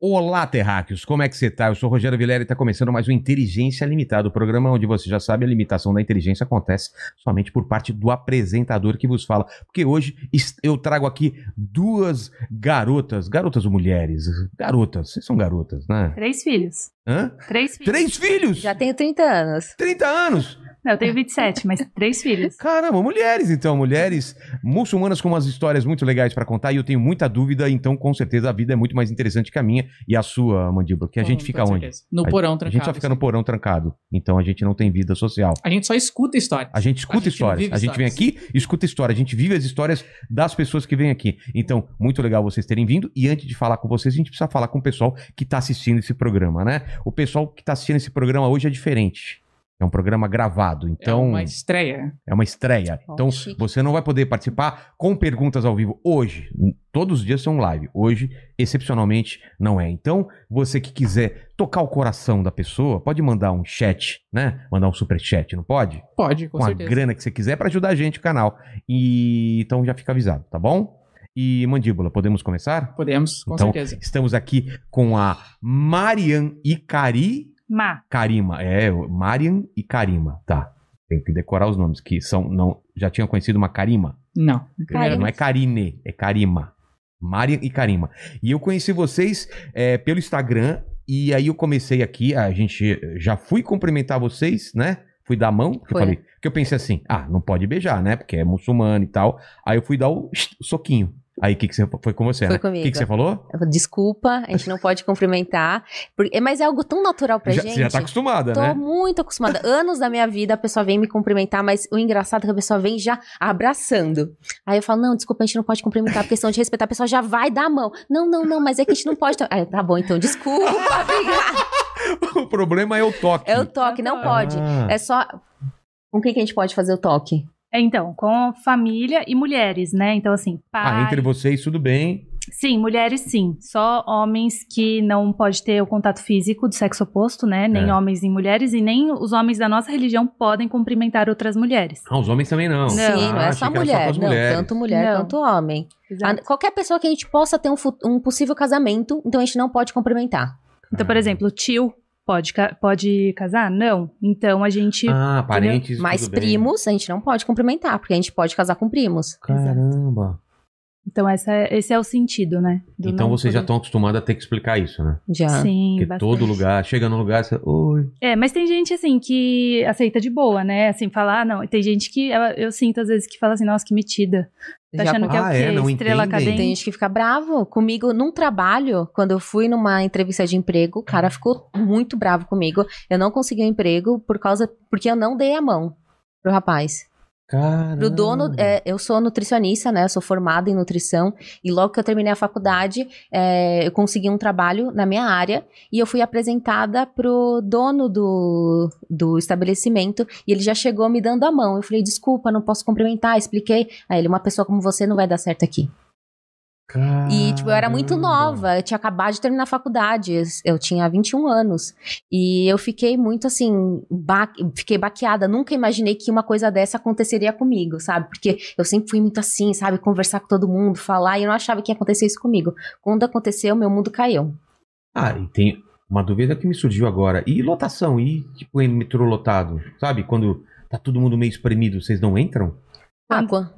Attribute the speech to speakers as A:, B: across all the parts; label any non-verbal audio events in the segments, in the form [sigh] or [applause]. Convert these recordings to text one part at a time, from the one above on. A: Olá, terráqueos, como é que você tá? Eu sou o Rogério Vilela e está começando mais um Inteligência Limitada, o programa onde você já sabe a limitação da inteligência acontece somente por parte do apresentador que vos fala. Porque hoje est- eu trago aqui duas garotas, garotas ou mulheres? Garotas, vocês são garotas, né?
B: Três filhos.
A: Hã?
B: Três filhos.
A: Três filhos?
C: Já tenho 30 anos.
A: 30 anos?
B: Não, eu tenho 27, mas três filhos.
A: Caramba, mulheres então, mulheres muçulmanas com umas histórias muito legais pra contar e eu tenho muita dúvida, então com certeza a vida é muito mais interessante que a minha e a sua, Mandíbula, que a
D: Com
A: gente fica
D: toda
A: onde?
D: certeza. No
A: A-
D: porão
A: A
D: trancado. assim.
A: gente só fica no porão trancado, então a gente não tem vida social.
D: A gente só escuta história. É
A: A gente escuta
D: A gente não
A: histórias,
D: vive
A: a gente vem aqui, escuta história, a gente vive as histórias das pessoas que vêm aqui. Então, muito legal vocês terem vindo e antes de falar com vocês, a gente precisa falar com o pessoal que tá assistindo esse programa, né? O pessoal que tá assistindo esse programa hoje é diferente. É um programa gravado, então...
D: É uma estreia.
A: É uma estreia.
C: Bom,
A: então,
C: chique.
A: você não vai poder participar com perguntas ao vivo hoje. Todos os dias são live. Hoje, excepcionalmente, não é. Então, você que quiser tocar o coração da pessoa, pode mandar um chat, né? Mandar um super chat, não pode?
D: Pode, com,
A: Com, a
D: certeza.
A: grana que você quiser para ajudar a gente, o canal. E então já fica avisado, tá bom? E mandíbula, podemos começar?
D: Podemos, com
A: Então,
D: certeza.
A: Estamos aqui com a Marian Icari
B: Má.
A: Karima, é, o- Marian e Karima, tá. Tem que decorar os nomes, que são, não, já tinha conhecido uma Karima.
D: Não.
C: Karima.
A: Não é Karine, é Karima. Marian e Karima. E eu conheci vocês é, pelo Instagram, e aí eu comecei aqui, a gente eh, já fui cumprimentar vocês, né? Fui dar a mão, porque eu
C: Foi.
A: falei, porque eu pensei assim, ah, não pode beijar, né? Porque é muçulmano e tal. Aí eu fui dar o soquinho. Aí o que, que você foi com você?
C: Foi
A: né? O que,
C: comigo.
A: que você falou?
C: Eu falo, Desculpa, a gente não pode cumprimentar. por- é, Mas é algo tão natural pra
A: Já-
C: gente.
A: você já tá acostumada,
C: Tô
A: né? [laughs]
C: muito acostumada. Anos da minha vida a pessoa vem me cumprimentar, mas o engraçado é que a pessoa vem já abraçando. Aí eu falo: não, desculpa, a gente não pode cumprimentar, por questão de respeitar, a pessoa já vai dar a mão. Não, não, não, mas é que a gente não pode. to- Ah, tá bom, então, desculpa, [laughs] obrigada.
A: o problema é o toque.
C: É o toque, não pode.
A: Ah.
C: É só. Com quem que a gente pode fazer o toque?
B: É, Então, com família e mulheres, né? Então, assim,
A: Ah,
B: pai.
A: entre vocês tudo bem.
B: Sim, mulheres sim. Só homens que não pode ter o contato físico do sexo oposto, né? Nem
A: É.
B: homens e mulheres, e nem os homens da nossa religião podem cumprimentar outras mulheres.
A: Ah, os homens também não.
B: Não.
C: Sim, não
A: Ah,
C: é
A: achei
C: só
A: que era com
C: mulher.
A: as
C: não,
A: mulheres.
C: tanto mulher
B: Não.
C: quanto homem. A- qualquer pessoa que a gente possa ter um, fu- um possível casamento, então a gente não pode cumprimentar.
B: Então,
A: Ah.
B: por exemplo, tio pode, ca- pode casar? Não. Então a gente.
A: Ah, parentes.
C: Mas
A: tudo bem.
C: primos, a gente não pode cumprimentar, porque a gente pode casar com primos.
A: Caramba.
B: Então, essa é- esse é o sentido, né? Do
A: Então
B: não
A: vocês já
B: poder-
A: estão acostumados a ter que explicar isso, né?
C: Já.
B: Sim,
A: Porque
B: bastante.
A: todo lugar, chega num lugar, você. Oi.
B: É, mas tem gente assim que aceita de boa, né? Assim, falar, não. Tem gente que ela- eu sinto às vezes que fala assim, nossa, que metida. Tá
C: Já
B: achando
C: com-
B: que é o
A: Ah,
B: quê?
A: é? Não
B: Estrela
A: entendem?
B: cadente.
C: Tem gente que fica bravo comigo num trabalho. Quando eu fui numa entrevista de emprego, o cara ficou muito bravo comigo. Eu não consegui o emprego por causa porque eu não dei a mão pro rapaz.
A: Caramba.
C: Pro dono, é, eu sou nutricionista, né? Eu sou formada em nutrição. E logo que eu terminei a faculdade, é, eu consegui um trabalho na minha área. E eu fui apresentada pro dono do, do estabelecimento. E ele já chegou me dando a mão. Eu falei, desculpa, não posso cumprimentar. Expliquei. Aí ele, uma pessoa como você não vai dar certo aqui.
A: Ah,
C: E, tipo, eu era muito
A: Caramba.
C: nova. Eu tinha acabado de terminar a faculdade. Eu tinha 21 anos. E eu fiquei muito, assim, ba- fiquei baqueada. Nunca imaginei que uma coisa dessa aconteceria comigo, sabe? Porque eu sempre fui muito assim, sabe? Conversar com todo mundo, falar. E eu não achava que ia acontecer isso comigo. Quando aconteceu, meu mundo caiu.
A: Ah, e tem uma dúvida que me surgiu agora. E lotação? E, tipo, em metrô lotado? Sabe? Quando tá todo mundo meio espremido, vocês não entram?
C: Ah,
B: Quando-
C: quan-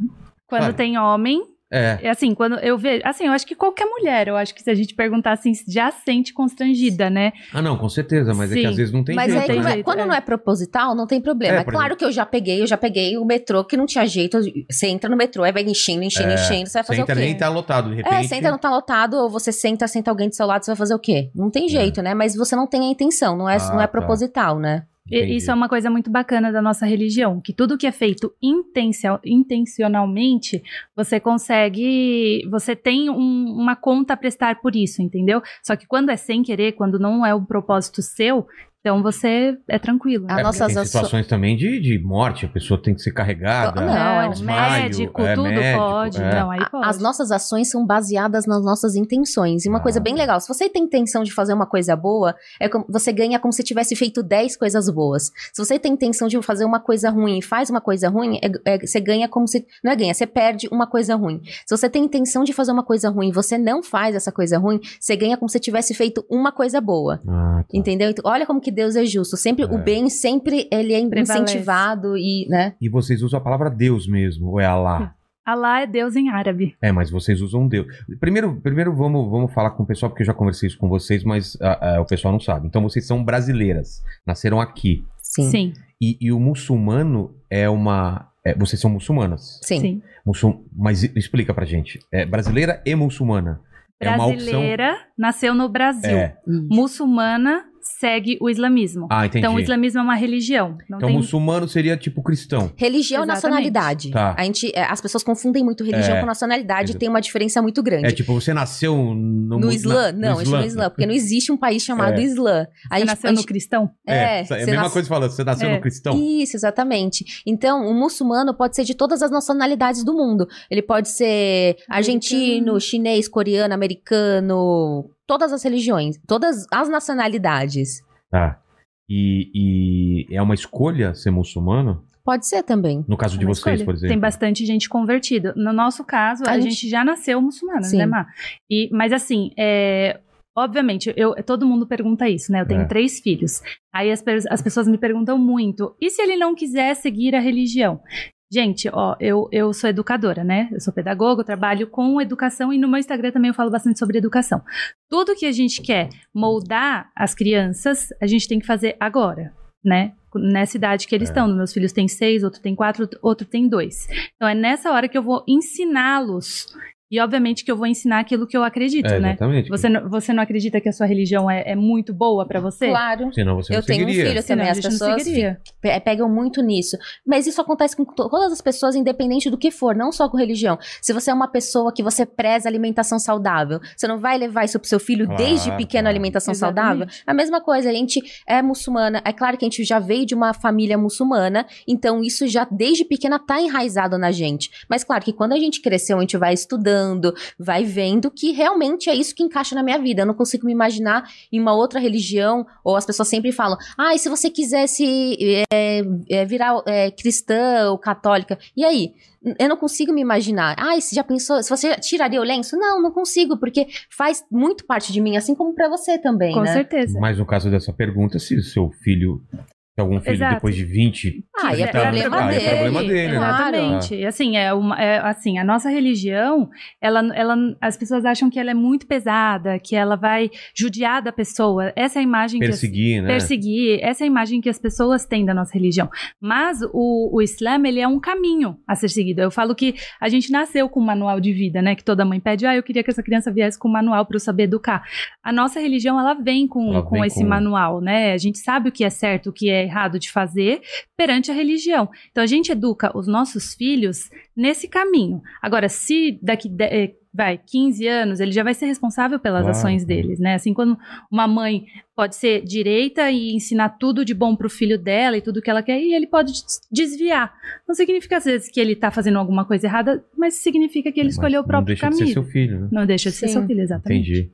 B: Quando
A: Claro.
B: tem homem,
A: É.
B: é assim, quando eu vejo. Assim, eu acho que qualquer mulher, eu acho que se a gente perguntar assim, já sente constrangida, né?
A: Ah, não, com certeza, mas é que
B: Sim.
A: às vezes não tem
C: Mas
A: jeito,
C: aí,
A: né?
B: vai-
C: quando quando não é proposital, não tem problema.
A: É,
C: É,
A: por
C: claro que eu já peguei, eu já peguei o metrô que não tinha jeito. Você entra no metrô, aí vai enchendo, enchendo, enchendo. Você vai
A: É. Você
C: fazer
A: entra
C: o quê?
A: nem tá lotado, de repente.
C: É, senta, não tá lotado, ou você senta, senta alguém do seu lado, você vai fazer o quê? Não tem jeito, né? Mas você não tem a intenção, não é,
A: É. Ah,
C: não é
A: tá.
C: proposital, né?
B: E-
A: Entendi.
B: Isso é uma coisa muito bacana da nossa religião, que tudo que é feito intencio- intencionalmente, você consegue, você tem um- uma conta a prestar por isso, entendeu? Só que quando é sem querer, quando não é o propósito seu, Então você é tranquilo.
C: Ah,
A: É, porque
C: nossa,
A: tem
C: as-
A: situações também de, de morte, a pessoa tem que ser carregada.
C: Não,
B: não, é
A: é desmaio,
B: médico,
A: é
B: tudo
A: médico,
B: pode.
A: é.
B: Não, aí
C: A-
B: pode.
C: As nossas ações são baseadas nas nossas intenções. E uma
A: Ah.
C: coisa bem legal, se você tem intenção de fazer uma coisa boa, é como- você ganha como se tivesse feito 10 coisas boas. Se você tem intenção de fazer uma coisa ruim e faz uma coisa ruim, é- é- você ganha como se. Não é ganha, você perde uma coisa ruim. Se você tem intenção de fazer uma coisa ruim e você não faz essa coisa ruim, você ganha como se tivesse feito uma coisa boa.
A: Ah, tá.
C: Entendeu? Então, olha como que Deus é justo. Sempre o
A: É.
C: bem, sempre ele é
B: Prevalece.
C: incentivado e, né?
A: E vocês usam a palavra Deus mesmo, ou é Allah?
B: Alá é Deus em árabe.
A: É, mas vocês usam Deus. Primeiro, primeiro vamos, vamos falar com o pessoal, porque eu já conversei isso com vocês, mas ah, ah, o pessoal não sabe. Então vocês são brasileiras, nasceram aqui.
C: Sim.
B: Sim,
A: E, e o muçulmano é uma. é, vocês são muçulmanas.
C: Sim.
B: sim.
A: Muçul, mas i- explica pra gente. É brasileira e muçulmana. É uma opção.
B: Brasileira, nasceu no Brasil.
A: É.
C: Hum.
B: Muçulmana segue o islamismo.
A: Ah, entendi.
B: Então,
A: Então,
B: o islamismo é uma religião. Não tem...
A: muçulmano seria tipo cristão.
C: Religião e
B: Exatamente.
C: nacionalidade.
A: Tá.
C: A gente, é, as pessoas confundem muito religião
A: É.
C: com nacionalidade e
A: Exa-
C: tem uma diferença muito grande.
A: É tipo, você nasceu no.
C: no
A: mu- na-
C: Islã? Não, a gente no Islã, porque não existe um país chamado
A: É.
C: Islã. A
B: Você
C: gente, a
B: nasceu no
C: gente-
B: cristão?
A: É, é, a
C: você
A: mesma
C: nasce-
A: coisa falando, você nasceu
B: É.
A: no cristão.
C: Isso, exatamente. Então, o muçulmano pode ser de todas as nacionalidades do mundo. Ele pode ser argentino, chinês, coreano, americano, todas as religiões, todas as nacionalidades.
A: Tá. E, e é uma escolha ser muçulmano?
C: Pode ser também.
A: No caso de
B: É uma
A: vocês,
B: escolha.
A: por exemplo.
B: Tem bastante gente convertida. No nosso caso, a,
C: A
B: gente...
C: gente-
B: já nasceu muçulmana,
C: Sim.
B: né, Má? E, mas assim, é, obviamente, eu, todo mundo pergunta isso, né? Eu tenho
A: É.
B: três filhos. Aí as, pe- as pessoas me perguntam muito, e se ele não quiser seguir a religião? Gente, ó, eu, eu sou educadora, né? Eu sou pedagoga, eu trabalho com educação e no meu Instagram também eu falo bastante sobre educação. Tudo que a gente quer moldar as crianças, a gente tem que fazer agora, né? Nessa idade que eles
A: É.
B: estão. Meus filhos têm seis, outro tem quatro, outro tem dois. Então é nessa hora que eu vou ensiná-los. E obviamente que eu vou ensinar aquilo que eu acredito,
A: é,
B: né?
A: Exatamente.
B: Você não, você não acredita que a sua religião é, é muito boa pra você?
C: Claro.
A: Senão você não
C: Eu tenho um
A: seguiria.
C: filho
B: Senão
C: também,
B: a
C: as
B: gente não
C: pessoas
B: seguiria.
C: pe- eh, pegam muito nisso. Mas isso acontece com to- todas as pessoas, independente do que for, não só com religião. Se você é uma pessoa que você preza alimentação saudável, você não vai levar isso pro seu filho
A: Claro,
C: desde pequeno
A: claro.
C: alimentação saudável?
B: Exatamente.
C: A mesma coisa, a gente é muçulmana, é claro que a gente já veio de uma família muçulmana, então isso já desde pequena tá enraizado na gente. Mas claro que quando a gente cresceu, a gente vai estudando, vai vendo que realmente é isso que encaixa na minha vida. Eu não consigo me imaginar em uma outra religião, ou as pessoas sempre falam, ah, e se você quisesse é, é, virar é, cristã ou católica, e aí? Eu não consigo me imaginar. Ah, e você já pensou, se você tiraria o lenço? Não, não consigo, porque faz muito parte de mim, assim como pra você também,
B: Com
C: né?
B: certeza.
A: Mas no caso dessa pergunta, se seu filho. Se algum filho
B: Exato.
A: depois de 20.
C: Ah, e é
A: tá-
C: problema
A: ah,
C: dele.
A: É problema dele, né?
C: Claro.
B: Exatamente. E assim, é uma, é, assim, a nossa religião, ela, ela, as pessoas acham que ela é muito pesada, que ela vai judiar da pessoa. Essa é a imagem que. as-
A: Perseguir, né?
B: Perseguir, essa é a imagem que as pessoas têm da nossa religião. Mas o, o Islã, ele é um caminho a ser seguido. Eu falo que a gente nasceu com um manual de vida, né? Que toda mãe pede, ah, eu queria que essa criança viesse com um manual para eu saber educar. A nossa religião, ela vem com,
A: Ela
B: com
A: vem
B: esse
A: com-
B: manual, né? A gente sabe o que é certo, o que é errado de fazer perante a religião. Então a gente educa os nossos filhos nesse caminho. Agora, se daqui. de- eh, Vai, 15 anos, ele já vai ser responsável pelas
A: Claro.
B: ações deles, né? Assim, quando uma mãe pode ser direita e ensinar tudo de bom pro filho dela e tudo que ela quer, e ele pode des- desviar. Não significa, às vezes, que ele tá fazendo alguma coisa errada, mas significa que ele
A: Mas
B: escolheu o próprio
A: Não deixa de
B: caminho.
A: ser seu filho, né?
B: Não deixa de ser
C: Sim.
B: seu filho, exatamente.
A: Entendi.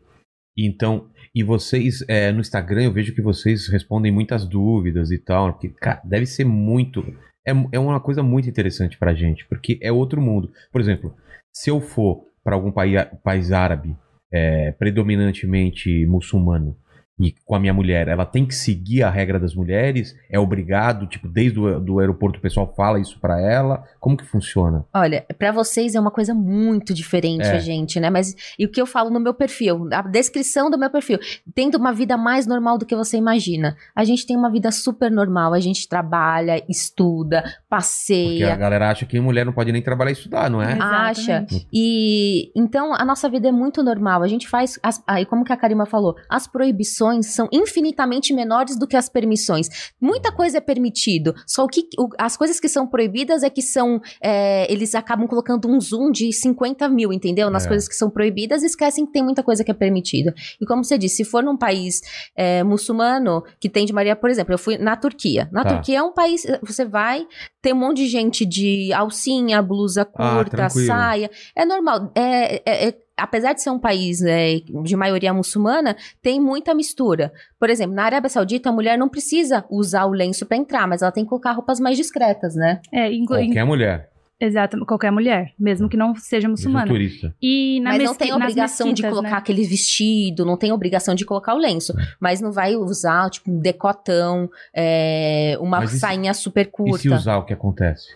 A: Então, e vocês, é, no Instagram, eu vejo que vocês respondem muitas dúvidas e tal, que cara, deve ser muito. É, é uma coisa muito interessante pra gente, porque é outro mundo. Por exemplo, se eu for pra algum país, país árabe, é, predominantemente muçulmano, e com a minha mulher, ela tem que seguir a regra das mulheres? É obrigado? Tipo, desde o do aeroporto o pessoal fala isso pra ela? Como que funciona?
C: Olha, pra vocês é uma coisa muito diferente,
A: É.
C: gente, né? Mas e o que eu falo no meu perfil, a descrição do meu perfil, tendo uma vida mais normal do que você imagina. A gente tem uma vida super normal, a gente trabalha, estuda,
A: Porque a
C: passeia.
A: galera acha que mulher não pode nem trabalhar e estudar, não é?
C: Acha. E então a nossa vida é muito normal. A gente faz, as, aí como que a Karima falou, as proibições restrições são infinitamente menores do que as permissões. Muita coisa é permitido, só o que o- as coisas que são proibidas é que são é, eles acabam colocando um zoom de 50 mil, entendeu? Nas
A: É.
C: coisas que são proibidas, esquecem que tem muita coisa que é permitida. E como você disse, se for num país é, muçulmano que tem de Maria, por exemplo, eu fui na Turquia. Na
A: Tá.
C: Turquia é um país, você vai, tem um monte de gente de alcinha, blusa
A: Ah,
C: curta,
A: tranquilo.
C: saia. É normal. É, é- é- apesar de ser um país é, de maioria muçulmana, tem muita mistura. Por exemplo, na Arábia Saudita, a mulher não precisa usar o lenço pra entrar, mas ela tem que colocar roupas mais discretas, né?
B: É, inclu-
A: Qualquer mulher.
B: Exato, qualquer mulher, mesmo que não seja
A: mesmo
B: muçulmana.
A: turista.
B: E na
C: mas
B: mesqui-
C: não tem
B: nas
C: obrigação de
B: mesquitas,
C: colocar
B: né?
C: aquele vestido, não tem obrigação de colocar o lenço.
A: É.
C: Mas não vai usar, tipo, um decotão, é, uma
A: Mas e se-
C: sainha super
A: E se
C: curta.
A: usar, o que acontece?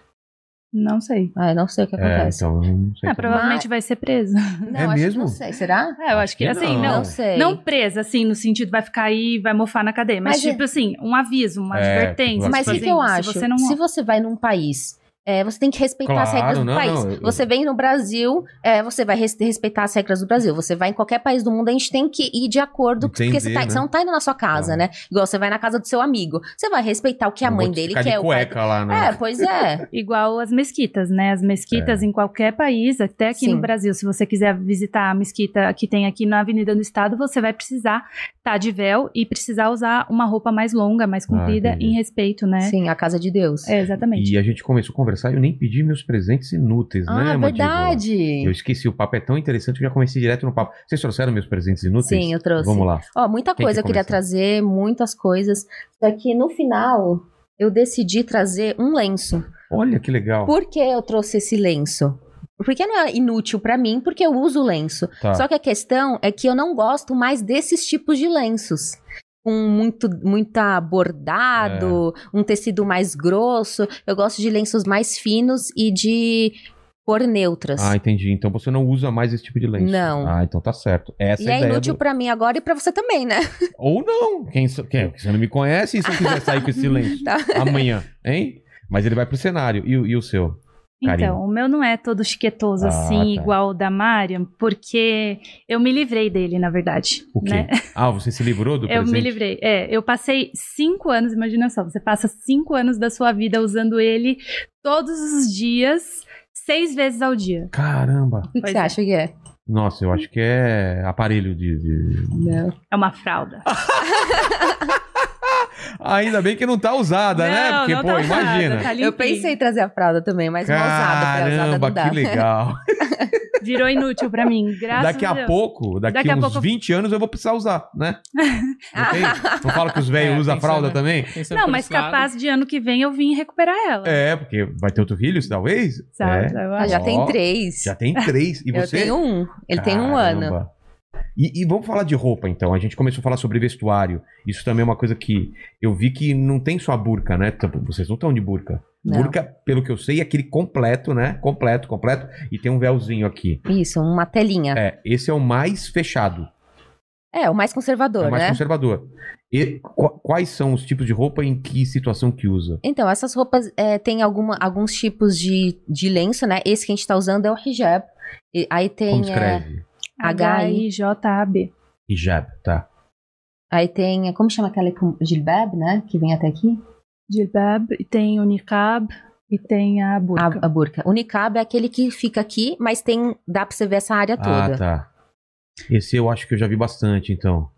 B: Não sei.
C: Ah, eu não sei o que
A: É,
C: acontece.
A: então, eu não sei.
B: É,
A: também.
B: provavelmente vai ser presa.
C: Não,
A: É
C: acho que
A: mesmo? Ah,
C: Não sei, será?
B: É, eu [laughs] acho que, assim, não.
A: Não.
B: Não,
C: sei.
B: presa, assim, no sentido vai ficar aí, vai mofar na cadeia. Mas,
C: Mas é-
B: tipo assim, um aviso, uma
A: É,
B: advertência.
A: tipo
C: Mas o
B: tipo
C: que, que eu
B: assim,
C: acho?
B: Se você não...
C: vai num país, é, você tem que respeitar as
A: Claro,
C: regras do
A: não,
C: país.
A: não, eu-
C: Você vem no Brasil, é, você vai res- respeitar as regras do Brasil. Você vai em qualquer país do mundo, a gente tem que ir de acordo. porque você,
A: Entender,
C: tá-
A: né?
C: você não tá indo na sua casa,
A: Claro.
C: né? Igual você vai na casa do seu amigo. Você vai respeitar o que a
A: Não
C: mãe
A: vou
C: dele
A: ficar de
C: quer. o pai
A: cueca lá,
C: dele-
A: né?
C: É,
B: [laughs]
C: pois é.
B: Igual as mesquitas, né? As
A: É.
B: mesquitas em qualquer país, até aqui
C: Sim.
B: no Brasil. Se você quiser visitar a mesquita que tem aqui na Avenida do Estado, você vai precisar estar de véu e precisar usar uma roupa mais longa, mais comprida,
A: Ah, entendi.
B: em respeito, né?
C: Sim, a casa de Deus.
B: É, exatamente.
A: E a gente começou a conversar e eu nem pedi meus presentes inúteis, né,
C: ah,
A: Mandíbula?
C: verdade.
A: Eu esqueci, o papo é tão interessante que eu já comecei direto no papo. Vocês trouxeram meus presentes inúteis?
C: Sim, eu trouxe.
A: Vamos lá.
C: Ó, muita
A: Quem quer
C: coisa eu queria
A: começar?
C: trazer, muitas coisas. Só que no final, eu decidi trazer um lenço.
A: Olha que legal.
C: Por que eu trouxe esse lenço? Porque não é inútil pra mim, porque eu uso lenço.
A: Tá.
C: Só que a questão é que eu não gosto mais desses tipos de lenços. Com muito, muita
A: É.
C: bordado, um tecido mais grosso. Eu gosto de lenços mais finos e de cor neutras.
A: Ah, entendi. Então você não usa mais esse tipo de lenço.
C: Não.
A: Ah, então tá certo. Essa
C: e
A: é a
C: é
A: ideia
C: inútil
A: do-
C: pra mim agora e pra você também, né?
A: Ou não. Quem, so- quem- é? Você não me conhece e se eu quiser sair
C: [laughs]
A: com esse lenço
C: Tá.
A: amanhã, hein? Mas ele vai pro cenário. E, o- e o seu? Karina.
B: Então, o meu não é todo chiquetoso
A: Ah,
B: assim,
A: tá.
B: igual o da Mariam, porque eu me livrei dele, na verdade.
A: O quê?
B: Né?
A: Ah, você se livrou do
B: Eu
A: presente?
B: me livrei. É, eu passei cinco anos, imagina só, você passa cinco anos da sua vida usando ele todos os dias, seis vezes ao dia.
A: Caramba.
C: O que
B: Pois
C: você
B: é.
C: acha que é?
A: Nossa, eu acho que é aparelho de- de...
C: Não.
B: É uma fralda.
A: Ainda bem que não tá usada, né?
B: Não,
A: Porque,
B: não
A: pô,
B: tá usada,
A: imagina.
B: tá
C: Eu
B: limpinho.
C: pensei em trazer a fralda também, mas uma Tá usada, pra usada
A: Caramba,
C: não dá.
A: que
C: [laughs]
A: legal.
B: Virou inútil pra
A: [laughs]
B: mim, graças
A: daqui a
B: Deus.
A: pouco, daqui,
B: Daqui a
A: uns
B: pouco-
A: 20 anos eu vou precisar usar,
C: [laughs]
A: né? Não, tem? não fala que os velhos
D: É,
A: usam a
D: pensando-
A: fralda também?
D: Pensando
B: Não,
D: por
B: mas
D: esse lado.
B: capaz de ano que vem eu vim recuperar ela.
A: É, porque vai ter outro filho, talvez?
B: Sabe?
A: É.
B: Eu
C: Ah,
B: acho.
C: já tem
A: Ó,
C: três.
A: Já tem três. E
C: eu
A: você?
C: tenho um. Ele tem um ano.
A: Caramba. E, e vamos falar de roupa, então. A gente começou a falar sobre vestuário. Isso também é uma coisa que eu vi que não tem só a burca, né? Tipo, Vocês não estão de burca.
C: Não.
A: Burca, pelo que eu sei, é aquele completo, né? Completo, completo. E tem um véuzinho aqui.
C: Isso, uma telinha.
A: É, esse é o mais fechado,
C: É, o mais
A: é
C: conservador,
A: o mais
C: né?
A: conservador. E qu- quais são os tipos de roupa e em que situação que usa?
C: Então, essas roupas é, tem alguma, alguns tipos de, de lenço, né? Esse que a gente tá usando é o hijab. E aí tem.
A: Como
C: é,
A: escreve?
B: H-I-J-A-B.
A: Hijab, tá.
C: aí tem. é, Como chama aquela com- jilbab, né? Que vem até aqui?
B: Jilbab, e tem o niqab, e tem a burca.
C: A, a burca. O niqab é aquele que fica aqui, mas tem. Dá pra você ver essa área
A: Ah,
C: toda.
A: tá. Esse eu acho que eu já vi bastante, então.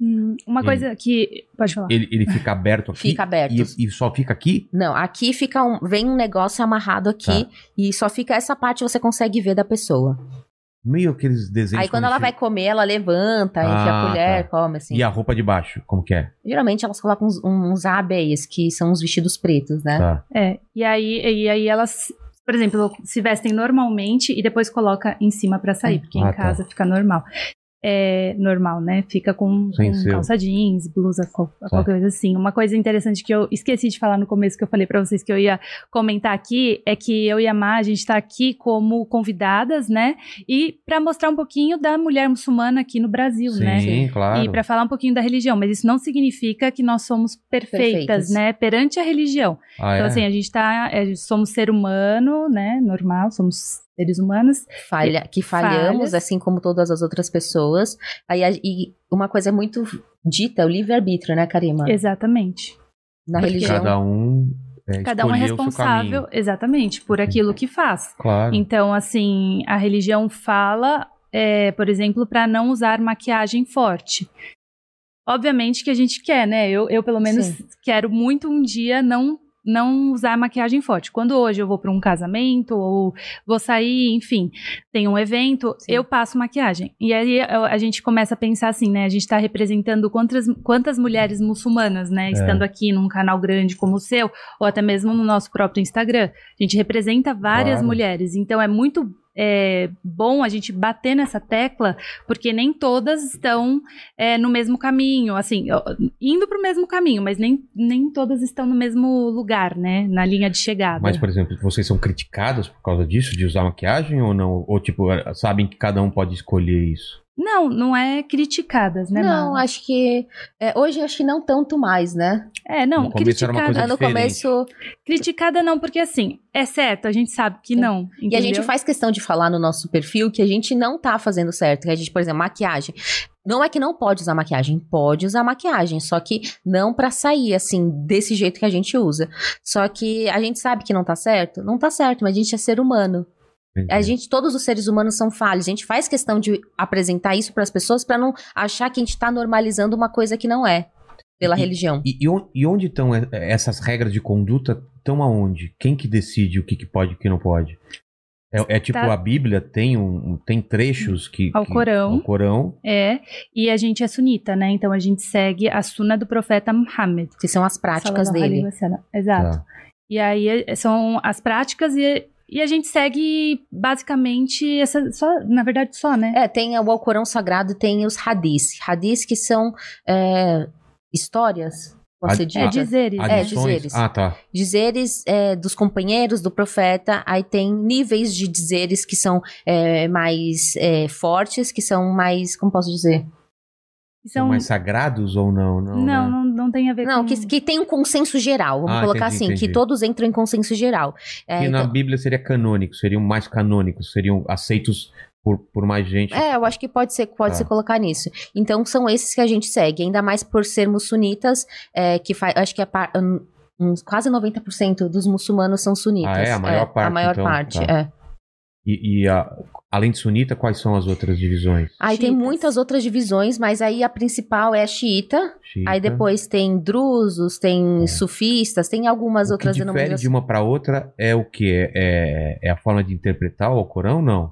B: Hum, uma
A: Ele-
B: coisa que... Pode falar.
A: Ele, ele fica aberto aqui?
C: Fica aberto.
A: tá. E, e só fica aqui?
C: Não, aqui fica um. Vem um negócio amarrado
A: Tá.
C: aqui e só fica essa parte você consegue ver da pessoa.
A: Meio aqueles desenhos...
C: aí quando ela vai
A: chega-
C: comer, ela levanta, enfia
A: Ah,
C: a colher,
A: tá.
C: come, assim.
A: E a roupa de baixo, como que é?
C: Geralmente elas colocam uns, um, uns abeias, que são uns vestidos pretos, né?
A: Tá.
B: É, e aí, e aí elas, por exemplo, se vestem normalmente e depois coloca em cima pra sair, porque
A: Ah,
B: em
A: tá.
B: casa fica normal. É normal, né? Fica com,
A: Sem
B: com
A: ser.
B: calça jeans, blusa, qual- qualquer coisa assim. Uma coisa interessante que eu esqueci de falar no começo, que eu falei pra vocês que eu ia comentar aqui, é que eu e a Má, a gente tá aqui como convidadas, né? E pra mostrar um pouquinho da mulher muçulmana aqui no Brasil,
A: Sim,
B: né?
A: claro.
B: E para falar um pouquinho da religião, mas isso não significa que nós somos perfeitas,
C: Perfeitas.
B: né? Perante Então, assim, a religião.
A: Ah, é?
B: Então, assim, a gente tá. é, somos ser humano, né? Normal, somos seres humanos.
C: falha, que falhamos,
B: Falhas.
C: assim como todas as outras pessoas. Aí, a- e uma coisa é muito dita, o livre-arbítrio, né,
A: Ah.
C: Karima?
B: Exatamente.
C: Na
B: Porque
C: religião.
A: Cada um. É,
B: Cada um é
A: escolheu o seu
B: responsável,
A: caminho.
B: exatamente, por aquilo que faz.
A: Claro.
B: Então, assim, a religião fala, é, por exemplo, para não usar maquiagem forte. Obviamente que a gente quer, né? Eu, eu pelo menos, quero muito um dia não não usar maquiagem forte. Quando hoje eu vou para um casamento ou vou sair, enfim, tem um evento,
C: Sim.
B: eu passo maquiagem. E aí eu- a gente começa a pensar assim, né? A gente está representando quantas, quantas mulheres muçulmanas, né? Estando aqui num canal grande como o seu, ou até mesmo no nosso próprio Instagram. A gente representa várias
A: Claro.
B: mulheres, então é muito é, bom a gente bater nessa tecla, porque nem todas estão é, no mesmo caminho, assim, ó, indo para o mesmo caminho, mas nem, nem todas estão no mesmo lugar, né? Na linha de chegada.
A: Mas, por exemplo, vocês são criticadas por causa disso, de usar maquiagem ou não? Ou, tipo, sabem que cada um pode escolher isso?
B: Não, não é criticadas, né?
C: Não, é.
B: Mala?
C: acho que. é, hoje acho que não tanto mais, né?
B: É, não,
A: No começo era uma
B: criticada.
A: coisa
C: Ah, no
A: diferente.
C: começo.
B: Criticada não, porque assim, é certo, a gente sabe que
C: É.
B: não.
C: E a
B: entendeu?
C: gente faz questão de falar no nosso perfil que a gente não tá fazendo certo. Que a gente, por exemplo, maquiagem. Não é que não pode usar maquiagem, pode usar maquiagem, só que não pra sair assim desse jeito que a gente usa. Só que a gente sabe que não tá certo, não tá certo, mas a gente é ser humano. A gente, todos os seres humanos são falhos. A gente faz questão de apresentar isso pras pessoas pra não achar que a gente tá normalizando uma coisa que não é pela
A: E-
C: religião.
A: E, e on- e onde estão e- essas regras de conduta? Estão aonde? Quem que decide o que, que pode e o que não pode? É, é tipo,
B: Tá.
A: a Bíblia tem, um, um- tem trechos que...
B: Ao
A: que-
B: Corão.
A: Ao Corão.
B: É, e a gente é sunita, né? Então a gente segue a suna do profeta Muhammad.
C: Que são as práticas
B: Sallallahu alaihi
C: dele.
B: wasallam. Exato.
A: Tá.
B: E aí é- são as práticas e, e a gente segue basicamente essa, só, na verdade só, né?
C: É, tem o Alcorão Sagrado e tem os hadis. Hadis que são é, histórias, pode ser
A: Hadi-
C: dita?
A: Ah,
B: dizeres.
C: É,
B: né?
A: Adições?
C: dizeres.
A: Ah, tá.
C: Dizeres é, dos companheiros, do profeta. Aí tem níveis de dizeres que são é, mais é, fortes, que são mais, como posso dizer?
A: São
B: É, São,
A: mais sagrados ou não? Não,
B: não, não,
A: né?
B: não tem a ver com...
C: Não, que, que tem um consenso geral, vamos
A: Ah,
C: colocar
A: entendi,
C: assim,
A: entendi.
C: que todos entram em consenso geral. É,
A: que na
C: então-
A: Bíblia seria canônico, seriam mais canônicos, seriam aceitos por, por mais gente.
C: É, eu acho que pode ser, pode
A: Tá.
C: se colocar nisso. Então são esses que a gente segue, ainda mais por sermos sunitas, é, que faz, acho que a par- um- uns quase 90% dos muçulmanos são sunitas.
A: Ah, é? A maior parte,
C: A maior
A: então,
C: parte,
A: tá.
C: é.
A: E, e a- além de sunita, quais são as outras divisões?
C: Aí tem
B: Xiitas.
C: muitas outras divisões, mas aí a principal é a xiita.
A: Xiita.
C: Aí depois tem drusos, tem
A: É.
C: sufistas, tem algumas
A: o que
C: outras
A: difere
C: denominações.
A: de uma para outra é o que é, é a forma de interpretar o Corão, não?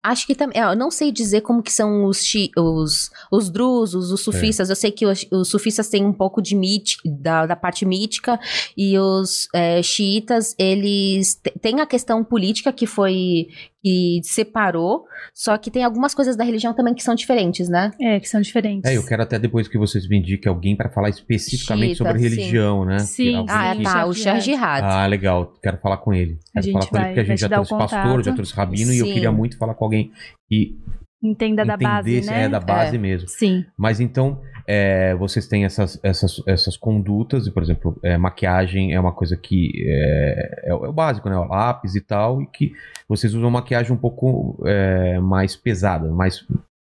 C: Acho que também. é, Eu não sei dizer como que são os, chi- os, os drusos, os sufistas. Eu sei que os, os sufistas têm um pouco de mit, da, da parte mítica, e os é, xiitas, eles te- têm a questão política que foi. que separou, só que tem algumas coisas da religião também que são diferentes, né?
B: É, que são diferentes.
A: É, eu quero até depois que vocês me indiquem alguém para falar especificamente
C: Xiita,
A: sobre
C: sim.
A: religião, né?
B: Sim,
A: Alguém
C: Ah,
B: Sim.
A: que-
C: tá, o Shah
B: Shah
C: Jihad.
A: Ah, legal. Quero falar com ele.
B: A
A: Quero
B: gente
A: falar com ele
B: vai-
A: porque a
B: vai
A: gente
B: te
A: já
B: dar o
A: trouxe pastor,
B: contato.
A: já trouxe rabino e eu
C: Sim.
A: queria muito falar com alguém que
B: Entenda da base,
A: entendesse
B: né?
A: é da base mesmo.
B: Sim.
A: Mas então, é, vocês têm essas, essas, essas condutas, e, por exemplo, é, maquiagem é uma coisa que é, é o é o básico, né? O lápis e tal, e que vocês usam maquiagem um pouco é, mais pesada, mais.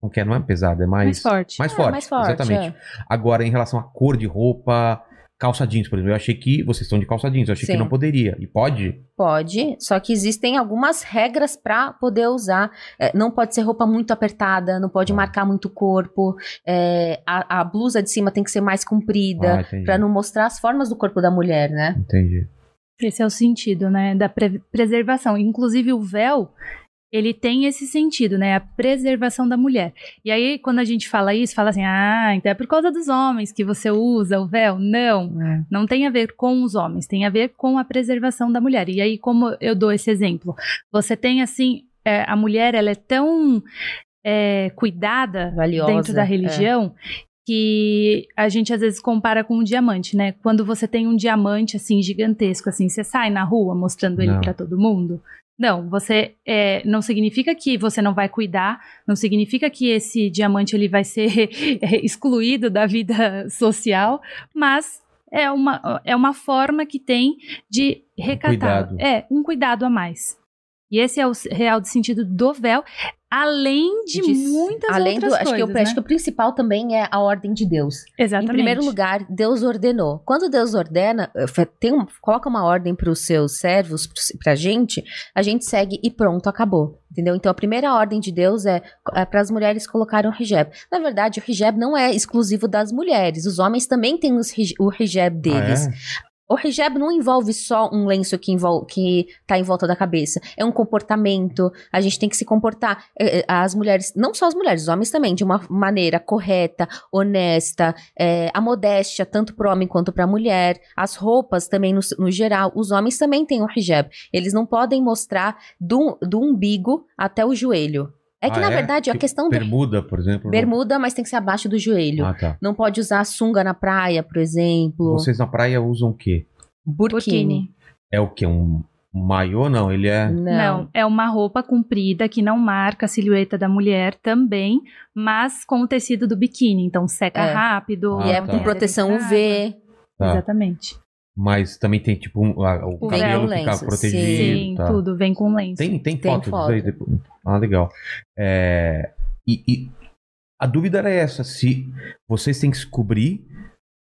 A: Não quer, não é pesada, é mais.
B: Mais forte.
A: Mais
C: É,
A: forte,
C: mais forte,
A: exatamente. Agora, em relação à cor de roupa, calça jeans, por exemplo, eu achei que vocês estão de calça jeans, eu achei
C: Sim.
A: que não poderia. E pode?
C: Pode, só que existem algumas regras para poder usar. É, não pode ser roupa muito apertada, não pode
A: Tá.
C: marcar muito o corpo. é, a, a blusa de cima tem que ser mais comprida,
A: Ah, entendi.
C: para não mostrar as formas do corpo da mulher, né?
A: Entendi.
B: Esse é o sentido, né, da pre- preservação. Inclusive o véu, ele tem esse sentido, né, a preservação da mulher. E aí quando a gente fala isso, fala assim: "Ah, então é por causa dos homens que você usa o véu?". Não, não tem a ver com os homens, tem a ver com a preservação da mulher. E aí como eu dou esse exemplo, você tem assim, é, a mulher, ela é tão é, cuidada
C: Valiosa. É.
B: dentro
A: é.
B: da religião que a gente às vezes compara com um diamante, né? Quando você tem um diamante assim gigantesco, assim, você sai na rua mostrando ele
A: Não.
B: pra todo mundo. Não, você é, não significa que você não vai cuidar, não significa que esse diamante ele vai ser [laughs] é, excluído da vida social, mas é uma, é uma forma que tem de recatar,
A: cuidado.
B: é um cuidado a mais. E esse é o s- real de sentido do véu, além de
C: Disso.
B: muitas
C: Além do,
B: outras
C: acho que,
B: coisas,
C: o, acho que
B: né?
C: o principal também é a ordem de Deus.
B: Exatamente.
C: Em primeiro lugar, Deus ordenou. Quando Deus ordena, eh, fe- tem um- coloca uma ordem para os seus servos, para a gente, a gente segue e pronto, acabou. Entendeu? Então, a primeira ordem de Deus é, para as mulheres colocarem o hijab. Na verdade, o hijab não é exclusivo das mulheres. Os homens também têm os hij- o hijab deles.
A: Ah, é?
C: O hijab não envolve só um lenço que, envol que tá em volta da cabeça. É um comportamento. A gente tem que se comportar. É, é, As mulheres, não só as mulheres, os homens também, de uma maneira correta, honesta. é, a modéstia, tanto para homem quanto para mulher. As roupas também, no, no geral. Os homens também têm o hijab. Eles não podem mostrar do, do umbigo até o joelho. É que,
A: Ah,
C: na
A: é?
C: verdade, a
A: Tipo,
C: questão da
A: Bermuda, por exemplo. não-
C: bermuda, mas tem que ser abaixo do joelho.
A: Ah, tá.
C: Não pode usar sunga na praia, por exemplo.
A: Vocês na praia usam o quê?
C: burkini.
B: Burkini.
A: É o quê? Um maiô? Não, ele é.
B: Não. é uma roupa comprida que não marca a silhueta da mulher também, mas com o tecido do biquíni, então seca
C: É.
B: rápido.
C: E
A: Ah,
C: é
A: tá.
C: com proteção UV.
A: Tá.
B: Exatamente.
A: Mas também tem tipo um, a- o
C: Tem
A: cabelo
C: um
A: fica
C: lenço,
A: protegido.
B: Sim,
A: tá.
B: tudo vem com lenço.
A: Tem, tem,
C: Tem
A: foto disso
C: foto.
A: aí depois. Ah, legal. É, e, e a dúvida era essa: se vocês têm que se cobrir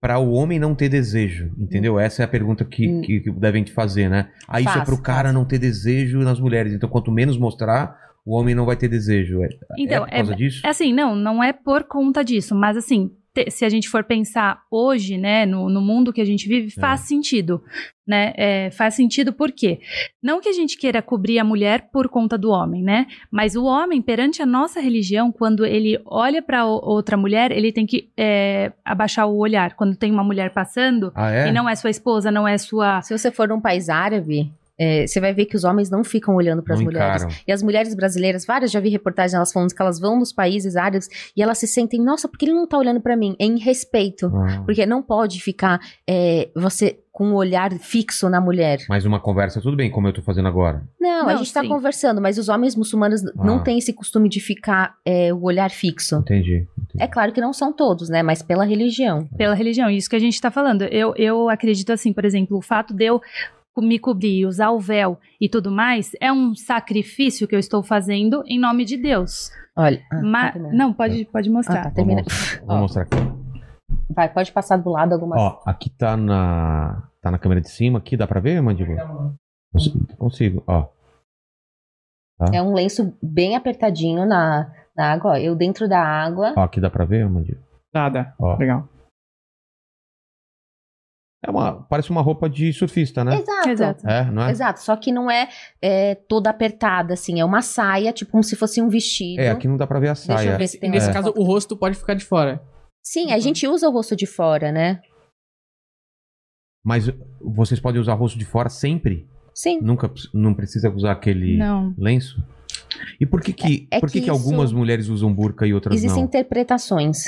A: para o homem não ter desejo, entendeu? Essa é a pergunta que,
C: Hum.
A: que, que devem te fazer, né? Ah, isso é
C: Fácil,
A: pro cara não ter desejo nas mulheres. Então, quanto menos mostrar, o homem não vai ter desejo. É,
B: Então,
A: é por causa disso?
B: É Assim, não, não é por conta disso, mas assim, te- se a gente for pensar hoje, né, no, no mundo que a gente vive,
A: É.
B: faz sentido, né? É, faz sentido por quê? Não que a gente queira cobrir a mulher por conta do homem, né? Mas o homem, perante a nossa religião, quando ele olha para outra mulher, ele tem que é, abaixar o olhar. Quando tem uma mulher passando,
A: Ah, é?
B: e não é sua esposa, não é sua...
C: Se você for num país árabe, é, você vai ver que os homens não ficam olhando para as
A: Não
C: mulheres.
A: encaram.
C: E as mulheres brasileiras, várias já vi reportagens, elas falando que elas vão nos países árabes e elas se sentem, nossa, por que ele não tá olhando para mim? É em respeito.
A: Ah,
C: Porque não pode ficar é, você com um olhar fixo na mulher.
A: Mais uma conversa, tudo bem, como eu tô fazendo agora.
C: Não, a
B: Não,
C: gente tá
B: sim.
C: conversando, mas os homens muçulmanos não
A: Ah.
C: têm esse costume de ficar é, o olhar fixo.
A: Entendi. entendi.
C: É claro que não são todos, né? Mas pela religião.
B: pela religião. Isso que a gente está falando. Eu, eu acredito assim, por exemplo, o fato de eu co- me cobrir, usar o véu e tudo mais, é um sacrifício que eu estou fazendo em nome de Deus.
C: Olha. ah,
B: Ma-
C: tá terminando.
B: não, pode, pode
C: Ah,
B: mostrar.
C: tá, termina.
A: Vou mostrar, vou
C: Ó.
A: mostrar aqui.
C: Vai, pode passar do lado alguma
A: Ó, aqui tá na. Tá na câmera de cima aqui, dá pra ver, mandíbula? Consigo, consigo, ó.
C: É um lenço bem apertadinho na, na água. ó. Eu dentro da água.
A: Ó, aqui dá pra ver, mandíbula?
D: Dá, dá.
A: Ó.
D: Legal.
A: É uma. Parece uma roupa de surfista, né?
C: Exato. Exato.
B: Exato.
A: É, não é?
C: Só que não é, é, toda apertada, assim. É uma saia, tipo como se fosse um vestido.
A: É, aqui não dá pra ver a
C: Deixa eu
A: saia.
C: ver se tem um.
D: Nesse
C: uma
D: caso,
C: foto.
D: o rosto pode ficar de fora.
C: Sim, a gente usa o rosto de fora, né?
A: Mas vocês podem usar rosto de fora sempre?
C: Sim.
A: Nunca pre- não precisa usar aquele
B: Não.
A: lenço? E por que que,
C: É- é
A: por que,
C: que
A: que algumas
C: isso-
A: mulheres usam burca e outras
C: Existem
A: não?
C: interpretações.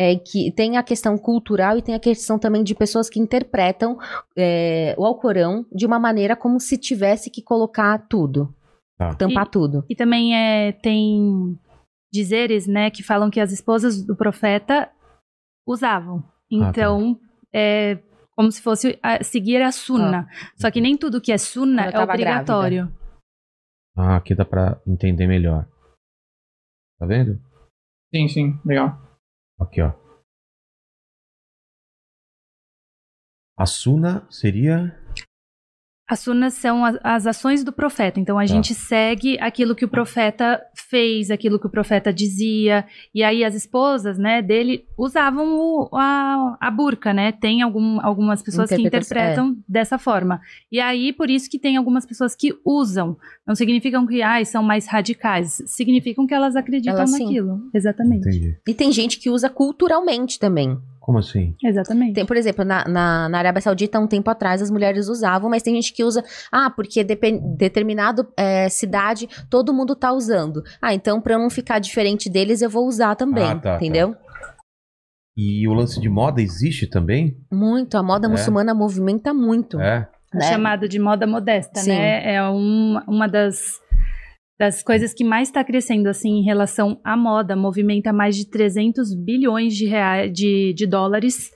C: É que tem a questão cultural e tem a questão também de pessoas que interpretam é, o Alcorão de uma maneira como se tivesse que colocar tudo.
A: Tá.
C: Tampar tudo.
B: E também é, tem dizeres, né, que falam que as esposas do profeta
C: Ah,
B: usavam.
C: tá.
B: Então, é como se fosse a- seguir a sunna. Só que nem tudo que é sunna
C: Ah. Quando eu
B: é
C: tava grávida.
B: obrigatório.
A: Ah, aqui dá pra entender melhor. Tá vendo?
D: Sim, sim. Legal.
A: Aqui, ó. A suna seria.
B: As sunas são a- as, ações do profeta. Então a gente segue aquilo que o profeta fez, aquilo que o profeta dizia. E aí as esposas, né, dele usavam o- a, a burca, né? Tem algum- algumas pessoas que
C: Interpretação, é.
B: interpretam dessa forma. E aí por isso que tem algumas pessoas que usam. Não significam que ai, são mais radicais. Significam que elas acreditam
C: Elas sim.
B: naquilo. Exatamente.
A: Entendi.
C: E tem gente que usa culturalmente também.
A: Como assim?
B: Exatamente.
C: Tem, por exemplo, na, na, na Arábia Saudita, um tempo atrás, as mulheres usavam, mas tem gente que usa, ah, porque depen- determinado eh, cidade, todo mundo tá usando. Ah, então pra eu não ficar diferente deles, eu vou usar também,
A: Ah, tá,
C: entendeu?
A: E o lance de moda existe também?
C: Muito, a moda
A: É.
C: muçulmana movimenta muito,
A: É.
B: É
C: né?
B: chamado de moda modesta,
C: Sim.
B: né? É um- uma das, das coisas que mais está crescendo, assim, em relação à moda. Movimenta mais de 300 bilhões de, reais, de, de dólares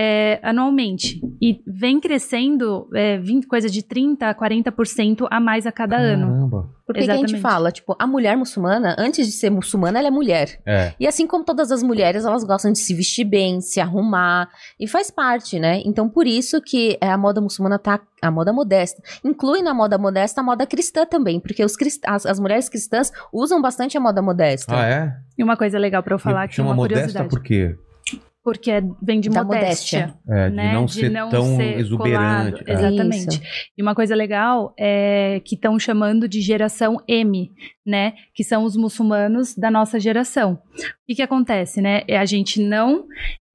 B: é, anualmente. E vem crescendo é, 20, coisa de 30% a 40% a mais a cada ano.
A: Caramba.
C: Porque que a gente
B: Exatamente.
C: fala, tipo, a mulher muçulmana, antes de ser muçulmana, ela é mulher.
A: É.
C: E assim como todas as mulheres, elas gostam de se vestir bem, se arrumar, e faz parte, né? Então, por isso que é, a moda muçulmana tá, a moda modesta. Inclui na moda modesta a moda cristã também, porque os crist- as, as mulheres cristãs usam bastante a moda modesta.
A: Ah, é?
B: E uma coisa legal pra eu Então, falar aqui,
A: Chama
B: uma
A: modesta
B: curiosidade.
A: por quê?
B: Porque vem de
C: Da
B: modéstia.
C: modéstia.
A: É, de
B: né,
A: não ser tão
B: ser
A: exuberante.
B: colado.
A: É.
B: Exatamente. E uma coisa legal é que estão chamando de geração M, né? Que são os muçulmanos da nossa geração. O que, que acontece, né? É a gente não.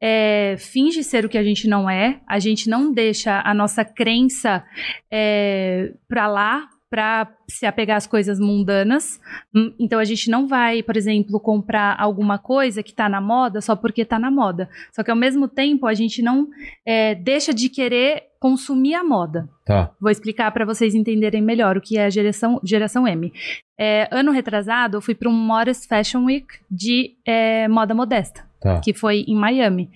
B: é, finge ser o que a gente não é, a gente não deixa a nossa crença é, pra lá pra se apegar às coisas mundanas. Hum, Então a gente não vai, por exemplo, comprar alguma coisa que tá na moda só porque tá na moda. Só que ao mesmo tempo a gente não é, deixa de querer consumir a moda.
A: Tá.
B: Vou explicar para vocês entenderem melhor o que é a geração, geração M. É, ano retrasado, eu fui para um Modest Fashion Week de é, moda modesta,
A: Tá.
B: que foi em Miami.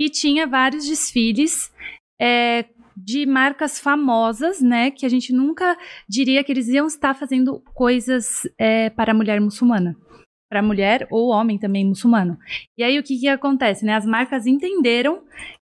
B: E tinha vários desfiles é, de marcas famosas, né? Que a gente nunca diria que eles iam estar fazendo coisas é, para a mulher muçulmana. Para a mulher ou homem também muçulmano. E aí o que, que acontece, né? As marcas entenderam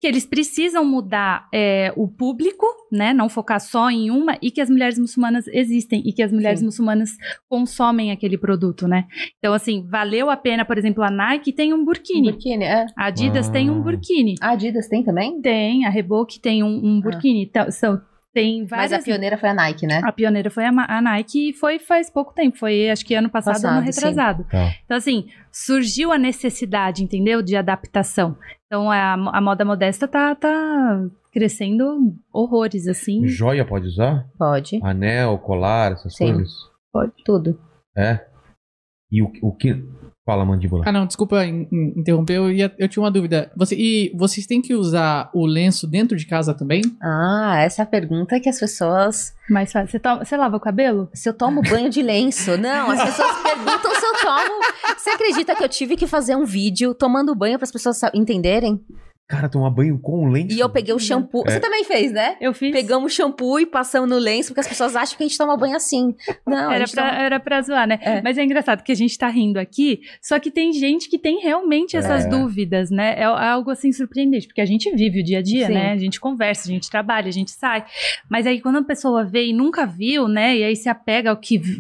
B: que eles precisam mudar é, o público, né? Não focar só em uma e que as mulheres muçulmanas existem e que as mulheres
C: Sim.
B: muçulmanas consomem aquele produto, né? Então, assim, valeu a pena, por exemplo, a Nike tem um burkini,
C: Biquíni, é.
B: a Adidas tem um
A: Ah.
B: burkini,
C: A Adidas tem também?
B: tem, a Reebok tem um, um burkini, então, são, tem várias...
C: Ah. Mas a pioneira foi a Nike, né?
B: A pioneira foi a, Ma- a Nike e foi faz pouco tempo, foi acho que ano passado, ano
C: Passado, sim.
B: retrasado.
A: Tá.
B: Então, assim, surgiu a necessidade, entendeu? De adaptação. Então, a, mo- a moda modesta tá, tá crescendo horrores, assim.
A: Joia pode usar?
C: Pode.
A: Anel, colar, essas
C: Sim.
A: coisas?
C: Tudo.
A: É. E o, o que. Fala, mandíbula.
D: Ah, não, desculpa in- in- interromper, eu, ia- eu tinha uma dúvida. Você, e vocês têm que usar o lenço dentro de casa também?
C: Ah, essa é a pergunta que as pessoas.
B: Mas sabe, você, toma- você lava o cabelo?
C: Se eu tomo banho de lenço. Não, as pessoas perguntam se eu tomo. Você acredita que eu tive que fazer um vídeo tomando banho para as pessoas sa- entenderem?
A: Cara, tomar banho com lenço.
C: E eu peguei o shampoo.
A: É.
C: Você também fez, né?
B: Eu Uhum. fiz.
C: Pegamos o shampoo e passamos no lenço, porque as pessoas acham que a gente toma banho assim. Não, a
B: Era
C: gente
B: pra,
C: toma-
B: era pra zoar, né?
C: É.
B: Mas é engraçado que a gente tá rindo aqui, só que tem gente que tem realmente essas
A: É.
B: dúvidas, né? É algo assim surpreendente, porque a gente vive o dia a dia,
C: Sim.
B: né? A gente conversa, a gente trabalha, a gente sai. Mas aí quando a pessoa vê e nunca viu, né? E aí se apega ao que v-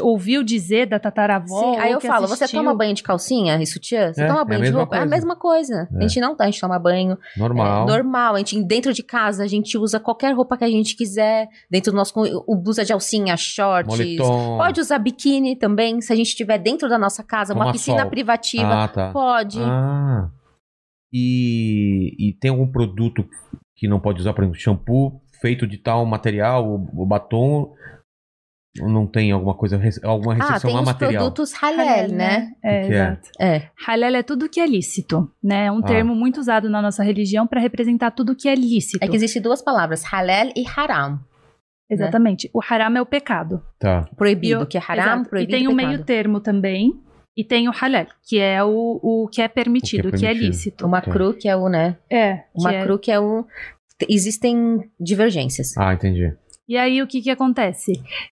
B: ouviu dizer da tataravó.
C: Sim, aí
B: ou
C: eu
B: que
C: falo, você
B: assistiu.
C: toma banho de calcinha e sutiã? Você
A: É, é a
C: toma banho de
A: mesma
C: roupa? É a
A: coisa.
C: mesma coisa.
A: É.
C: A gente não tá, a gente toma banho
A: Normal.
C: É, normal, a gente dentro de casa, a gente usa qualquer roupa que a gente quiser, dentro do nosso co- o blusa de alcinha, shorts.
A: Moletom.
C: Pode usar biquíni também, se a gente tiver dentro da nossa casa,
A: Toma
C: uma piscina
A: sol.
C: privativa,
A: Ah, tá.
C: pode.
A: Ah. E, e tem algum produto que não pode usar, por exemplo, shampoo feito de tal material, o, o batom? Ou Não tem alguma coisa, res- alguma
C: Ah,
A: restrição
C: tem
A: a
C: os
A: material?
C: produtos halal, né?
B: É,
A: O que é?
B: exato.
C: É.
B: Halal é tudo que é lícito, né? É um
A: Ah.
B: termo muito usado na nossa religião para representar tudo que é lícito.
C: É que existem duas palavras, halal e haram.
B: Exatamente. O haram é o pecado.
A: Tá.
C: Proibido,
B: E o-
C: que é haram,
B: Exato.
C: proibido.
B: E tem o
C: pecado.
B: meio termo também. E tem o halal, que é o, o que é permitido,
A: O
B: o
A: que é
B: que é,
A: permitido.
B: lícito.
C: O macru, que é o, né?
B: É,
C: O
B: que é-
C: macru, que é o. Existem divergências.
A: Ah, entendi.
B: E aí o que, que acontece?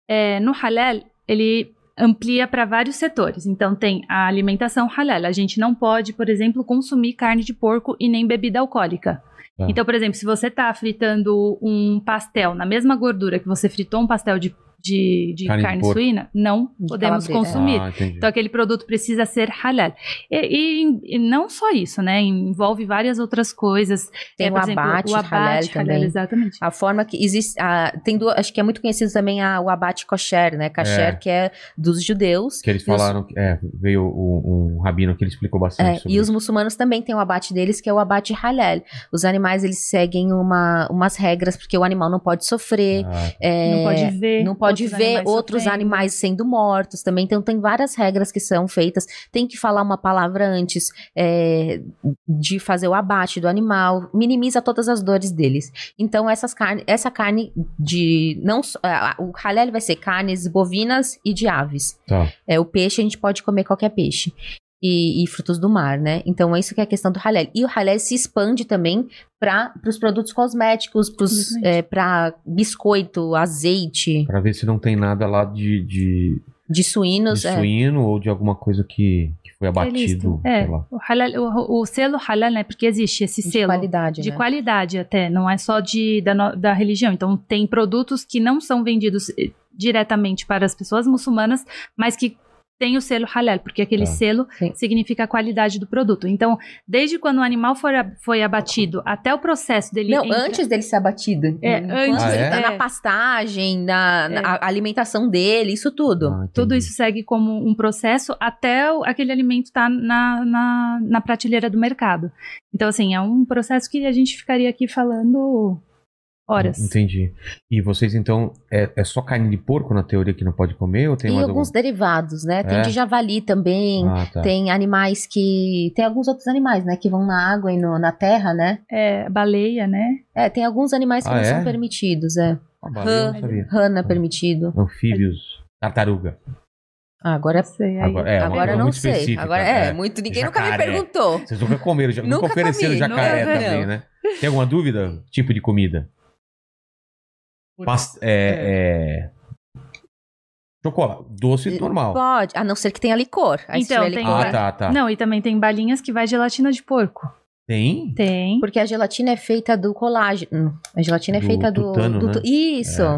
B: É, no halal, ele amplia para vários setores. Então tem a alimentação halal. A gente não pode, por exemplo, consumir carne de porco e nem bebida alcoólica.
A: Tá.
B: Então, por exemplo, se você está fritando um pastel na mesma gordura que você fritou um pastel de, de, de
A: Carne
B: carne,
A: de porco.
B: suína, não
C: De
B: podemos
C: calabresa.
B: consumir.
A: Ah, entendi.
C: Tá.
B: Então aquele produto precisa ser halal. E, e- e não só isso, né? Envolve várias outras coisas.
C: Tem
B: É,
C: o,
B: por exemplo,
C: abate,
B: o
C: halal
B: abate halal,
C: também.
B: exatamente.
C: A forma que existe. a- tem duas, acho que é muito conhecido também a- o abate kosher, né? Kasher,
A: É.
C: que é dos judeus.
A: Que eles
C: E os-
A: falaram que. É, veio o- um rabino que ele explicou
C: é,
A: bastante sobre
C: e os
A: isso.
C: muçulmanos também têm o abate deles, que é o abate halal. Os animais, eles seguem uma, umas regras, porque o animal não pode sofrer.
A: Ah,
C: é,
B: não pode ver.
C: não pode ver outros
B: sofrendo.
C: animais sendo mortos também. Então, tem várias regras que são feitas. Tem que falar uma palavra antes é, de fazer o abate do animal. Minimiza todas as dores deles. Então, essas carne, essa carne de. não só- ah, O halal vai ser carnes bovinas e de aves.
A: tá.
C: É, o peixe, a gente pode comer qualquer peixe. e, e frutos do mar, né? Então é isso que é a questão do halal. E o halal se expande também para os produtos cosméticos,
B: Infelizmente.
C: para biscoito, azeite,
A: Pra ver se não tem nada lá de, de,
C: de
A: de
C: suínos. é.
A: suíno ou de alguma coisa que, que foi abatido.
B: É,
A: sei lá. Ah,
B: o, halal, o, o selo halal, né? Porque existe esse
C: De
B: selo.
C: qualidade,
B: De
C: né?
B: qualidade até, não é só de, da, no- da religião. Então, tem produtos que não são vendidos eh, diretamente para as pessoas muçulmanas, mas que tem o selo halal, porque aquele
A: Tá.
B: selo
C: É. Sim.
B: significa a qualidade do produto. Então, desde quando o animal for a- foi abatido até o processo dele.
C: Não,
B: entrar-
C: antes dele ser abatido.
B: É,
C: Enquanto
B: antes,
C: ele
A: Ah,
C: tá
B: é.
C: na pastagem, na, na
B: É.
C: a- alimentação dele, isso tudo.
A: Ah, entendi.
B: Tudo isso segue como um processo até o- aquele alimento estar na, na, na prateleira do mercado. Então, assim, é um processo que a gente ficaria aqui falando horas.
A: Entendi. E vocês, então, é, é só carne de porco na teoria que não pode comer? Ou tem
C: e
A: mais
C: alguns derivados, né? Tem
A: É?
C: de javali também.
A: algum... Ah, tá.
C: Tem animais que. Tem alguns outros animais, né? Que vão na água e no- na terra, né?
B: É, baleia, né?
C: É, tem alguns animais que
A: Ah,
C: não
A: é?
C: são permitidos, é.
A: Ah, valeu, eu não
C: Rã.
A: sabia. Hum.
C: Rana é permitido.
A: Anfíbios. Tartaruga.
C: Ah, agora
B: Sei, aí-
A: Agora, é, uma
C: agora
A: coisa
C: não
A: muito
C: sei.
A: específica,
C: Agora é, muito. Ninguém nunca me
A: Jacaré.
C: perguntou.
A: Vocês nunca comeram,
C: [laughs]
A: já- nunca,
C: Nunca
A: ofereceram
C: comi,
A: jacaré
C: nunca,
A: também,
C: não.
A: né? Tem alguma dúvida? Tipo de comida? Pas- é, é... Chocolate. Doce normal.
C: Pode, a não ser que tenha licor. Aí se
B: Então,
C: tiver
B: tem-
C: licor-
A: Ah, tá, tá.
B: Não, e também tem balinhas que vai gelatina de porco.
A: Tem?
B: Tem.
C: Porque a gelatina é feita do colágeno. A gelatina
A: Do
C: é feita do.
A: tutano,
C: do-
A: né?
C: Isso.
A: É.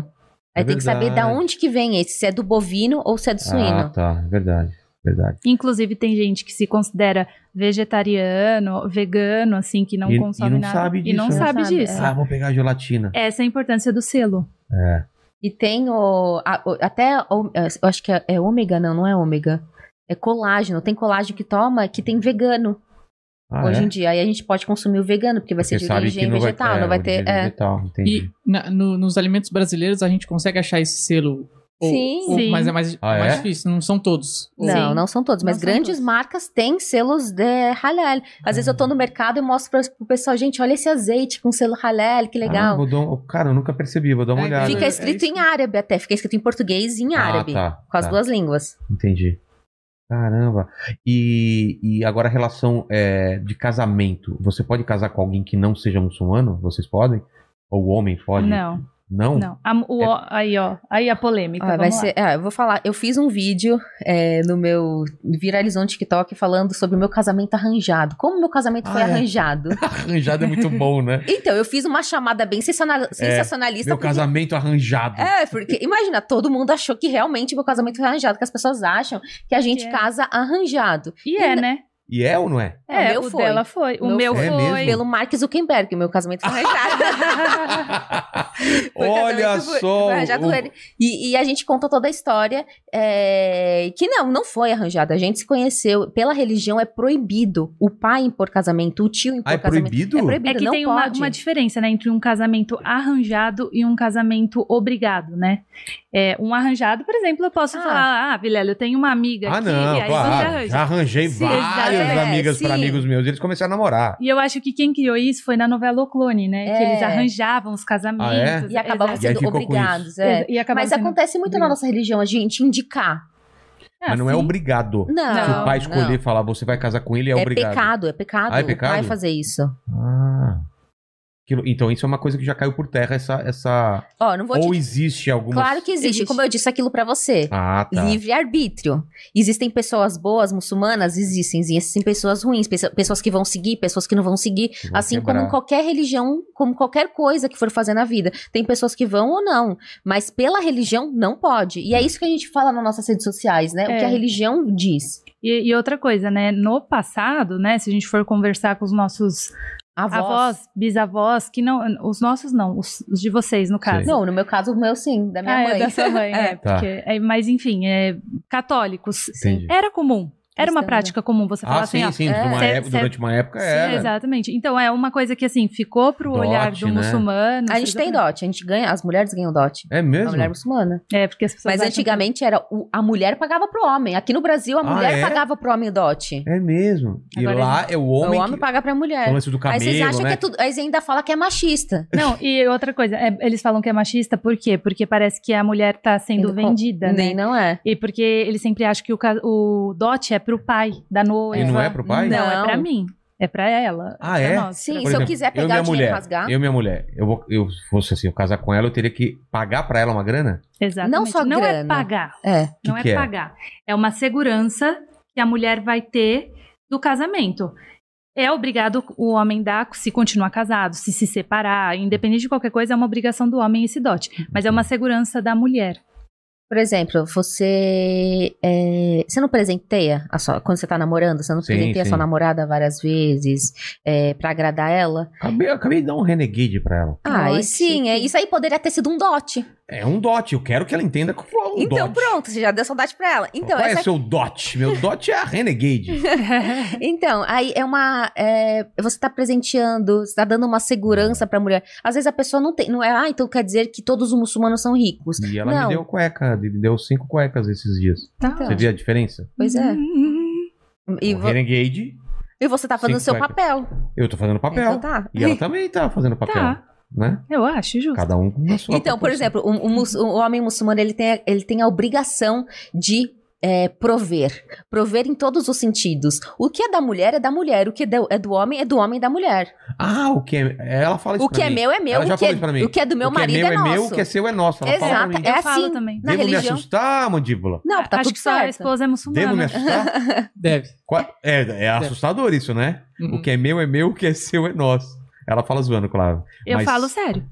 C: Aí
A: É
C: tem que saber da
A: verdade.
C: onde que vem esse, se é do bovino ou se é do
A: Ah,
C: suíno.
A: tá. Verdade. Verdade.
B: Inclusive, tem gente que se considera vegetariano, vegano, assim, que não
A: E- e
B: consome
A: não
B: nada.
A: sabe
B: E
A: disso,
B: não
A: né?
B: sabe
C: Sabe,
B: disso.
A: Ah, vou pegar a gelatina.
B: Essa é a importância do selo.
A: É.
C: E tem o. a- o- até. o- eu acho que é, é ômega, não, não é ômega. É colágeno. Tem colágeno que toma que tem vegano
A: Ah,
C: hoje
A: é?
C: em dia. Aí a gente pode consumir o vegano, porque vai
A: Porque
C: ser de
A: sabe que
C: origem
A: não vai-
C: vegetal,
A: é,
C: não vai
A: origem
C: ter. é.
A: Vegetal, entendi.
D: E na- no- nos alimentos brasileiros a gente consegue achar esse selo. Ou-
C: Sim.
D: ou-
B: Sim.
D: Mas é mais,
A: Ah,
D: mais
A: é?
D: difícil, não são todos.
C: Não,
B: Sim.
C: não são todos,
B: Não
C: mas
B: são
C: grandes
B: todos.
C: marcas têm selos de halal. Às vezes eu
A: Uhum.
C: tô no mercado e mostro pra- pro pessoal, gente, olha esse azeite com selo halal, que
A: Ah,
C: legal.
A: vou dar um- Cara, eu nunca percebi, vou dar uma
D: É,
A: olhada.
C: Fica
D: é
C: escrito
D: isso.
C: em árabe até, fica escrito em português e em árabe.
A: Ah, tá,
C: Com as
A: tá.
C: duas línguas.
A: Entendi. Caramba. E, e agora a relação é, de casamento. Você pode casar com alguém que não seja muçulmano? Vocês podem? Ou o homem pode?
B: Não,
A: Não?
B: não. A- o-
A: É-
B: ó, Aí, ó. Aí a polêmica.
C: Ah, vai
B: Então vamos lá.
C: ser, é, eu vou falar, eu fiz um vídeo é, no meu. viralizou no TikTok falando sobre o meu casamento arranjado. Como meu casamento foi
A: Ah, é? [laughs]
C: arranjado?
A: Arranjado é muito bom, né?
C: então, eu fiz uma chamada bem sensacional-
A: É,
C: sensacionalista.
A: Meu
C: porque-
A: casamento arranjado.
C: É, porque imagina, todo mundo achou que realmente meu casamento foi arranjado, que as pessoas acham que a gente
B: é.
C: casa arranjado.
B: E é, né?
A: E é ou não é?
C: É, o
B: É,
C: meu
B: o
C: foi.
B: dela foi. O
C: Meu
B: meu
A: foi. É
B: foi.
A: mesmo?
C: Pelo Mark Zuckerberg, meu casamento foi
A: [laughs]
C: arranjado. Foi um
A: Olha
C: casamento, né, foi-
A: só.
C: foi arranjado
A: o-
C: por ele. E, e a gente conta toda a história é, que não, não foi arranjado. A gente se conheceu. Pela religião é proibido o pai impor casamento, o tio impor
A: Ah, é
C: casamento.
A: proibido?
C: É proibido,
B: É que
C: não
B: tem uma,
C: pode.
B: uma diferença, né, entre um casamento arranjado e um casamento obrigado, né? É, um arranjado, por exemplo, eu posso
C: Ah.
B: falar, ah, Vilela, eu tenho uma amiga
A: Ah,
B: aqui,
A: não,
B: e aí você
A: claro.
B: arranja.
A: Já arranjei
B: Sim,
A: várias
C: exato. É,
A: amigas para
C: sim.
A: amigos meus. Eles começaram a namorar.
B: E eu acho que quem criou isso foi na novela O Clone, né? Que
C: É.
B: eles arranjavam os casamentos.
A: Ah,
C: E acabavam
B: Exato.
A: E aí
C: sendo
A: ficou com
C: obrigados. é.
B: Exa- E acabavam
C: Mas
B: sendo-
C: acontece muito na
B: obrigado.
C: nossa religião a gente indicar.
A: Mas não é
B: Ah, sim.
A: obrigado.
C: Não.
A: Se o pai
C: não.
A: escolher e falar, você vai casar com ele, é,
C: É
A: obrigado.
C: pecado, é pecado.
A: Ah, é
C: O pai
A: pecado?
C: fazer isso.
A: Ah. Aquilo- Então, isso é uma coisa que já caiu por terra, essa. essa...
C: Ó, não vou
A: Ou
C: te.
A: existe alguma.
C: Claro que existe,
B: Existe.
C: como eu disse aquilo pra você.
A: Ah, tá.
C: Livre-arbítrio. Existem pessoas boas, muçulmanas, existem. Existem pessoas ruins, pesso- pessoas que vão seguir, pessoas que não vão seguir.
A: Vou
C: Assim
A: quebrar.
C: como qualquer religião, como qualquer coisa que for fazer na vida. Tem pessoas que vão ou não, mas pela religião não pode. E é
A: Hum.
C: isso que a gente fala nas nossas redes sociais, né? O
B: É.
C: que a religião diz.
B: E, e outra coisa, né? No passado, né? Se a gente for conversar com os nossos
C: A voz.
B: avós, bisavós, que não. Os nossos não, os, os de vocês, no caso.
A: Sim. Tá.
C: Não, no meu caso, o meu sim, da minha
B: ah,
C: mãe.
B: É da sua mãe,
C: [laughs] É.
B: é. porque, é, mas enfim, é, católicos.
A: Entendi.
B: Era comum. Era uma
C: Cristã, né?
B: prática comum você falar
A: Ah, sim,
B: assim, ó.
A: sim. de
C: é.
A: uma
B: Cê-
A: época-
B: cê-
A: durante uma época
B: Sim,
A: era.
B: exatamente. Então é uma coisa que assim ficou pro
A: Dote,
B: olhar do
A: né?
B: muçulmano.
C: A gente tem
B: exatamente.
C: dote, a gente ganha, as mulheres ganham dote.
A: É
C: A
A: mesmo?
C: mulher muçulmana.
B: É porque as pessoas.
C: Mas
B: acham
C: antigamente era o- a mulher pagava pro homem. Aqui no Brasil, a
A: Ah,
C: mulher
A: é?
C: pagava pro homem o dote.
A: É mesmo. E
B: Agora
A: lá é o
C: O
A: homem.
C: homem,
A: que...
C: paga pra mulher.
A: O lance do
C: aí
A: cabelo,
C: vocês acham
A: né?
C: que é tudo. Aí você ainda fala que é machista.
B: que- Não, e outra coisa, é, eles falam que é machista, por quê? Porque parece que a mulher tá sendo
C: Sendo com-
B: vendida, né?
C: Nem não é.
B: E porque eles sempre acham que o, ca- o dote é pro pai da noiva.
A: E não é pro pai?
B: Não, é
C: Não.
B: pra mim. É pra ela.
A: Ah,
B: é? pra
A: é?
B: nós,
C: Sim,
B: pra
C: se
A: exemplo,
C: eu quiser
A: eu e
C: pegar
A: minha
C: o dinheiro e
A: mulher.
C: rasgar.
A: Eu, minha mulher, eu, vou, eu se fosse assim, eu casar com ela, eu teria que pagar pra ela uma grana?
B: Exatamente.
C: Não só
B: não é
C: grana.
B: pagar.
C: É.
A: Que
B: não é
A: que é?
B: pagar. É uma segurança que a mulher vai ter do casamento. É obrigado o homem dar se continuar casado, se se separar, independente de qualquer coisa, é uma obrigação do homem esse dote. Mas é uma segurança da mulher.
C: Por exemplo, você. é, você não presenteia a sua. Quando você tá namorando, você não
A: Sim,
C: presenteia a
A: sim.
C: sua namorada várias vezes é, pra agradar ela?
A: Acabei, acabei de dar um renegade pra ela.
C: Ah,
B: Dote.
C: e sim, é, isso aí poderia ter sido um dote.
A: É um dote, eu quero que ela entenda que foi um
C: então,
A: dote.
C: pronto, você já deu saudade pra ela. Então,
A: Qual é
C: essa
A: seu dote? Meu dote é a renegade.
C: Então, aí é uma. é, você tá presenteando, você tá dando uma segurança pra mulher. Às vezes a pessoa não tem. Não é, ah, então quer dizer que todos os muçulmanos são ricos.
A: E ela
C: Não.
A: me deu cueca, me deu cinco cuecas esses dias.
C: Então,
A: Você vê a diferença?
C: Pois é.
B: Uhum.
C: E,
A: o
C: vo-
A: renegade,
C: e você tá fazendo o
A: Cinco
C: seu
A: cuecas.
C: papel.
A: eu tô fazendo papel.
C: Então tá.
A: E ela também tá fazendo papel,
B: Tá,
A: né?
B: eu acho justo.
A: Cada um com a sua
C: Então, por
A: proporção.
C: exemplo, o, o mus- o homem muçulmano ele tem, a- ele tem a obrigação de é, prover. Prover em todos os sentidos. O que é da mulher é da mulher. O que é do, é do homem é do homem e da mulher.
A: Ah, o que é... Ela fala isso
C: o
A: pra
C: que é
A: mim.
C: meu é meu.
A: Ela já
C: O que é,
A: falou isso pra mim.
C: o que é do meu
A: o que
C: marido
A: é meu é,
C: nosso.
A: meu, o que é seu é nosso. Ela fala pra
C: Exato,
A: mim.
C: é
B: Eu falo
C: assim.
B: também.
C: Na
A: Devo me
C: religião.
A: assustar, mandíbula?
C: Não, tá
B: Ah, acho
C: tudo
B: que só a
C: certo.
B: esposa é
A: Devo me
B: muçulmana.
A: assustar?
D: Deve.
A: Qua- É, é assustador isso, né?
C: Hum.
A: O que é meu é meu, o que é seu é nosso. Ela fala zoando, claro.
B: Eu
A: Mas-
B: falo sério.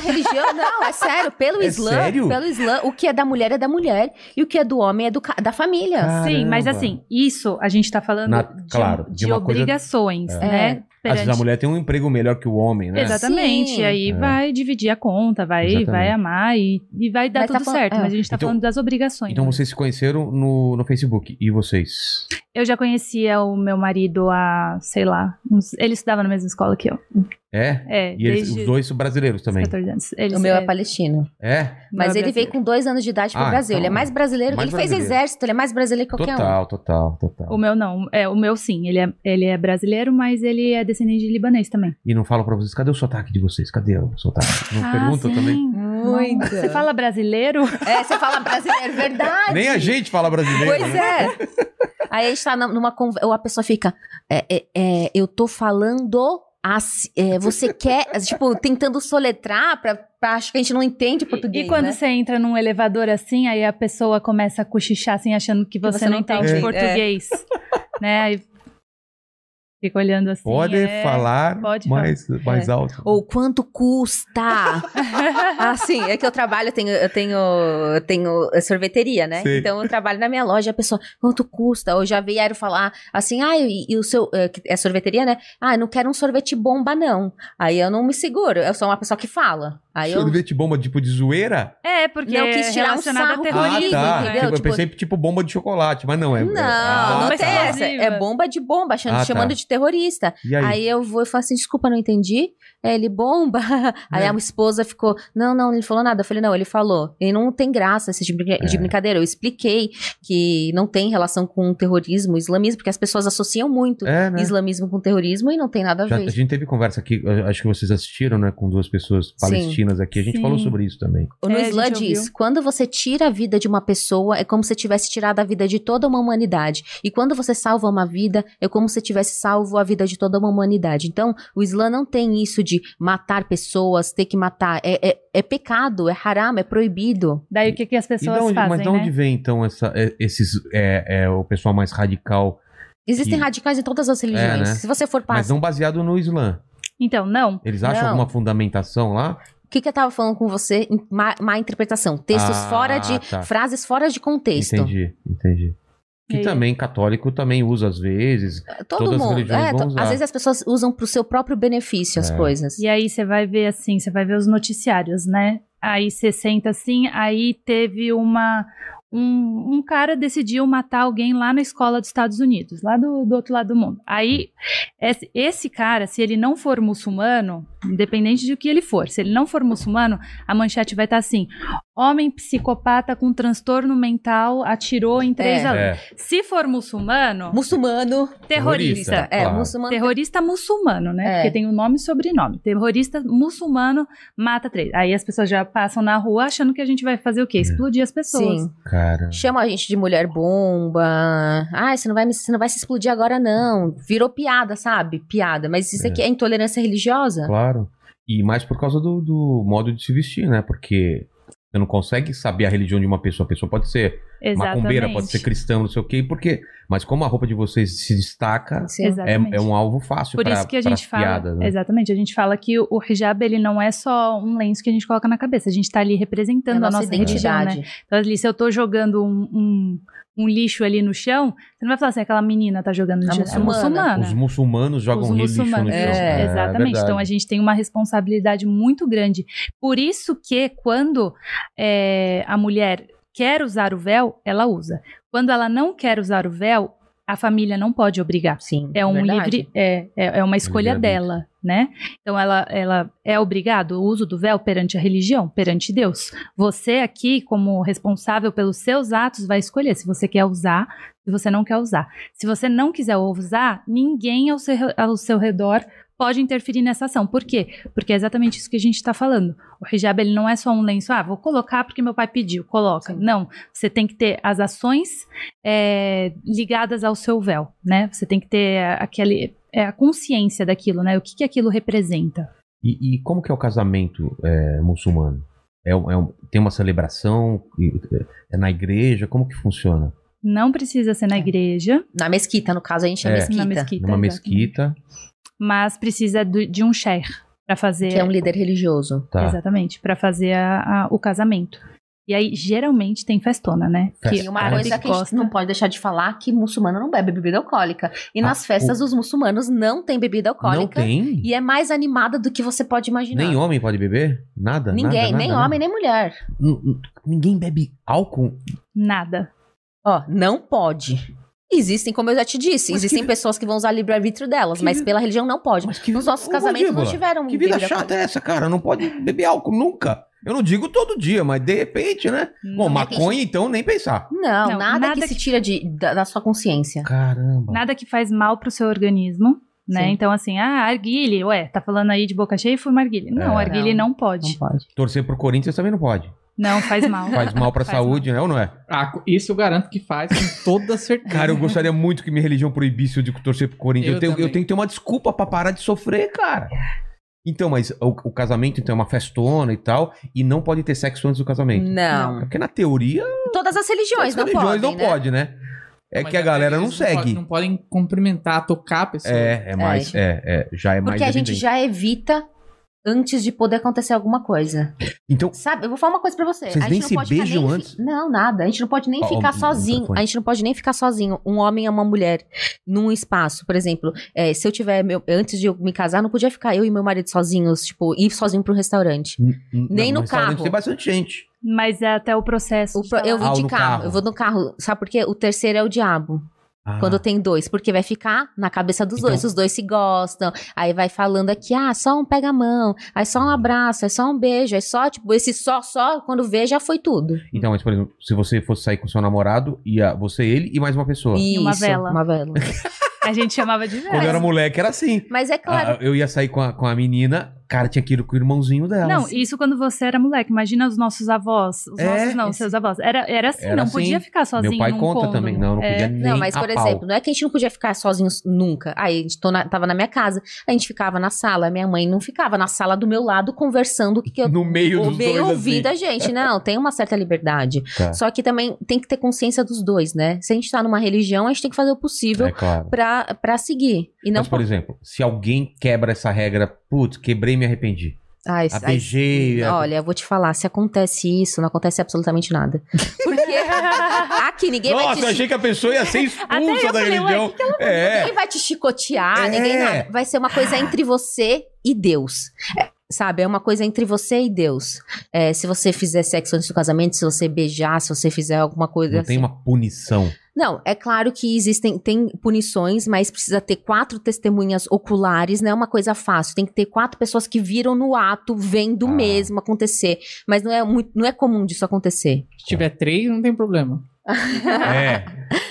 B: [laughs]
C: religião, não, é sério. Pelo
A: É
C: Islã,
A: sério?
C: pelo Islã, o que é da mulher é da mulher e o que é do homem é do ca- da
A: Ah,
C: família.
B: Sim, mas
A: Caramba.
B: assim, isso a gente tá falando
A: Na-
B: de,
A: claro,
B: de
A: de uma coisa-
B: obrigações,
C: É.
B: né?
A: Às vezes a mulher tem um emprego melhor que o homem, né?
B: Exatamente.
C: Sim.
B: Aí
A: É.
B: vai dividir a conta, vai,
A: Exatamente.
B: vai amar e, e vai dar
C: Mas tá
B: tudo
C: fal-
B: certo.
C: é.
B: Mas a gente tá
A: Então-
B: falando das obrigações.
A: Então vocês se conheceram no, no Facebook. E vocês?
B: Eu já conhecia o meu marido há, sei lá, uns- ele estudava na mesma escola que eu.
A: É?
B: É,
A: E eles,
B: desde
A: os dois são brasileiros
B: os
A: também.
B: 14 anos. Ele,
C: O meu é
B: é,
C: palestino.
A: É?
B: meu
C: Mas
B: é
C: ele veio
B: brasileiro.
C: com dois anos de idade pro
A: Ah,
C: Brasil.
A: então,
C: ele é mais brasileiro.
A: mais
C: ele fez
A: brasileiro.
C: exército, ele é mais brasileiro que qualquer um.
A: Total, total, total.
B: O meu não, é, o meu sim, ele é, ele é brasileiro, mas ele é descendente de libanês também.
A: E não falam pra vocês, cadê o sotaque de vocês? Cadê o sotaque?
B: Ah,
A: Não perguntam também?
C: Ah, Muito.
B: Você fala brasileiro?
C: É, você fala brasileiro, verdade.
A: Nem a gente fala brasileiro.
C: Pois
A: né?
C: é. Aí a gente tá na- numa conversa. Ou a pessoa fica. é, é, é, eu tô falando. Assim, é, você quer, tipo, tentando soletrar pra, pra acho que a gente não entende [laughs] português.
B: E quando
C: né?
B: você entra num elevador assim, aí a pessoa começa a cochichar assim, achando que você,
C: você
B: não
C: não tá
B: entende
C: ouvindo,
B: português. Né? Aí fica olhando assim.
A: Pode
B: é.
A: falar
B: pode
A: mais, mais alto.
C: Ou quanto custa? assim, é que eu trabalho, eu tenho, eu tenho, eu tenho sorveteria, né?
A: Sim.
C: Então eu trabalho na minha loja, a pessoa, quanto custa? Ou já vieram falar assim, ah, e, e o seu. é, que É sorveteria, né? Ah, eu não quero um sorvete bomba, não. Aí eu não me seguro, eu sou uma pessoa que fala. Aí eu.
A: Sorvete bomba tipo de zoeira?
B: [laughs] É, porque
C: Não quis tirar um
B: relacionado
C: sarro
B: a
C: com
B: terrorismo,
C: ele,
A: tá.
C: entendeu?
A: Tipo, eu
C: Tipo-
A: pensei tipo bomba de chocolate, mas não é.
C: Não,
A: Ah,
C: não
B: mas
C: tem
B: tá.
C: essa. É bomba de bomba, achando-
A: Ah, tá.
C: chamando de terrorista.
A: E aí?
C: Aí eu vou e falo assim, desculpa, não entendi. Aí ele, bomba. [laughs] Aí
A: É.
C: a esposa ficou, não, não, ele falou nada. Eu falei, não, ele falou. E não tem graça esse tipo de
A: É.
C: de brincadeira. Eu expliquei que não tem relação com terrorismo, islamismo, porque as pessoas associam muito
A: é, né?
C: islamismo com terrorismo e não tem nada a
A: Já-
C: ver.
A: a gente teve conversa aqui, eu acho que vocês assistiram, né? Com duas pessoas palestinas aqui. A gente
B: Sim.
A: falou sobre isso também.
C: No
B: É, a
C: Islã
B: gente
C: diz,
B: ouviu.
C: quando você tira a vida de uma pessoa, é como se tivesse tirado a vida de toda uma humanidade. E quando você salva uma vida, é como se tivesse salvo a vida de toda uma humanidade. Então, o Islã não tem isso de matar pessoas, ter que matar. É, é- é pecado, é haram, é proibido.
B: Daí o que, que as
A: E
B: pessoas
A: da onde-
B: fazem,
A: mas de
B: né?
A: onde vem, então, essa- é- esses, é, é, o pessoal mais radical,
C: Existem
A: E-
C: radicais em todas as religiões.
A: né?
C: Se você for
A: mas
C: paz.
A: não baseado no Islã?
B: Então, não.
A: Eles acham
C: Não.
A: alguma fundamentação lá?
C: O que, que eu tava falando com você? Em Má, má interpretação. Textos
A: Ah,
C: fora de.
A: tá.
C: Frases fora de contexto.
A: Entendi, entendi. Que
B: E-
A: também católico também usa às vezes.
C: Todo
A: Todas as
C: mundo.
A: religiões
C: é,
A: vão
C: to-
A: usar.
C: às vezes as pessoas usam pro seu próprio benefício as
A: É.
C: coisas.
B: E aí você vai ver assim, você vai ver os noticiários, né? Aí você senta assim, aí teve uma. Um, um cara decidiu matar alguém lá na escola dos Estados Unidos, lá do, do outro lado do mundo. Aí, esse, esse cara, se ele não for muçulmano, independente de que ele for. Se ele não for muçulmano, a manchete vai estar assim: homem psicopata com transtorno mental atirou em três
C: É.
B: alunos.
A: É.
B: Se for muçulmano,
C: Muçulmano.
A: Terrorista.
B: terrorista.
C: É,
A: Claro.
C: muçulmano.
B: Terrorista muçulmano, né?
C: É.
B: Porque tem o nome e sobrenome. Terrorista muçulmano mata três. Aí as pessoas já passam na rua achando que a gente vai fazer o
A: É.
B: quê? Explodir as pessoas.
C: Sim.
A: Cara.
C: Chama a gente de mulher bomba. Ah, você não vai, me- você não vai se explodir agora, não. Virou piada, sabe? Piada. Mas isso
A: É.
C: aqui é intolerância religiosa?
A: Claro. E mais por causa do, do modo de se vestir, né? Porque você não consegue saber a religião de uma pessoa. A pessoa pode ser macumbeira, pode ser cristã, não sei o quê. Porque... Mas como a roupa de vocês se destaca,
C: Sim.
A: é,
B: Exatamente.
A: é um alvo fácil
B: Por
A: pra-
B: isso que a
A: pras
B: gente fala,
A: piadas, né?
B: exatamente, a gente fala que o hijab ele não é só um lenço que a gente coloca na cabeça, a gente tá ali
C: É
B: representando
C: a nossa
B: religião, né?
C: identidade.
B: Então, ali, se eu tô jogando um, um- um lixo ali no chão, você não vai falar assim, aquela menina tá jogando no
C: A
B: chão.
C: muçulmana.
B: É muçulmana.
A: Os muçulmanos jogam
B: Os
A: lixo no chão.
B: muçulmanos.
C: É,
B: Exatamente. então a gente tem uma responsabilidade muito grande. Por isso que quando é, a mulher quer usar o véu, ela usa. Quando ela não quer usar o véu, a família não pode obrigar.
C: Sim.
B: É um
C: verdade.
B: livre, é, é, é uma escolha
A: livre
B: dela, né? Então ela, ela é obrigado o uso do véu perante a religião, perante Deus. Você aqui, como responsável pelos seus atos, vai escolher se você quer usar, se você não quer usar. Se você não quiser usar, ninguém ao seu, ao seu redor pode interferir nessa ação. Por quê? Porque é exatamente isso que a gente está falando. O hijab ele não é só um lenço, ah, vou colocar porque meu pai pediu, coloca.
C: Sim.
B: Não, você tem que ter as ações é, ligadas ao seu véu, né? Você tem que ter aquele, é, a consciência daquilo, né? O que, que aquilo representa.
A: E, e como que é o casamento é, muçulmano? É, um- é um- tem uma celebração? E- É na igreja? Como que funciona?
B: Não precisa ser na
C: É.
B: igreja,
C: Na mesquita, no caso, a gente
A: É.
C: chama mesquita,
B: na mesquita.
A: Numa
B: exato.
A: mesquita?
B: Mas precisa do- de um sheikh para fazer.
C: que é um líder religioso.
A: Tá.
B: Exatamente, para fazer a- a- o casamento. E aí, geralmente, tem festona, né?
A: Festona.
C: E uma
A: Ah,
B: árabe
C: coisa que a gente
B: gosta.
C: não pode deixar de falar que muçulmano não bebe bebida alcoólica. E
A: Ah,
C: nas festas, os muçulmanos não têm bebida alcoólica.
A: Não tem?
C: E é mais animada do que você pode imaginar.
A: Nem homem pode beber? Nada?
C: Ninguém, nem homem, nem mulher.
A: nem... Ninguém bebe álcool?
B: Nada.
C: Ó, não pode. Existem, como eu já te disse,
A: Mas que
C: existem
A: vi-
C: pessoas que vão usar livre-arbítrio delas,
A: Que
C: mas
A: vi-
C: pela religião não pode.
A: Mas que
C: Nos nossos
A: Ô,
C: casamentos não
A: Mandíbula,
C: tiveram
A: Que vida
C: bebida
A: chata
C: alcoólica.
A: é essa, cara? Não pode beber álcool nunca. Eu não digo todo dia, mas de repente, né? Bom,
B: Não.
C: mas-
A: maconha, então, nem pensar.
C: Não,
B: Não,
C: nada,
B: nada
C: que,
B: que-
C: se tira de, da, da sua consciência.
A: Caramba.
B: Nada que faz mal pro seu organismo, né?
C: Sim.
B: Então, assim, ah, arguile, ué, tá falando aí de boca cheia e fuma arguile. Não,
A: É.
B: arguile não pode.
C: Não pode.
A: Torcer pro Corinthians também não pode.
B: Não, faz mal.
A: Faz mal
C: [laughs]
A: pra
B: Faz
A: saúde, né? Ou não é?
D: Ah, co- isso eu garanto que faz com toda certeza.
A: Cara, eu gostaria muito que minha religião proibisse eu de torcer pro Corinthians. Eu,
D: Eu
A: tenho, eu
D: também.
A: tenho que ter uma desculpa pra parar de sofrer, cara. Então, mas o, o casamento então, é uma festona e tal, e não pode ter sexo antes do casamento.
C: Não.
A: É Porque na teoria,
C: Todas as
A: as
C: religiões não
A: religiões
C: podem,
A: não
C: né?
A: pode, né? [laughs] É
D: Mas
A: que a
D: até
A: galera não
D: eles podem-
A: segue.
D: Não podem cumprimentar, tocar a pessoa.
A: É, é mais. É, é, já é mais.
C: Porque a gente
A: evidente.
C: já evita antes de poder acontecer alguma coisa.
A: Então,
C: Sabe, eu vou falar uma coisa pra você.
A: Vocês
C: a gente
A: nem
C: não
A: se
C: pode ficar
A: beijam
C: nem fi-
A: antes?
C: Não, nada. A gente não pode nem
A: Ó,
C: ficar
A: ó, o
C: sozinho.
A: microfone.
C: A gente não pode nem ficar sozinho. Um homem e uma mulher num espaço, por exemplo. é, se eu tiver. meu- antes de eu me casar, não podia ficar eu e meu marido sozinhos, tipo, ir sozinho pro restaurante.
A: n- n-
C: Nem no
A: restaurante
C: carro.
A: Tem bastante gente.
B: Mas é até o processo.
C: O
B: de
C: pro- eu
B: falar.
C: vou
A: Ah,
C: de
A: no
C: carro,
A: carro.
C: Eu vou no carro. Sabe por quê? O terceiro é o diabo.
A: Ah,
C: Quando tem dois. Porque vai ficar na cabeça dos
A: Então-
C: dois. Os dois se gostam. Aí vai falando aqui, ah, só um pega a mão. Aí só um abraço. Aí só um beijo. Aí só, tipo, esse só, só, quando vê, já foi tudo.
A: Então, mas, por exemplo, se você fosse sair com seu namorado, ia você, ele e mais uma pessoa.
C: Isso,
B: uma vela.
C: Uma vela.
B: A gente chamava de
A: Quando eu era moleque, era assim.
C: Mas é
A: Ah,
C: claro.
A: eu ia sair com a, com a menina, cara, tinha que ir com o irmãozinho
C: Então,
A: dela.
B: Não,
C: assim
B: isso quando você era moleque. Imagina os nossos avós. Os
A: É.
B: nossos não, os seus avós. Era, era assim,
A: Era
B: não
A: assim.
B: podia ficar sozinho.
A: Meu pai
B: num
A: conta
B: cômodo.
A: também. Não, um não
B: É.
A: podia Ah, nem
C: Não, mas
A: a
C: por
A: pau.
C: exemplo, não é que a gente não podia ficar sozinhos nunca. Aí a gente tô na- tava na minha casa, a gente ficava na sala, minha mãe não ficava na sala do meu lado conversando o que,
A: [laughs]
C: que eu
A: No meio dos
C: bem
A: dois,
C: ouvindo
A: assim.
C: a gente. Não, tem uma certa liberdade.
A: Tá.
C: Só que também tem que ter consciência dos dois, né? Se a gente tá numa religião, a gente tem que fazer o possível
A: É claro.
C: pra, pra seguir. E não
A: Mas, por exemplo, se alguém quebra essa regra, putz, quebrei e me arrependi.
C: Ai,
A: A
C: ai,
A: BG. a-
C: Olha, eu vou te falar, se acontece isso, não acontece absolutamente nada.
A: [laughs]
C: Porque aqui ninguém vai te
A: Nossa, eu achei que a pessoa ia ser
C: [laughs]
B: Até
A: expulsa
B: eu
A: da
B: falei, ué,
A: religião. É.
C: tá Ninguém vai te chicotear,
A: É.
C: ninguém nada. Vai ser uma coisa entre você e Deus. É, sabe? É uma coisa entre você e Deus. É, se você fizer sexo antes do casamento, se você beijar, se você fizer alguma coisa
A: Não
C: assim. [laughs]
A: tem uma punição.
C: Não, é claro que existem, tem punições, mas precisa ter quatro testemunhas oculares, não é uma coisa fácil. Tem que ter quatro pessoas que viram no ato, vendo
A: Ah.
C: mesmo acontecer. Mas não é, muito, não é comum disso acontecer.
D: Se tiver três, não tem problema.
A: É.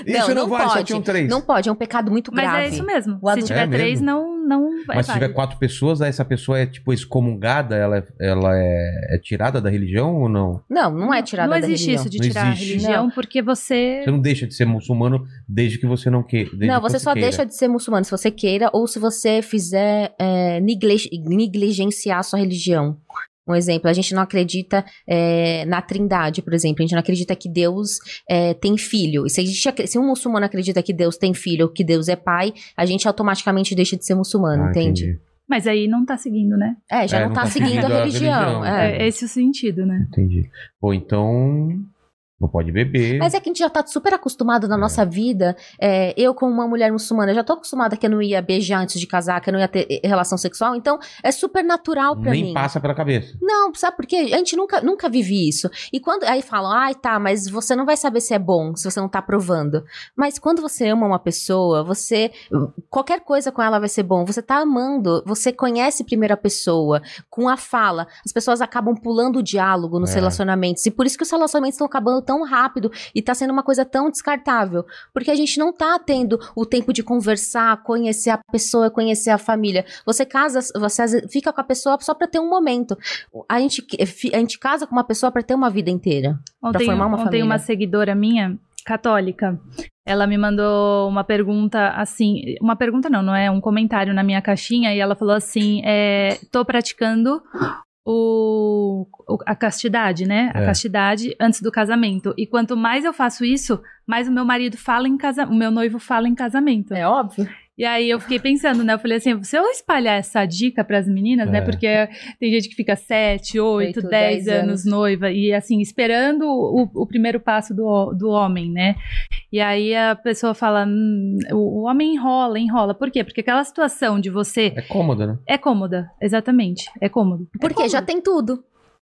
A: Isso não,
C: não
A: vale, só
C: pode.
A: tinham três.
C: Não pode, é um pecado muito
B: Mas
C: grave.
B: é isso mesmo.
C: O adulto-
B: Se tiver
A: É mesmo?
B: três, não, não é
A: Mas se tiver
B: válido.
A: quatro pessoas, aí essa pessoa é tipo excomungada, ela, é- ela é, é tirada da religião ou não?
C: Não, não é tirada
B: Não
C: da
B: existe
C: religião.
B: isso de
A: Não
B: tirar a
A: existe.
B: religião, porque você.
A: Você não deixa de ser muçulmano desde que você não queira.
C: Não, você só deixa de ser muçulmano se você queira ou se você fizer é, negle- negligenciar sua religião. Um exemplo, a gente não acredita é, na trindade, por exemplo. A gente não acredita que Deus é, tem filho. E se, a gente ac- se um muçulmano acredita que Deus tem filho, que Deus é pai, a gente automaticamente deixa de ser
A: Ah,
C: muçulmano, entende?
B: Mas aí não tá seguindo, né?
C: Ah, É, já
A: É,
C: não, tá, seguindo a religião. é.
B: É, esse o sentido, né?
A: Entendi. Ou então. Não pode beber.
C: Mas é que a gente já tá super acostumado na nossa vida. é, eu, como uma mulher muçulmana, já tô acostumada que eu não ia beijar antes de casar, que eu não ia ter eh, relação sexual. Então, é super natural pra
A: Nem
C: mim.
A: passa pela cabeça.
C: Não, sabe por quê? A gente nunca, nunca vive isso. E quando. Aí falam, ai, tá, mas você não vai saber se é bom, se você não tá provando. Mas quando você ama uma pessoa, você. Qualquer coisa com ela vai ser bom. Você tá amando, você conhece primeiro a pessoa, com a fala. As pessoas acabam pulando o diálogo nos
A: É.
C: relacionamentos. E por isso que os relacionamentos estão acabando tão rápido e tá sendo uma coisa tão descartável. Porque a gente não tá tendo o tempo de conversar, conhecer a pessoa, conhecer a família. Você casa, você às vezes fica com a pessoa só pra ter um momento. A gente, fi- a gente casa com uma pessoa pra ter uma vida inteira.
B: Ontem,
C: formar uma
B: ontem
C: família.
B: uma seguidora minha, católica, ela me mandou uma pergunta assim, uma pergunta não, não é um comentário na minha caixinha e ela falou assim, é, tô praticando o, o- a castidade, né? A
A: É.
B: castidade antes do casamento. E quanto mais eu faço isso, mais o meu marido fala em casa, o meu noivo fala em casamento.
C: óbvio.
B: E aí eu fiquei pensando, né? Eu falei assim, se eu espalhar essa dica pras meninas,
A: É.
B: né? Porque tem gente que fica 7, 8, 10
C: Oito, dez
B: anos,
C: anos.
B: noiva e assim, esperando o, o primeiro passo do, do homem, né? E aí a pessoa fala, hum, o, o homem enrola, enrola. Por quê? Porque aquela situação de você
A: É cômodo, né?
B: é cômoda, exatamente, é cômodo. É
C: Porque
B: cômodo.
C: já tem tudo.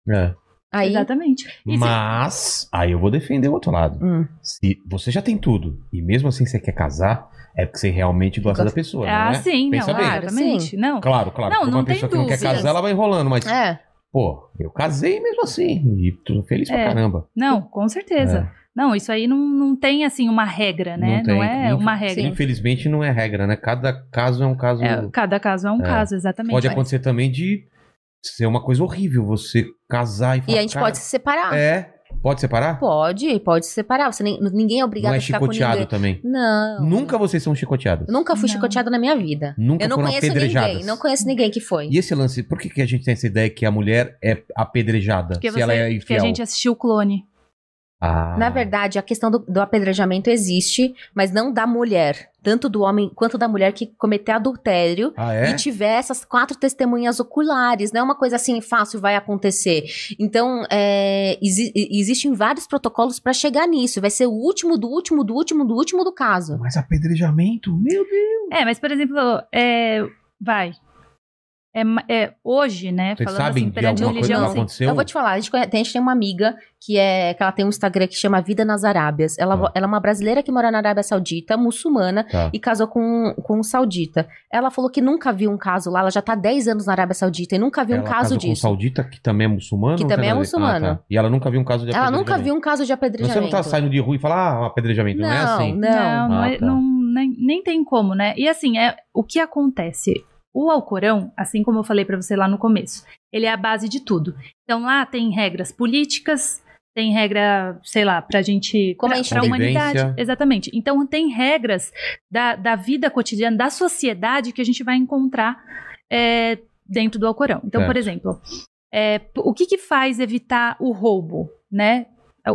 A: É.
C: Aí.
B: Exatamente. E se-
A: Mas. Aí eu vou defender o outro lado.
C: Hum.
A: Se você já tem tudo e mesmo assim você quer casar, é porque você realmente gosta
C: Gosta-
A: da pessoa,
B: ah,
A: não é?
B: sim,
A: Pensa
B: não,
A: bem.
C: claro,
B: exatamente, não.
A: Claro, claro.
B: Não,
A: porque
B: não
A: uma
B: tem
A: pessoa que não quer
B: dúvidas.
A: casar, ela vai enrolando, mas,
C: É.
A: pô, eu casei mesmo assim. E tô feliz pra
B: É.
A: caramba.
B: Não, com certeza. Não, isso aí não, não tem assim uma regra, né?
A: É. Não
B: Não,
A: tem.
B: é
A: Não-
B: uma regra.
A: Infelizmente não é regra, né? Cada caso é um caso.
B: É, cada caso é um
A: É.
B: caso, exatamente.
A: Pode acontecer também de ser uma coisa horrível você casar e falar.
C: E a gente
A: "Cara,
C: pode se separar.
A: É. Pode separar?
C: Pode, pode se separar. Você nem- ninguém é obrigado
A: não é
C: a ficar com
A: chicoteado
C: ninguém.
A: também.
C: Não.
A: Nunca vocês são chicoteados.
C: Eu Nunca fui
B: Não.
C: chicoteada na minha vida.
A: Nunca
C: Eu não
A: foram
C: conheço
A: apedrejadas.
C: ninguém. Não conheço ninguém que foi.
A: E esse lance, por que, que a gente tem essa ideia que a mulher é apedrejada?
B: Porque,
A: se
B: você-
A: ela é
B: porque
A: infiel?
B: a gente assistiu o clone.
A: Ah.
C: Na verdade, a questão do, do apedrejamento existe, mas não da mulher. Tanto do homem quanto da mulher que cometer adultério
A: Ah, é?
C: e tiver essas quatro testemunhas oculares. Não é uma coisa assim fácil, vai acontecer. Então, é, exi- existem vários protocolos para chegar nisso. Vai ser o último do último do último do último do caso.
A: Mas apedrejamento? Meu Deus.
B: É, mas, por exemplo, é, vai. É, ma- é hoje, né?
A: Vocês
B: falando
A: sabem
B: assim,
A: de
B: perante a
A: alguma coisa que tá
B: religião. assim,
A: aconteceu?
C: Eu vou te falar, a gente, conhe- a gente tem uma amiga que é que ela tem um Instagram que chama Vida nas Arábias. Ela,
A: Ah.
C: ela é uma brasileira que mora na Arábia Saudita, muçulmana,
A: Tá.
C: e casou com, com um saudita. Ela falou que nunca viu um caso lá, ela já tá 10 anos na Arábia Saudita e nunca viu
A: Ela
C: um caso
A: casou com um
C: disso.
A: saudita que também é muçulmano?
C: Que
A: Não tem
C: também é
A: nada a ver.
C: muçulmano.
A: Ah, tá. E ela nunca viu um caso de
C: Ela
A: apedrejamento.
C: nunca viu um caso de
A: Você
C: apedrejamento.
A: não tá saindo de rua e fala, ah, apedrejamento, não, é assim?
B: Não, não,
A: Ah,
B: é-
A: tá.
B: não- nem, nem tem como, né? E assim, é o que acontece? O Alcorão, assim como eu falei pra você lá no começo, ele é a base de tudo. Então lá tem regras políticas, tem regra, sei lá, pra gente.
C: Como
B: pra,
C: a gente
B: pra
A: tem-
B: humanidade.
A: Convivência.
B: Exatamente. Então tem regras da, da vida cotidiana, da sociedade que a gente vai encontrar é, dentro do Alcorão. Então,
A: Certo.
B: por exemplo, é, p- o que, que faz evitar o roubo, né?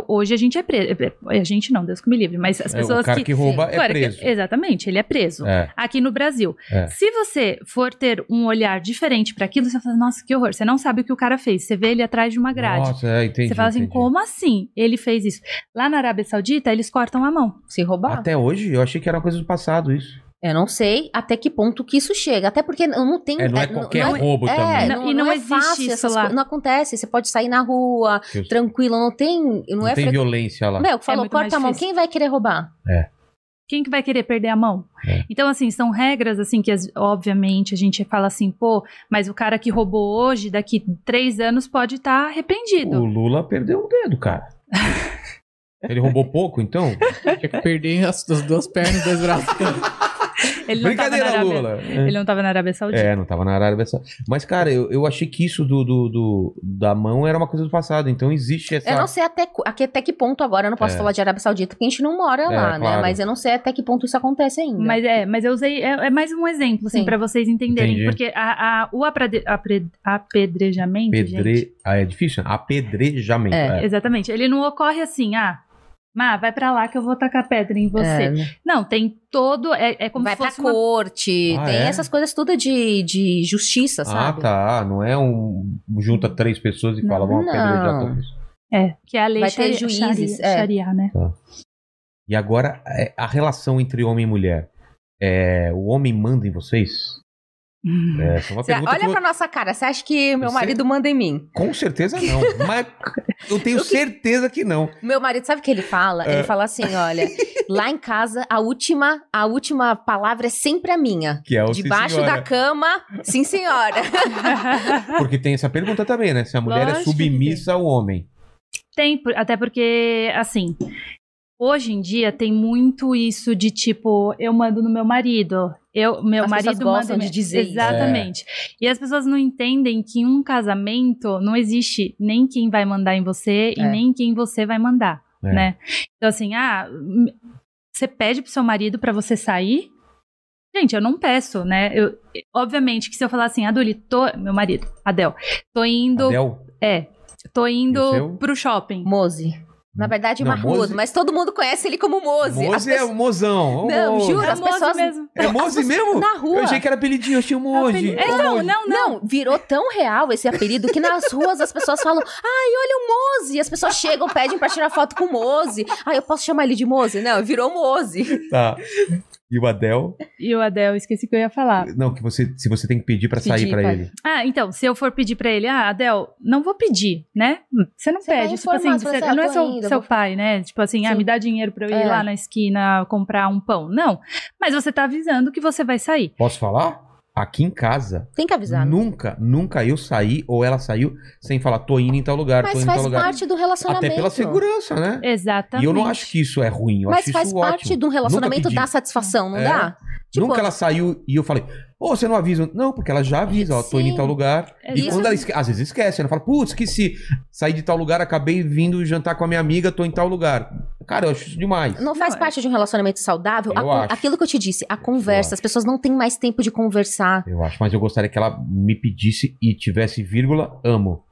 B: Hoje a gente é preso. A gente não, Deus que me livre, mas as
A: É, o
B: pessoas
A: cara que,
B: que.
A: rouba é
B: Claro que-
A: preso.
B: exatamente, ele é preso.
A: É.
B: Aqui no Brasil.
A: É.
B: Se você for ter um olhar diferente para aquilo, você fala, nossa, que horror. Você não sabe o que o cara fez. Você vê ele atrás de uma grade.
A: Nossa, é, entendi.
B: você fala assim,
A: entendi.
B: como assim? Ele fez isso. Lá na Arábia Saudita, eles cortam a mão.
C: Se roubar?
A: Ah. Até hoje, eu achei que era uma coisa do passado isso.
C: Eu não sei até que ponto que isso chega. Até porque eu não tem.
A: É, não é qualquer roubo também. né?
C: Não, e não, é existe fácil,
B: isso
C: essas
B: lá.
C: co- não acontece. Você pode sair na rua,
A: Eu-
C: tranquilo, não tem. Não,
A: Não
C: é
A: tem
C: fre-
A: violência lá.
C: Meu,
B: É
C: falou,
B: muito mais
C: corta a mão.
B: difícil.
C: Quem vai querer roubar?
B: Quem que vai querer perder a mão?
A: É.
B: Então, assim, são regras, assim, que as- obviamente a gente fala assim, pô, mas o cara que roubou hoje, daqui três anos, pode estar
A: O
B: arrependido.
A: Lula perdeu um dedo, cara. Ele roubou pouco, então?
D: Tinha que perder as, as duas pernas e dois braços.
A: [laughs]
B: Ele não tava na
A: Brincadeira,
B: Arábia-
A: Lula.
B: Ele não tava na Arábia Saudita.
A: É, não tava na Arábia Saudita. Mas, cara, eu, eu achei que isso do, do, do- da mão era uma coisa do passado. Então existe essa.
C: Eu não sei até, cu- aque- até que ponto agora. Eu não posso
A: É.
C: falar de Arábia Saudita porque a gente não mora
A: É,
C: lá,
A: claro.
C: né? Mas eu não sei até que ponto isso acontece ainda.
B: Mas é, mas eu usei, é, é mais um exemplo, assim,
C: Sim.
B: pra vocês entenderem.
A: Entendi.
B: Porque a, a- o aprade- apre- apedrejamento, gente,
A: Pedre... Ah, é difícil? Apedrejamento.
C: É.
A: É.
B: exatamente, ele não ocorre assim, ah, Má, vai pra lá que eu vou tacar pedra em você.
C: É, né?
B: Não, tem todo, é, é como
C: vai
B: se
C: pra
B: fosse uma...
C: corte,
A: Ah,
C: tem
A: é?
C: essas coisas tudo de, de justiça,
A: Ah,
C: sabe?
A: tá. Não é um. Junta três pessoas e fala, vamos
C: Não.
A: apedrejar todos.
B: É, que é a lei
C: Vai ter
B: sharia,
C: juízes,
B: sharia,
C: é.
B: sharia, né?
A: E agora, é, a relação entre homem e mulher. É, o homem manda em vocês? É, essa é uma
C: Você
A: pergunta que
C: olha
A: eu-
C: pra nossa cara, você acha que meu
A: Você-
C: marido manda em mim?
A: Com certeza não. Mas
C: [laughs]
A: eu tenho certeza que não.
C: Meu marido, sabe o que ele fala?
A: É.
C: Ele fala assim, olha, lá em casa a última, a última palavra é sempre a minha.
A: Que é o sim,
C: Debaixo da
A: senhora.
C: cama, sim senhora.
A: [laughs] Porque tem essa pergunta também, né? Se a mulher é
B: Lógico que tem.
A: submissa ao homem.
B: [laughs] Tem, por- até porque, assim, hoje em dia tem muito isso de tipo, eu mando no meu marido. Eu, meu
C: As pessoas
B: marido manda
C: gostam
B: em mim.
C: de dizer isso.
B: Exatamente. E as pessoas não entendem que em um casamento não existe nem quem vai mandar em você e
C: É.
B: nem quem você vai mandar,
A: É.
B: né? Então, assim, ah, m- você pede pro seu marido pra você sair? Gente, eu não peço, né? Eu, obviamente que se eu falar assim, Aduli, tô. Meu marido, Adel, tô indo.
A: Adel?
B: É. Tô
A: E é o
B: indo
A: seu?
B: pro shopping.
C: Mose. Na verdade, é
A: Não,
C: Marrudo,
A: Mose-
C: mas todo mundo conhece ele como Mose. As
A: Moze é
C: pessoas-
A: o mozão. Ô,
C: Não,
A: Moze.
C: juro,
B: É
C: as
B: Mose
C: pessoas
B: mesmo.
A: É Moze mesmo?
C: na rua.
A: Eu achei que era apelidinho, eu achei o Moze.
B: É, não, não, não.
C: Não, virou tão real esse apelido que nas ruas as pessoas falam: ai, olha o Mose. As pessoas chegam, pedem pra tirar foto com o Mose. Ai, eu posso chamar ele de Mose? Não, virou Mose.
A: [laughs] Tá. E o Adel?
B: E o Adel, esqueci o que eu ia falar.
A: Não, que você, se você tem que pedir pra sair
C: Pedir
A: pra
C: pra-
A: ele.
B: Ah, então, se eu for pedir pra ele, ah, Adel, não vou pedir, né? Você não
C: Você vai
B: pede. Tipo assim,
C: informar,
B: você,
C: você fala,
B: não é
C: "Tô
B: seu,
C: indo, eu
B: seu
C: vou-
B: pai, né? Tipo assim, ah,
C: Sim.
B: me dá dinheiro pra eu ir
C: É.
B: lá na esquina comprar um pão. Não. Mas você tá avisando que você vai sair.
A: Posso falar? Aqui em casa,
C: Tem que avisar. né?
A: nunca, nunca eu saí ou ela saiu sem falar, tô indo em tal lugar, tô
C: Mas
A: indo em tal
C: faz
A: lugar.
C: parte do
A: Até
C: relacionamento.
A: pela segurança, né?
B: Exatamente.
A: E eu não acho que isso é ruim, eu
C: Mas
A: acho
C: faz
A: isso
C: parte
A: ótimo.
C: de um relacionamento
A: pedi.
C: dar satisfação, não
A: É.
C: dá? Tipo,
A: Nunca ela saiu e eu falei, ô, você não avisa. Não, porque ela já avisa, ó, tô indo em
C: Sim.
A: tal lugar.
B: É
A: E
B: isso.
A: quando ela esque... às vezes esquece, ela fala, putz, esqueci. Saí de tal lugar, acabei vindo jantar com a minha amiga, tô em tal lugar. Cara, eu acho isso demais.
C: não faz
B: Não, é.
C: parte de um relacionamento saudável?
A: Eu
C: A con-
A: acho.
C: Aquilo que eu te disse, a
A: acho.
C: conversa. As pessoas não têm mais tempo de conversar.
A: Eu acho, mas eu gostaria que ela me pedisse e tivesse vírgula, amo.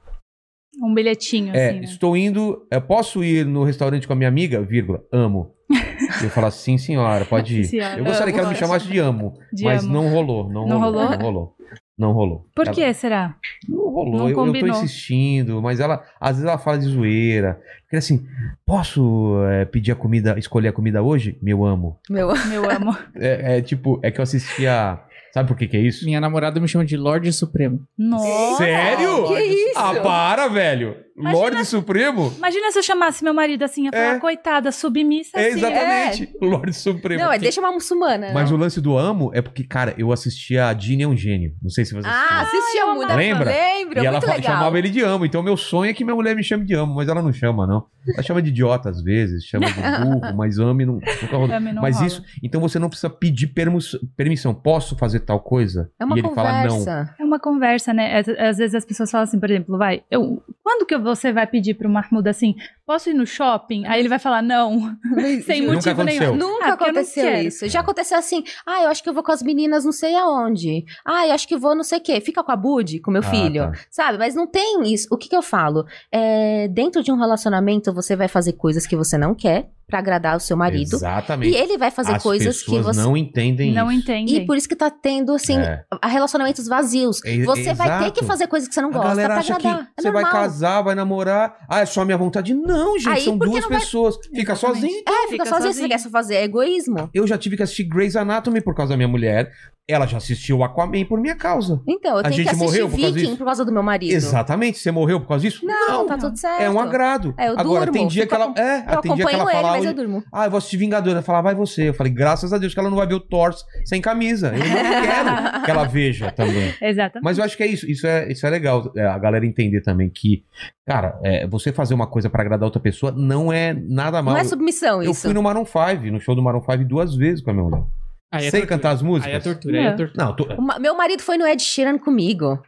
B: Um bilhetinho,
A: é,
B: assim. né?
A: estou indo, eu posso ir no restaurante com a minha amiga, vírgula, amo. E eu falar, sim senhora, pode ir.
B: Senhora.
A: Eu gostaria que ela me
C: Amo.
A: chamasse de amo,
B: De
A: mas
B: amo.
A: não rolou, não,
B: Não
A: rolou,
B: rolou?
A: não rolou. Não rolou.
B: Por
A: Ela-
B: que será?
A: Não rolou,
B: Não
A: eu- eu, tô
B: combinou.
A: insistindo, mas ela, às vezes ela fala de zoeira. Porque assim, posso é, pedir a comida, escolher a comida hoje? Meu amo.
C: Meu,
B: Meu
A: [laughs]
B: amor.
A: É, é tipo, é que eu assisti a. Sabe por que que é isso?
D: Minha namorada me chama de Lorde Supremo.
B: Nossa.
A: Sério?
C: Que isso?
A: Ah, para, velho!
B: Imagina-
A: Lorde Supremo?
B: Imagina se eu chamasse meu marido assim, eu falar,
A: É.
B: coitada, submissa.
A: É,
B: assim,
A: exatamente, Lorde Supremo.
C: não, é deixa uma muçulmana.
A: Mas
C: não.
A: o lance do amo é porque, cara, eu assisti a Dini é um gênio. Não sei se você
C: Ah, assistia
B: eu
C: muito.
A: amava. assim. Lembra?
C: Lembro,
A: E ela
C: muito
A: fa-
C: legal.
A: chamava ele de amo. Então, meu sonho é que minha mulher me chame de amo, mas ela não chama, não. Ela chama de idiota às vezes, chama
C: [laughs]
A: de burro, mas ame não, nunca rolou.
B: Ame não
A: mas
B: rola.
A: isso. Então você não precisa pedir permus- permissão. Posso fazer tal coisa?
C: É uma
A: e ele fala não.
C: conversa.
B: [laughs] É uma conversa, né? Às, às vezes as pessoas falam assim, por exemplo, vai, eu, quando que você vai pedir pro Mahmoud assim, posso ir no shopping? Aí ele vai falar, não, sem
A: Nunca
B: motivo nenhum.
A: aconteceu.
C: Nunca
B: Ah, porque eu não
C: aconteceu
B: quero.
C: isso. Já aconteceu assim. Ah, eu acho que eu vou com as meninas não sei aonde. Ah, eu acho que vou não sei o quê. Fica com a Budi, com meu
A: Ah, tá.
C: filho. Sabe? Mas não tem isso. O que, que eu falo? É, dentro de um relacionamento, você vai fazer coisas que você não quer pra agradar o seu marido.
A: Exatamente.
C: E ele vai fazer
A: As
C: coisas que
A: pessoas
C: você.
A: não entendem
B: Não
A: isso.
B: entendem.
C: E por isso que tá tendo, assim,
A: É.
C: relacionamentos vazios.
A: E-
C: Você vai ter
A: exato.
C: que fazer coisas que você não
A: A
C: gosta
A: galera
C: pra
A: acha que
C: agradar. é
A: você vai
C: normal.
A: casar, vai namorar. Ah, é só minha vontade. Não, gente,
C: Aí,
A: são
C: porque
A: duas
C: não vai-
A: pessoas. Fica
B: Exatamente.
A: sozinho.
C: É, fica
B: Fica
C: sozinho se você
B: sozinho.
C: quer só fazer. É egoísmo.
A: Eu já tive que assistir Grey's Anatomy por causa da minha mulher. Ela já assistiu Aquaman por minha causa.
C: Então, eu
A: A
C: tenho que
A: gente
C: assistir
A: morreu por causa
C: Viking
A: disso?
C: por causa do meu marido.
A: Exatamente. Você morreu por causa disso?
C: Não, tá
B: Não.
C: tudo certo.
A: É um agrado.
C: É, eu
A: Agora,
C: durmo,
A: tem dia que
C: fico
A: ela.
C: acom-
A: É,
C: Eu
A: tem dia que
C: acompanho
A: ela
C: ele,
A: fala.
C: mas eu
A: "Hoje-
C: durmo.
A: Ah, eu vou assistir Vingadora. Ela fala, vai você. Eu falei, graças a Deus que ela não vai ver o Thor sem camisa. Eu
C: [laughs]
A: não quero que ela veja também.
B: Exatamente.
A: Mas eu acho que é isso. Isso é, isso é legal. é, a galera entender também que, cara, é, você fazer uma coisa pra agradar outra pessoa não é nada mal.
C: Não é submissão
A: eu
C: isso.
A: fui no Maroon 5, no show do Maroon 5 duas vezes com a minha mulher.
D: Aí é
A: Sem
D: tortura.
A: cantar as
D: Aí é
A: músicas.
D: tortura, aí é
B: É.
D: tortura.
A: não, tô...
C: O ma- Meu marido foi no Ed Sheeran comigo.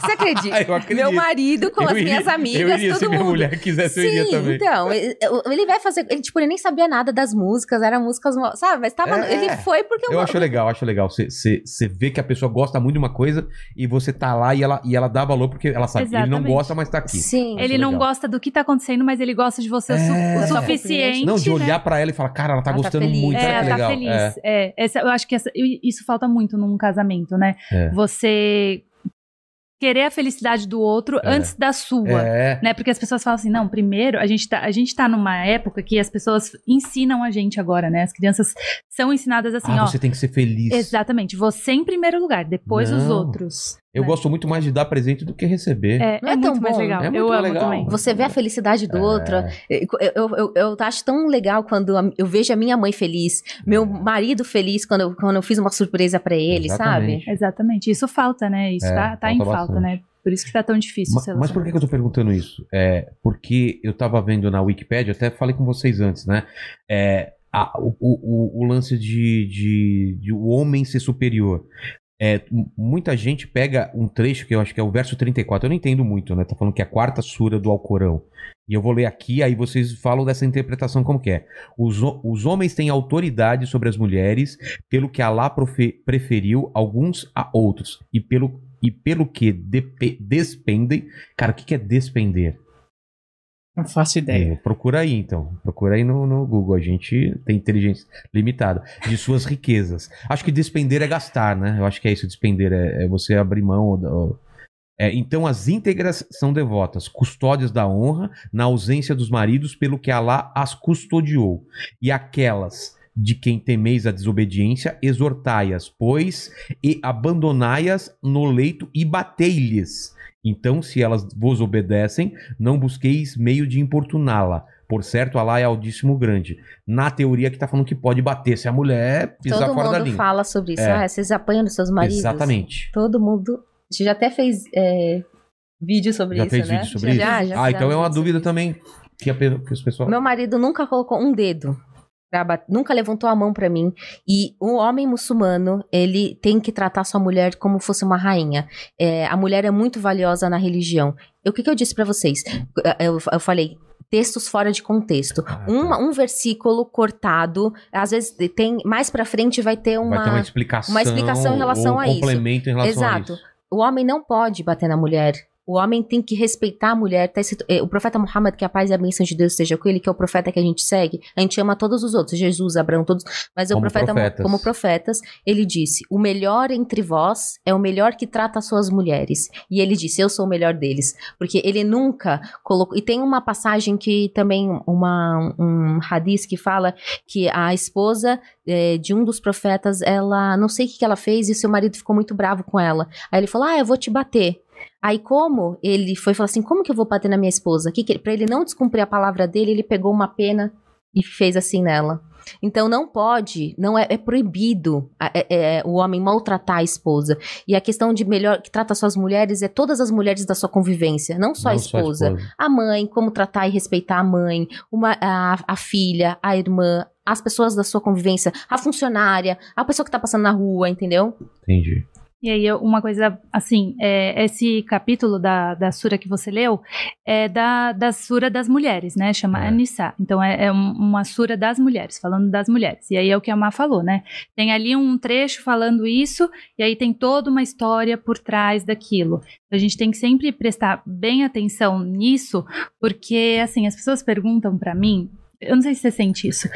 C: Você
A: [laughs]
C: acredita?
A: Ah, eu acredito.
C: meu marido com
A: Eu
C: as
A: iria-
C: minhas amigas,
A: Eu iria,
C: todo
A: se minha
C: mundo.
A: mulher quisesse, eu iria
C: Sim,
A: também.
C: então, ele- ele vai fazer, ele tipo, ele nem sabia nada das músicas, eram músicas, mo- sabe, mas tava,
A: É.
C: ele foi porque
A: Eu acho legal, acho legal. Você- Você você vê que a pessoa gosta muito de uma coisa e você tá lá e ela, e ela dá valor porque ela sabe, ele não
B: Exatamente.
A: gosta, mas tá aqui.
C: Sim.
B: Ele não
A: legal.
B: gosta do que tá acontecendo, mas ele gosta de você o su-
A: É.
B: o suficiente.
A: Não, de
B: né?
A: olhar pra ela e falar, cara, ela tá
C: Ela tá
A: gostando
C: feliz.
A: muito, olha
B: É,
A: que
B: tá
A: legal.
B: feliz.
A: É.
B: É, essa, eu acho que essa- i- isso falta muito num casamento, né?
A: É.
B: Você querer a felicidade do outro
A: É.
B: antes da sua.
A: É.
B: Né? Porque as pessoas falam assim, não, primeiro, a gente, tá, a gente tá numa época que as pessoas ensinam a gente agora, né? As crianças são ensinadas assim,
A: ah,
B: ó.
A: você tem que ser feliz.
B: Exatamente, você em primeiro lugar, depois os
A: Não.
B: outros.
A: Eu
B: né?
A: gosto muito mais de dar presente do que receber.
B: É,
C: Não
B: é
C: é tão
B: muito mais
C: bom?
B: legal.
A: É muito
B: eu amo
A: legal.
B: também.
C: Você vê a felicidade
A: É.
C: do outro. Eu, eu, eu, eu acho tão legal quando a- eu vejo a minha mãe feliz,
A: É.
C: meu marido feliz quando eu, quando eu fiz uma surpresa pra ele, sabe?
B: Exatamente. Isso falta, né? Isso
A: É,
B: tá, tá em
A: falta
B: falta,
A: bastante.
B: né? Por isso que tá tão difícil.
A: Ma-
B: sei lá.
A: Mas por que que eu tô perguntando isso? É, porque eu tava vendo na Wikipédia, até falei com vocês antes, né? É, a- o, o- o- o lance de, de- de o homem ser superior. É, m- muita gente pega um trecho que eu acho que é o verso 34, eu não entendo muito, né? Tá falando que é a quarta sura do Alcorão. E eu vou ler aqui, aí vocês falam dessa interpretação como que é. Os, ho- os homens têm autoridade sobre as mulheres, pelo que Alá profe- preferiu alguns a outros, e pelo, e pelo que depe- despendem. Cara, o que, que é despender?
D: Não faço ideia.
A: É, procura aí, então. Procura aí no, no Google. A gente tem inteligência limitada. De suas riquezas. Acho que despender é gastar, né? Eu acho que é isso. Despender é, é você abrir mão. da- É, então, as íntegras são devotas, custódias da honra, na ausência dos maridos, pelo que Alá as custodiou. E aquelas de quem temeis a desobediência, exortai-as, pois, e abandonai-as no leito e batei-lhes. Então, se elas vos obedecem, não busqueis meio de importuná-la. Por certo, Alá é Altíssimo Grande. Na teoria que tá falando que pode bater se a mulher pisar
C: Todo
A: fora da
C: mundo
A: linha.
C: fala sobre isso.
A: É.
C: Ah, vocês apanham dos seus maridos?
A: Exatamente.
C: Todo mundo. A gente já até fez é, vídeo sobre
A: Já
C: isso,
A: fez
C: né?
A: vídeo sobre
C: já,
A: isso?
C: Já, já
A: ah, então é uma
C: fizemos vídeo
A: dúvida também que, a, pe- que os pessoal.
C: Meu marido nunca colocou um dedo. pra ba- Nunca levantou a mão pra mim. E um homem muçulmano, ele tem que tratar sua mulher como fosse uma rainha. É, a mulher é muito valiosa na religião. E O que, que eu disse pra vocês? Eu, eu falei. Textos fora de contexto.
A: Ah, tá.
C: Uma- um versículo cortado, às vezes tem mais pra frente vai ter uma.
A: Vai ter uma explicação.
C: uma explicação em relação
A: ou um
C: a isso.
A: complemento em relação
C: Exato.
A: a isso.
C: O homem não pode bater na mulher. O homem tem que respeitar a mulher. Tá escrito- eh, o profeta Muhammad, que a paz e a bênção de Deus seja com ele, que é o profeta que a gente segue, a gente ama todos os outros, Jesus, Abraão, todos. Mas o
A: Como
C: profeta, Mu-
A: profetas.
C: como profetas, ele disse: O melhor entre vós é o melhor que trata as suas mulheres. E ele disse: Eu sou o melhor deles. Porque ele nunca colocou. E tem uma passagem que também, uma, um hadith que fala que a esposa é, de um dos profetas, ela não sei o que, que ela fez e seu marido ficou muito bravo com ela. Aí ele falou: Ah, eu vou te bater. Aí, como ele foi falar assim: Como que eu vou bater na minha esposa? Que que ele- pra ele não descumprir a palavra dele, ele pegou uma pena e fez assim nela. Então não pode, não é, é proibido a- é- é, o homem maltratar a esposa. E a questão de melhor que trata suas mulheres é todas as mulheres da sua convivência, não só a
A: Não
C: esposa a mãe, como tratar e respeitar a mãe, uma- a, a filha, a irmã, as pessoas da sua convivência, a funcionária, a pessoa que tá passando na rua, entendeu?
A: Entendi.
B: E aí, eu- uma coisa assim, é, esse capítulo da, da sura que você leu é da, da sura das mulheres, né? Chama
A: É.
B: Anissa. Então, é, é um- uma sura das mulheres, falando das mulheres. E aí é o que a Má falou, né? Tem ali um trecho falando isso, e aí tem toda uma história por trás daquilo. A gente tem que sempre prestar bem atenção nisso, porque, assim, as pessoas perguntam pra mim, eu não sei se você sente isso,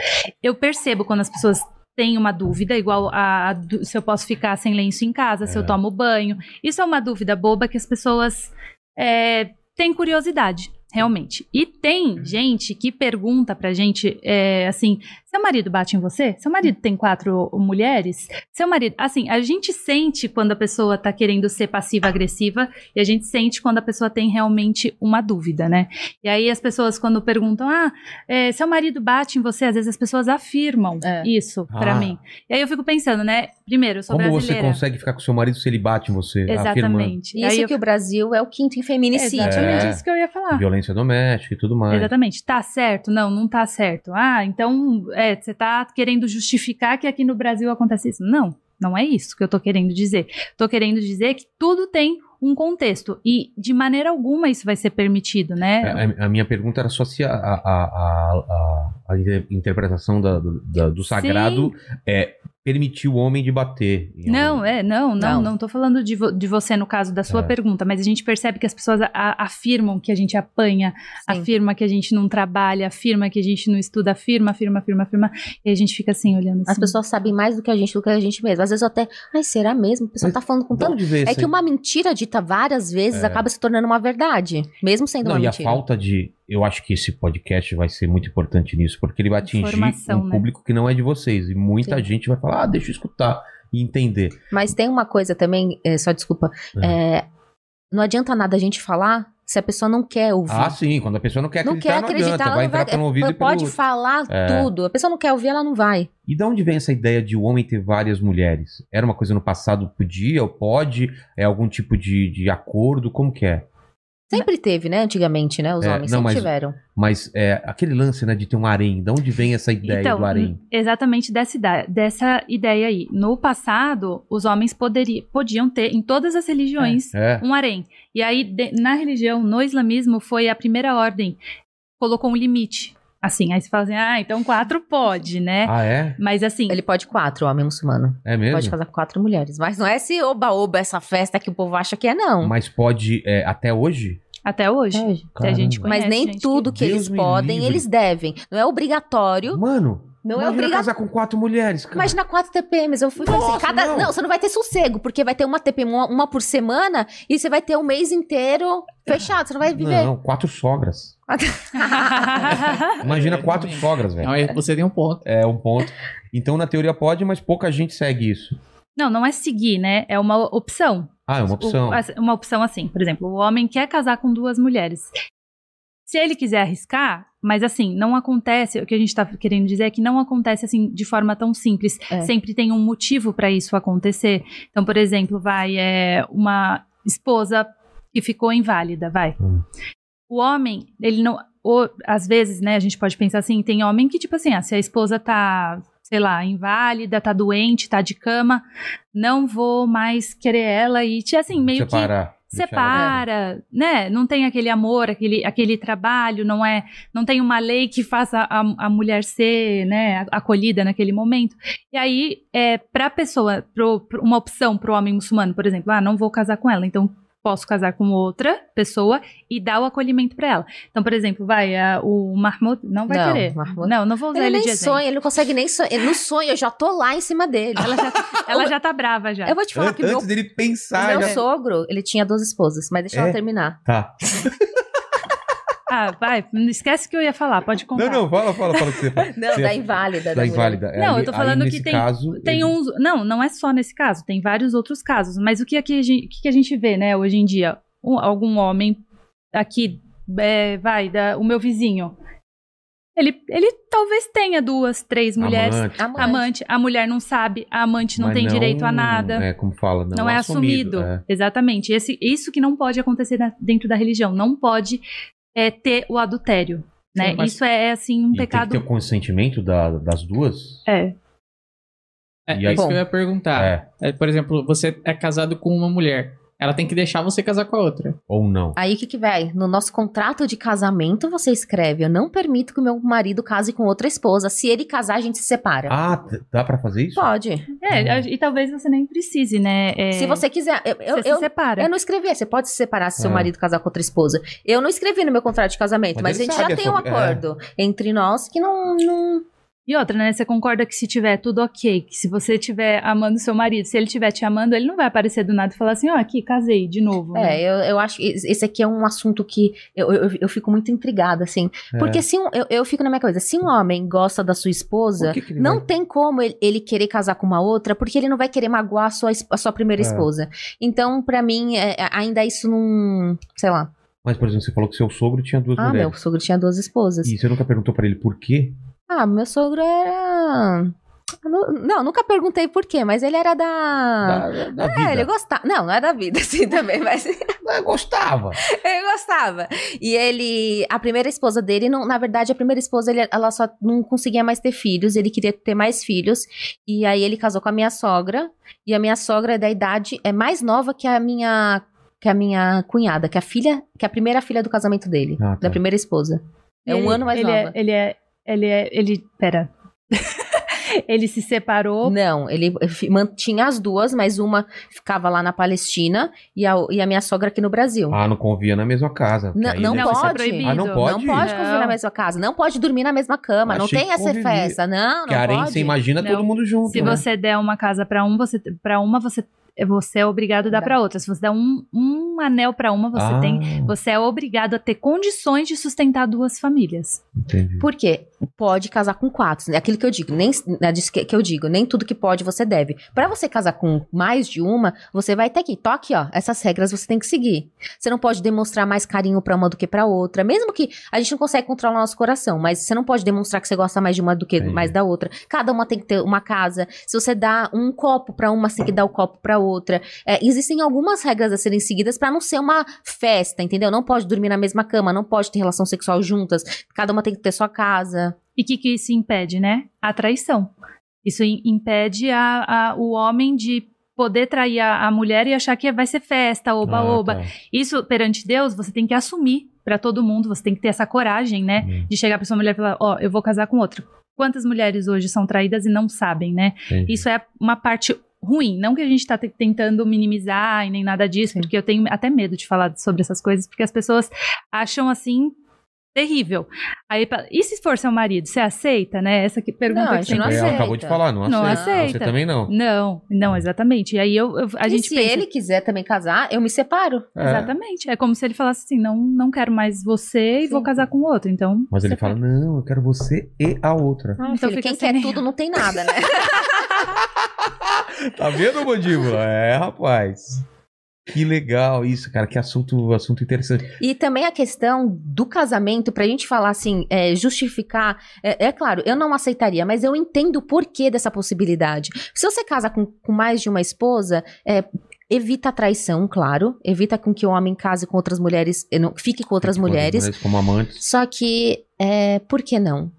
B: eu percebo quando as pessoas tem uma dúvida, igual a, a du- se eu posso ficar sem lenço em casa, se
A: É.
B: eu tomo banho. Isso é uma dúvida boba que as pessoas é, têm curiosidade, realmente. E tem gente que pergunta pra gente, é, assim, Seu marido bate em você? Seu marido tem quatro mulheres? Seu marido. Assim, a gente sente quando a pessoa tá querendo ser passiva-agressiva e a gente sente quando a pessoa tem realmente uma dúvida, né? E aí as pessoas, quando perguntam, ah, é, seu marido bate em você, às vezes as pessoas afirmam
C: É.
B: isso pra
A: Ah.
B: mim. E aí eu fico pensando, né? Primeiro, eu sou
A: Como você
B: brasileira.
A: consegue ficar com seu marido se ele bate em você? Afirmando
B: Exatamente. E
C: Isso
B: aí eu
C: que né? o Brasil é o quinto em feminicídio.
B: Exatamente
A: É.
B: isso que eu ia
C: Ah.
B: falar.
A: violência doméstica e tudo mais.
B: Exatamente. Tá certo? Não, não tá certo. Ah, então é, você tá querendo justificar que aqui no Brasil acontece isso. Não, não é isso que eu tô querendo dizer. Tô querendo dizer que tudo tem um contexto e de maneira alguma isso vai ser permitido, né?
A: É, A, a- a minha pergunta era só se a, a- a- a- a inter- interpretação da- do- da- do sagrado é, permitiu o homem de bater. em
B: Não,
A: alguém.
B: é, não, não,
C: Não.
B: não tô falando de, vo- de você no caso da sua
A: É.
B: pergunta, mas a gente percebe que as pessoas a- a- afirmam que a gente apanha
C: Sim.
B: afirma que a gente não trabalha, afirma que a gente não estuda, afirma, afirma, afirma, afirma. E a gente fica assim, olhando assim.
C: As pessoas sabem mais do que a gente, do que a gente mesmo. Às vezes eu até, ai, será mesmo? A pessoa
A: Mas
C: tá falando com
A: De
C: tanto.
A: onde veio
C: É
A: essa-
C: que uma mentira dita várias vezes
A: É.
C: acaba se tornando uma verdade, mesmo sendo
A: Não,
C: uma
A: e a
C: mentira.
A: falta de. Eu acho que esse podcast vai ser muito importante nisso, porque ele vai atingir
B: Informação,
A: um
B: né?
A: público que não é de vocês. E muita
C: Sim.
A: gente vai falar, ah, deixa eu escutar e entender.
C: Mas tem uma coisa também, é, só desculpa.
A: Hum.
C: é, não adianta nada a gente falar se a pessoa não quer ouvir.
A: Ah, sim, quando a pessoa não quer
C: não quer
A: acreditar, não,
C: acreditar,
A: adianta.
C: ela
A: Vai
C: não vai.
A: entrar pelo ouvido e
C: ela
A: pelo
C: pode
A: outro.
C: falar
A: É.
C: tudo. A pessoa não quer ouvir, ela não vai.
A: E da onde vem essa ideia de o homem ter várias mulheres? Era uma coisa no passado, podia ou pode? É algum tipo de, de acordo? Como que é?
C: Sempre teve, né? Antigamente, né? Os
A: É,
C: homens
A: não,
C: sempre
A: mas-
C: tiveram.
A: Mas é aquele lance, né, de ter um harém. Da onde vem essa ideia
C: Então,
A: do harém?
B: Então, exatamente dessa ideia, dessa ideia aí. No passado, os homens poderi, podiam ter, em todas as religiões,
A: É.
B: um harém. E aí, de- na religião, no islamismo, foi a primeira ordem. Colocou um limite. Assim, aí você fala assim, ah, então quatro pode, né?
A: Ah, é?
B: Mas assim,
C: Ele pode quatro, o homem muçulmano.
A: É mesmo?
C: Pode casar com quatro mulheres. Mas não é esse oba-oba, essa festa que o povo acha que é, não.
A: Mas pode é, até hoje?
B: até hoje.
C: É, gente.
B: Até a gente
A: Caramba.
B: conhece,
C: Mas nem
B: gente,
C: tudo que,
A: Deus
C: eles
A: me
C: podem,
A: livre.
C: eles devem. Não é obrigatório.
A: Mano,
C: Não é
A: imagina
C: obrigatório.
A: casar com quatro mulheres, cara.
C: Imagina quatro TPMs. Eu fui falei
A: Nossa,
C: assim, cada.
A: não.
C: Não. você não vai ter sossego, porque vai ter uma TPM, uma, uma por semana, e você vai ter um mês inteiro fechado. Você não vai viver.
A: Não, quatro sogras.
B: que-
A: Imagina
D: É,
A: quatro
D: também.
A: sogras, velho.
D: Não, aí você tem um ponto.
A: É um ponto. Então, na teoria pode, mas pouca gente segue isso.
B: [laughs] Não, não é seguir, né? É uma opção.
A: Ah, é uma opção.
B: O- as- uma opção assim, por exemplo, o homem quer casar com duas mulheres. Se ele quiser arriscar, mas assim, não acontece, o que a gente tá querendo dizer é que não acontece assim de forma tão simples.
C: É.
B: Sempre tem um motivo para isso acontecer. Então, por exemplo, vai é, uma esposa que ficou inválida, vai.
A: Hum.
B: O homem, ele não. ou, às vezes, né, a gente pode pensar assim, tem homem que, tipo assim, ah, se a esposa tá, sei lá, inválida, tá doente, tá de cama, não vou mais querer ela e, te- assim, meio que
A: Separar. Deixar ela-
B: separa, né? Não tem aquele amor, aquele, aquele trabalho, não é, não tem uma lei que faça a, a mulher ser, né, acolhida naquele momento. E aí, é, para pessoa, pro, pro- uma opção para o homem muçulmano, por exemplo, ah, não vou casar com ela, então posso casar com outra pessoa e dar o acolhimento para ela. Então, por exemplo, vai a- o Mahmoud não vai
C: Não,
B: querer.
C: Mahmoud-
B: Não, não vou usar
C: Ele
B: ele, de
C: nem
B: exemplo.
C: sonha, ele não consegue nem sonhar. Ele não sonha, eu já tô lá em cima dele.
B: Ela já, ela já tá brava já.
C: Eu vou te falar
A: An-
C: que meu,
A: Antes dele pensar,
C: meu
A: já...
C: sogro, ele tinha duas esposas, mas deixa
A: É?
C: ela
A: [laughs]
C: terminar.
A: Tá.
B: Ah, vai, não esquece que eu ia falar, pode contar.
A: Não, não, fala, fala, fala o que você [laughs] fala.
C: Não,
A: Você-
C: da Tá inválida. da
A: Da tá
C: mulher.
A: inválida. É,
B: Não,
A: aí-
B: eu tô
A: aí
B: falando que
A: nesse
B: tem-
A: caso,
B: Tem
A: ele-
B: uns. Não, não é só nesse caso, tem vários outros casos. Mas o que aqui a gente, o que que a gente vê, né, hoje em dia? Um- algum homem aqui, é, vai, da- o meu vizinho. Ele, ele talvez tenha duas, três mulheres.
A: Amante.
C: Amante.
B: Amante, a mulher não sabe, a amante não
A: Mas
B: tem direito a nada.
A: É, como fala, não,
B: Não, é assumido.
A: é.
B: Exatamente. Esse, isso que não pode acontecer na- dentro da religião. Não pode é, ter o adultério. Né?
D: Sim, mas-
B: Isso é, assim, um
A: E tem que ter
B: pecado.
A: o consentimento da- das duas?
B: É.
D: É
A: E aí-
D: isso
C: Bom.
D: que eu ia perguntar.
A: É,
D: É, por exemplo, você é casado com uma mulher. Ela tem que deixar você casar com a outra.
A: ou não.
C: Aí o que que vai? No nosso contrato de casamento você escreve: Eu não permito que meu marido case com outra esposa. Se ele casar, a gente se separa.
A: Ah, t- dá pra fazer isso?
C: Pode.
A: Ah.
B: É, e talvez você nem precise, né? é,
C: Se você quiser. Eu, eu,
B: você se
C: eu-
B: separa.
C: eu não escrevi. Você pode se separar se seu
A: É.
C: marido casar com outra esposa. Eu não escrevi no meu contrato de casamento,
A: Mas
C: mas,
A: ele
C: a gente
A: sabe a
C: já tem um
A: sua- é.
C: acordo entre nós que não. não-
B: E outra, né? Você concorda que se tiver tudo ok, que se você estiver amando seu marido, se ele estiver te amando, ele não vai aparecer do nada e falar assim, ó, aqui, casei de novo. né?
C: É,
A: Uhum.
C: eu, eu acho que es- esse aqui é um assunto que eu, eu, eu fico muito intrigada, assim.
A: É.
C: Porque se um, eu, eu fico na minha cabeça, se um homem gosta da sua esposa,
A: Por que que ele
C: não
A: vai-
C: tem como ele, ele querer casar com uma outra, porque ele não vai querer magoar a sua, es- a sua primeira
A: É.
C: esposa. Então, pra mim, é, é, ainda isso não. Sei lá.
A: Mas, por exemplo, você falou que seu sogro tinha duas
C: Ah, meu
A: mulheres.
C: sogro tinha duas esposas.
A: E você nunca perguntou pra ele por quê?
C: Ah, meu sogro era. Nu- Não, nunca perguntei por quê, mas ele era
B: Ah.
C: da.
A: da, da
C: é,
A: vida.
C: ele gostava. Não, não é da vida, [laughs] assim, também, mas
A: Eu gostava.
C: [laughs] ele gostava. E ele. A primeira esposa dele, não, na verdade, a primeira esposa, ele- ela só não conseguia mais ter filhos, ele queria ter mais filhos. E aí ele casou com a minha sogra. E a minha sogra é da idade, é mais nova que a minha. Que a minha cunhada, que a filha, que a primeira filha do casamento dele,
A: Ah, tá.
C: da primeira esposa. É um
B: Ele-
C: ano mais
B: ele
C: nova.
B: É, ele é. Ele é. Ele. Pera. [laughs] ele se separou.
C: Não, ele fi- mantinha as duas, mas uma ficava lá na Palestina e a, e a minha sogra aqui no Brasil.
A: Ah, não convia na mesma casa. porque
C: Não-
A: aí
C: não
A: deve
B: isso
A: ser-
B: é
C: pode.
B: proibido.
A: Ah, não pode?
C: Não pode conviver
B: Não.
C: na mesma casa, não pode dormir na mesma cama, não
A: Achei
C: tem
A: que
C: essa
A: convivia.
C: festa. Não,
A: Porque a
C: não
A: harém,
C: pode.
A: você imagina
B: Não.
A: todo mundo junto.
B: Se
A: né?
B: você der uma casa pra um, você para uma você você é obrigado a dar
C: Dá.
B: pra outra. Se você der um, um anel pra uma, você
A: Ah,
B: tem você é obrigado a ter condições de sustentar duas famílias.
A: Entendi.
C: Por quê? Pode casar com quatro. É aquilo que eu digo, nem né, disso que que eu digo, nem tudo que pode você deve. Pra você casar com mais de uma, você vai ter que, tô aqui, ó, essas regras você tem que seguir. Você não pode demonstrar mais carinho pra uma do que pra outra, mesmo que a gente não consegue controlar o nosso coração, mas você não pode demonstrar que você gosta mais de uma do que
A: Entendi.
C: mais da outra. Cada uma tem que ter uma casa. Se você dá um copo pra uma, você tem que dar o copo pra outra. É, existem algumas regras a serem seguidas pra não ser uma festa, entendeu? Não pode dormir na mesma cama, não pode ter relação sexual juntas. Cada uma tem que ter sua casa.
B: E o que, que isso impede, né? A traição. Isso im- impede a, a- o homem de poder trair a, a mulher e achar que vai ser festa,
A: Ah,
B: oba-oba.
A: tá.
B: Isso perante Deus, você tem que assumir pra todo mundo, você tem que ter essa coragem, né?
A: Hum,
B: de chegar pra sua mulher e falar, ó, eu vou casar com outro. Quantas mulheres hoje são traídas e não sabem, né?
A: entendi.
B: Isso é uma parte ruim, não que a gente tá te- tentando minimizar e nem nada disso,
C: Sim.
B: porque eu tenho até medo de falar sobre essas coisas, porque as pessoas acham assim terrível. Aí, pa- e se for seu marido, você aceita, né? Essa que pergunta
C: Não,
B: que
C: a gente
B: sempre
C: não
A: Ela
C: aceita.
A: acabou de falar, não aceita.
B: Não
A: Você
B: aceita.
A: também não.
B: Não, não, exatamente. E aí eu, eu- a
C: e
B: gente
C: se
B: pensa,
C: ele quiser também casar, eu me separo.
A: É,
B: exatamente. É como se ele falasse assim, não, não quero mais você e
C: Sim.
B: vou casar com outro. Então,
A: Mas ele
B: você
A: fala, não, eu quero você e a
C: [laughs]
A: outra.
C: Ah,
B: Então fica
C: filho, quem
B: sem
C: quer
B: nenhum.
C: tudo não tem
B: [laughs]
C: nada, né?
A: Tá vendo, mandíbula? É, rapaz. Que legal isso, cara. Que assunto, assunto interessante.
C: E também a questão do casamento, pra gente falar assim, é, justificar. É, é claro, eu não aceitaria, mas eu entendo o porquê dessa possibilidade. Se você casa com, com mais de uma esposa, é, evita a traição, claro. Evita com que o homem case com outras mulheres, eh, não, fique com outras
A: Tipo,
C: mulheres.
A: Como amantes.
C: Só que, é, por que não?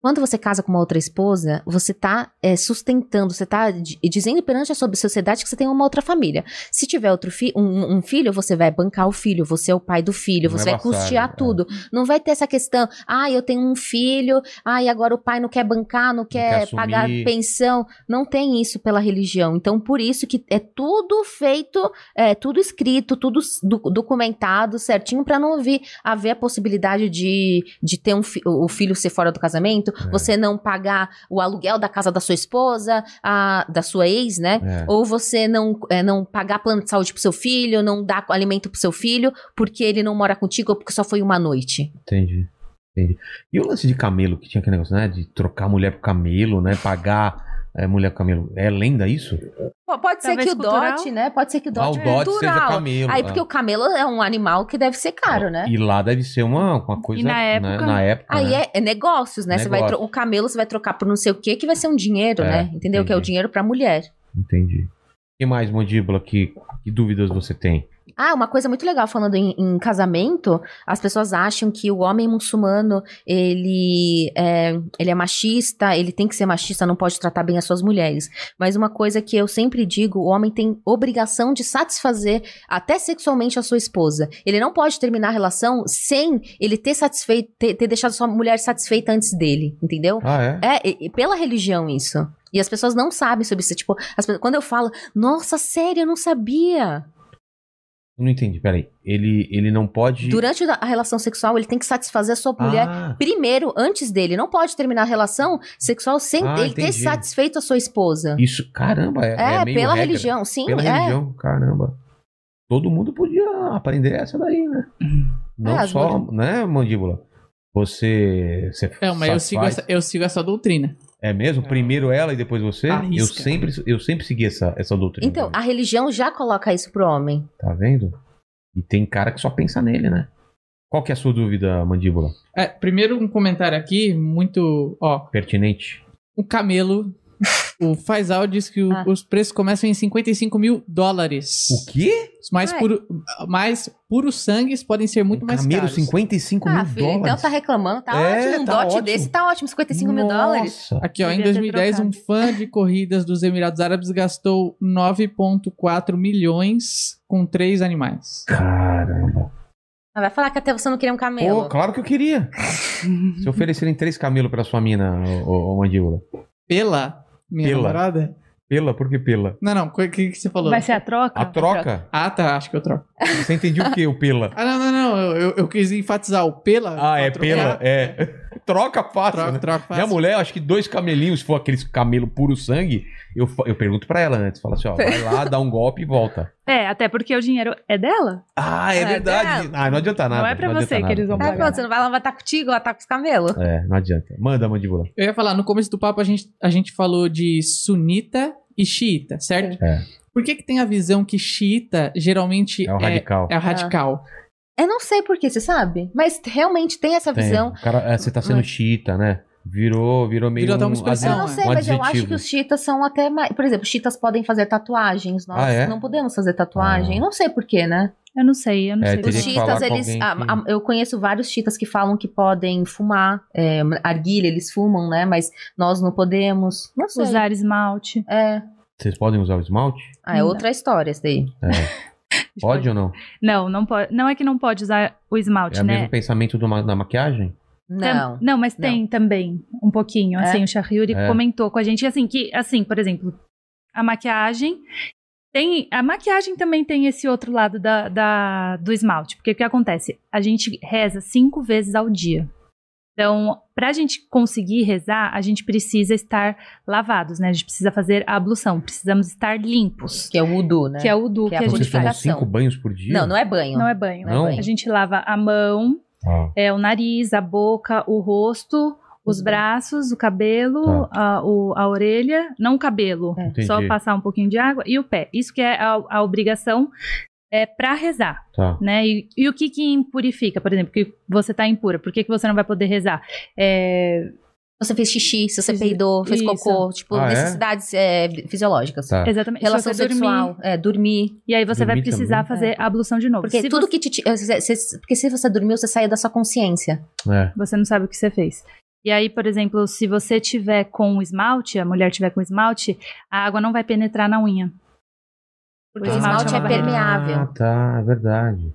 C: Quando você casa com uma outra esposa, você tá é, sustentando, você tá di- dizendo perante a sua sociedade que você tem uma outra família. Se tiver outro fi um, um filho, você vai bancar o filho, você é o pai do filho,
A: Não
C: você
A: é
C: vai
A: bastardo,
C: custear
A: é.
C: tudo. Não vai ter essa questão, ah, eu tenho um filho, ah, e agora o pai não quer bancar, não quer,
A: quer
C: pagar
A: assumir.
C: pensão. Não tem isso pela religião. Então, por isso que é tudo feito, é tudo escrito, tudo s- do- documentado certinho pra não ouvir haver a possibilidade de, de ter um fi- o filho ser fora do casamento,
A: É.
C: você não pagar o aluguel da casa da sua esposa, a- da sua ex, né?
A: É.
C: Ou você não, é, não pagar plano de saúde pro seu filho, não dar alimento pro seu filho, porque ele não mora contigo ou porque só foi uma noite.
A: Entendi. Entendi. E o lance de camelo, que tinha aquele negócio, né? De trocar mulher por camelo, né? Pagar é, mulher por camelo. É lenda isso?
C: P- Pode ser
B: Talvez
C: que o
B: cultural.
C: dote, né? Pode ser que o
A: Ah, o
C: dote,
A: dote seja
C: cultural.
A: camelo.
C: Aí,
A: ah.
C: porque o camelo é um animal que deve ser caro, né?
A: E lá deve ser uma, uma coisa.
B: na
A: né,
B: época-
A: na época,
C: Aí
A: né?
C: é, é negócios, né? Você vai
A: Negócio.
C: tro- o camelo você vai trocar por não sei o que, que vai ser um dinheiro,
A: É,
C: né? Entendeu? Que é o
A: entendi.
C: dinheiro pra mulher.
A: Entendi. O que mais, mandíbula? Que, que dúvidas você tem?
C: Ah, uma coisa muito legal falando em, em casamento, as pessoas acham que o homem muçulmano ele é, ele é machista, ele tem que ser machista, não pode tratar bem as suas mulheres. Mas uma coisa que eu sempre digo, o homem tem obrigação de satisfazer até sexualmente a sua esposa. Ele não pode terminar a relação sem ele ter satisfeito, ter, ter deixado sua mulher satisfeita antes dele, entendeu?
A: Ah, é?
C: É, e- e pela religião isso. E as pessoas não sabem sobre isso. Tipo, as pe- quando eu falo, nossa, sério, eu não sabia.
A: Não entendi, peraí. Ele, ele não pode.
C: Durante a relação sexual, ele tem que satisfazer a sua mulher
A: ah,
C: primeiro, antes dele. Não pode terminar a relação sexual sem
A: Ah,
C: ele ter
A: entendi.
C: satisfeito a sua esposa.
A: isso, caramba, é,
C: É,
A: é meio
C: pela
A: regra.
C: religião, sim,
A: Pela
C: é.
A: religião, caramba. Todo mundo podia aprender essa daí, né? Não
C: É, as
A: só, né, mandíbula? Você. você
D: É, mas eu
A: satisfaz-
D: sigo, essa, eu sigo essa doutrina.
A: É mesmo? Primeiro ela e depois você?
D: Arrisca.
A: Eu sempre, eu sempre segui essa, essa doutrina.
C: Então, a religião já coloca isso pro homem.
A: Tá vendo? E tem cara que só pensa nele, né? Qual que é a sua dúvida, mandíbula?
D: É, primeiro um comentário aqui, muito. Ó,
A: Pertinente?
D: o um Camelo, o Faisal diz que o-
B: Ah.
D: os preços começam em 55 mil dólares.
A: O quê?
D: Os mais,
C: Ué.
D: puro, mais puros sangues podem ser muito
A: Um
D: mais
A: camelo,
D: caros.
A: 55
C: ah,
A: mil
C: filho,
A: dólares.
C: então tá reclamando. Tá
A: É,
C: ótimo, um
A: tá
C: dote
A: ótimo.
C: desse tá ótimo, 55 mil
A: Nossa.
C: dólares.
D: Aqui, ó, em
B: Devia ter
D: 2010, um
B: trocado.
D: fã de corridas dos Emirados Árabes gastou 9,4 milhões com três animais.
A: Caramba.
C: Ah, Vai falar que até você não queria um camelo.
A: Pô, claro que eu queria. Se oferecerem três camelos pra sua mina, ô, ô, ô, mandíbula.
D: Pela minha
A: Pela.
D: namorada?
A: Pela, por que pela?
D: Não, não, o que, que você falou?
B: Vai ser a troca?
A: assim, A troca?
D: Ah, tá, acho que eu troco.
A: Você entendiu o quê, o
D: [laughs]
A: pela?
D: Ah, não, não, não, eu, eu- eu quis enfatizar o pela.
A: Ah, é
D: troca.
A: pela, é. [laughs] Troca fácil, né?
D: Troca, troca,
A: Minha
D: fácil.
A: mulher, acho que dois camelinhos, se for aqueles camelo puro sangue, eu, fa- eu pergunto pra ela antes. Fala assim, ó, vai lá, dá um golpe e volta.
B: É, até porque o dinheiro é dela.
A: Ah, é,
C: É
A: verdade. Ah, não adianta nada.
B: Não é pra
A: adianta
B: você que
A: nada,
B: eles vão
A: não
C: Tá
A: adianta
C: pronto, você não vai lá, vai estar contigo, vai estar com os camelos.
A: nada. É, não adianta. Manda, mandíbula.
D: Eu ia falar, no começo do papo a gente, a gente falou de sunita e xiita, certo?
A: É.
D: Por que que tem a visão que xiita geralmente
A: É o radical.
D: é o radical?
C: Eu não sei por quê, você sabe? Mas realmente tem essa
A: Tem.
C: visão.
A: O cara, é, você tá sendo
D: Mas-
A: chita, né? Virou, virou meio.
D: Virou até uma
A: um
D: expressão,
C: Eu
A: adjetivo.
C: não
D: é.
C: sei,
A: um
C: mas eu acho
A: adjetivo.
C: que os chitas são até mais. Por exemplo, os chitas podem fazer tatuagens. Nós
A: Ah, é?
C: não podemos fazer tatuagem.
A: Ah.
C: Não sei por quê, né?
B: Eu não sei, eu não
A: É,
B: sei.
A: teria
C: Os
A: que falar
C: chitas,
A: com
C: eles.
A: alguém
C: a-
A: que-
C: a- eu conheço vários chitas que falam que podem fumar, é, arguilha, eles fumam, né? Mas nós não podemos. Não sei.
B: Usar esmalte.
C: É,
A: Vocês podem usar o esmalte?
C: ah, é outra história essa daí.
A: É. Pode ou não?
B: Não, não pode. Não é que não pode usar o esmalte,
A: É o
B: né?
A: mesmo pensamento do ma- da maquiagem?
B: Tam-
C: Não.
B: não, mas tem também um pouquinho,
C: É?
B: assim, o Shahriuri
A: É.
B: comentou com a gente, assim, que, assim, por exemplo, a maquiagem tem, a maquiagem também tem esse outro lado da, da- do esmalte, porque o que acontece? A gente reza cinco vezes ao dia. Então, pra gente conseguir rezar, a gente precisa estar lavados, né? A gente precisa fazer a ablução, precisamos estar limpos,
C: Que é o Udu, né?
B: que é o do que,
C: Que é a
B: a gente
A: Vocês tomam
B: faz.
C: purificação.
A: cinco banhos por dia?
C: Não, não é banho.
B: Não é banho.
A: Não?
B: A gente lava a mão,
A: Ah,
B: é o nariz, a boca, o rosto, os
C: Uhum.
B: braços, o cabelo, a, o- a orelha, não o cabelo,
C: É.
A: Tá. entendi.
B: só passar um pouquinho de água e o pé. Isso que é a, a obrigação é para rezar,
A: Tá.
B: né? E, e o que que impurifica, por exemplo, que você tá impura? Por que, que você não vai poder rezar? É,
C: Você fez xixi, se você
B: Fiz-
C: peidou, fez
B: isso.
C: cocô, tipo,
A: Ah, é?
C: necessidades é, fisiológicas.
A: Tá.
B: exatamente.
C: Relação
B: se você
C: sexual,
B: dormir,
C: é, dormir.
B: e aí você vai
A: Dormir
B: precisar
A: também. É.
B: fazer a ablução de novo.
C: Porque
B: se
C: tudo
B: você,
C: que te. ti- eh, se- se- Porque se você dormiu, você saiu da sua consciência.
A: É.
B: você não sabe o que você fez. E aí, por exemplo, se você tiver com esmalte, a mulher tiver com esmalte, a água não vai penetrar na unha.
C: Porque o esmalte é
B: uma barreira.
C: permeável.
A: Ah, tá, é verdade.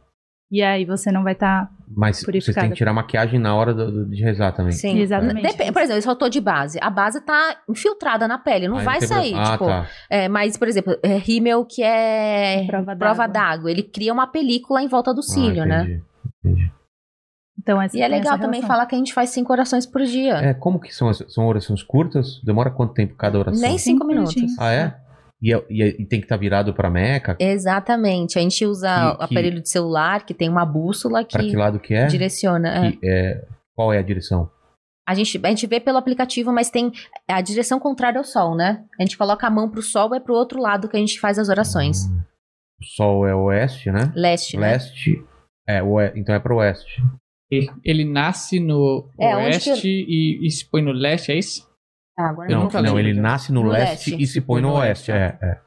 B: E aí você não vai tá estar.
A: Mas você
B: Purificada.
A: tem que tirar a maquiagem na hora do- do- de rezar também.
C: Sim.
B: Exatamente.
C: Dep- É. por exemplo, eu só tô de base. A base tá infiltrada na pele, não
A: Aí
C: vai
A: tem
C: sair.
A: problema. Ah,
C: tipo,
A: tá.
C: é, mas, por exemplo, é, rímel que é
B: Prova
C: prova
B: d'água.
C: d'água. Ele cria uma película em volta do cílio,
A: Ah,
C: né?
A: entendi.
B: Então, essa,
C: E é
B: tem
C: legal
B: essa
C: também
B: relação.
C: falar que a gente faz cinco orações por dia.
A: É, como que são as são orações curtas? Demora quanto tempo cada oração?
C: Nem cinco
B: Cinco
C: minutos.
B: minutinhos.
A: Ah, é? E, é- e é- e tem que estar virado pra
C: É
A: Meca?
C: Exatamente. A gente usa
A: Que-
C: o aparelho de celular, que tem uma bússola que,
A: Pra que lado que é?
C: direciona. é.
A: Que é- Qual é a direção?
C: A, gente, a gente vê pelo aplicativo, mas tem a direção contrária ao sol, né? A gente coloca a mão pro sol, é pro outro lado que a gente faz as orações.
A: Hum, O sol é oeste, né?
C: Leste, né?
A: Leste. É, oe- então é pro oeste.
D: Ele, ele nasce no
C: Ah. É, onde
D: oeste e, e se põe no leste, é isso?
C: Ah, agora
D: Eu
A: não,
D: nunca
A: não
D: lembro.
A: ele nasce no,
C: No
A: leste,
C: leste.
A: e se põe no,
D: No
A: oeste.
D: oeste,
A: É, é.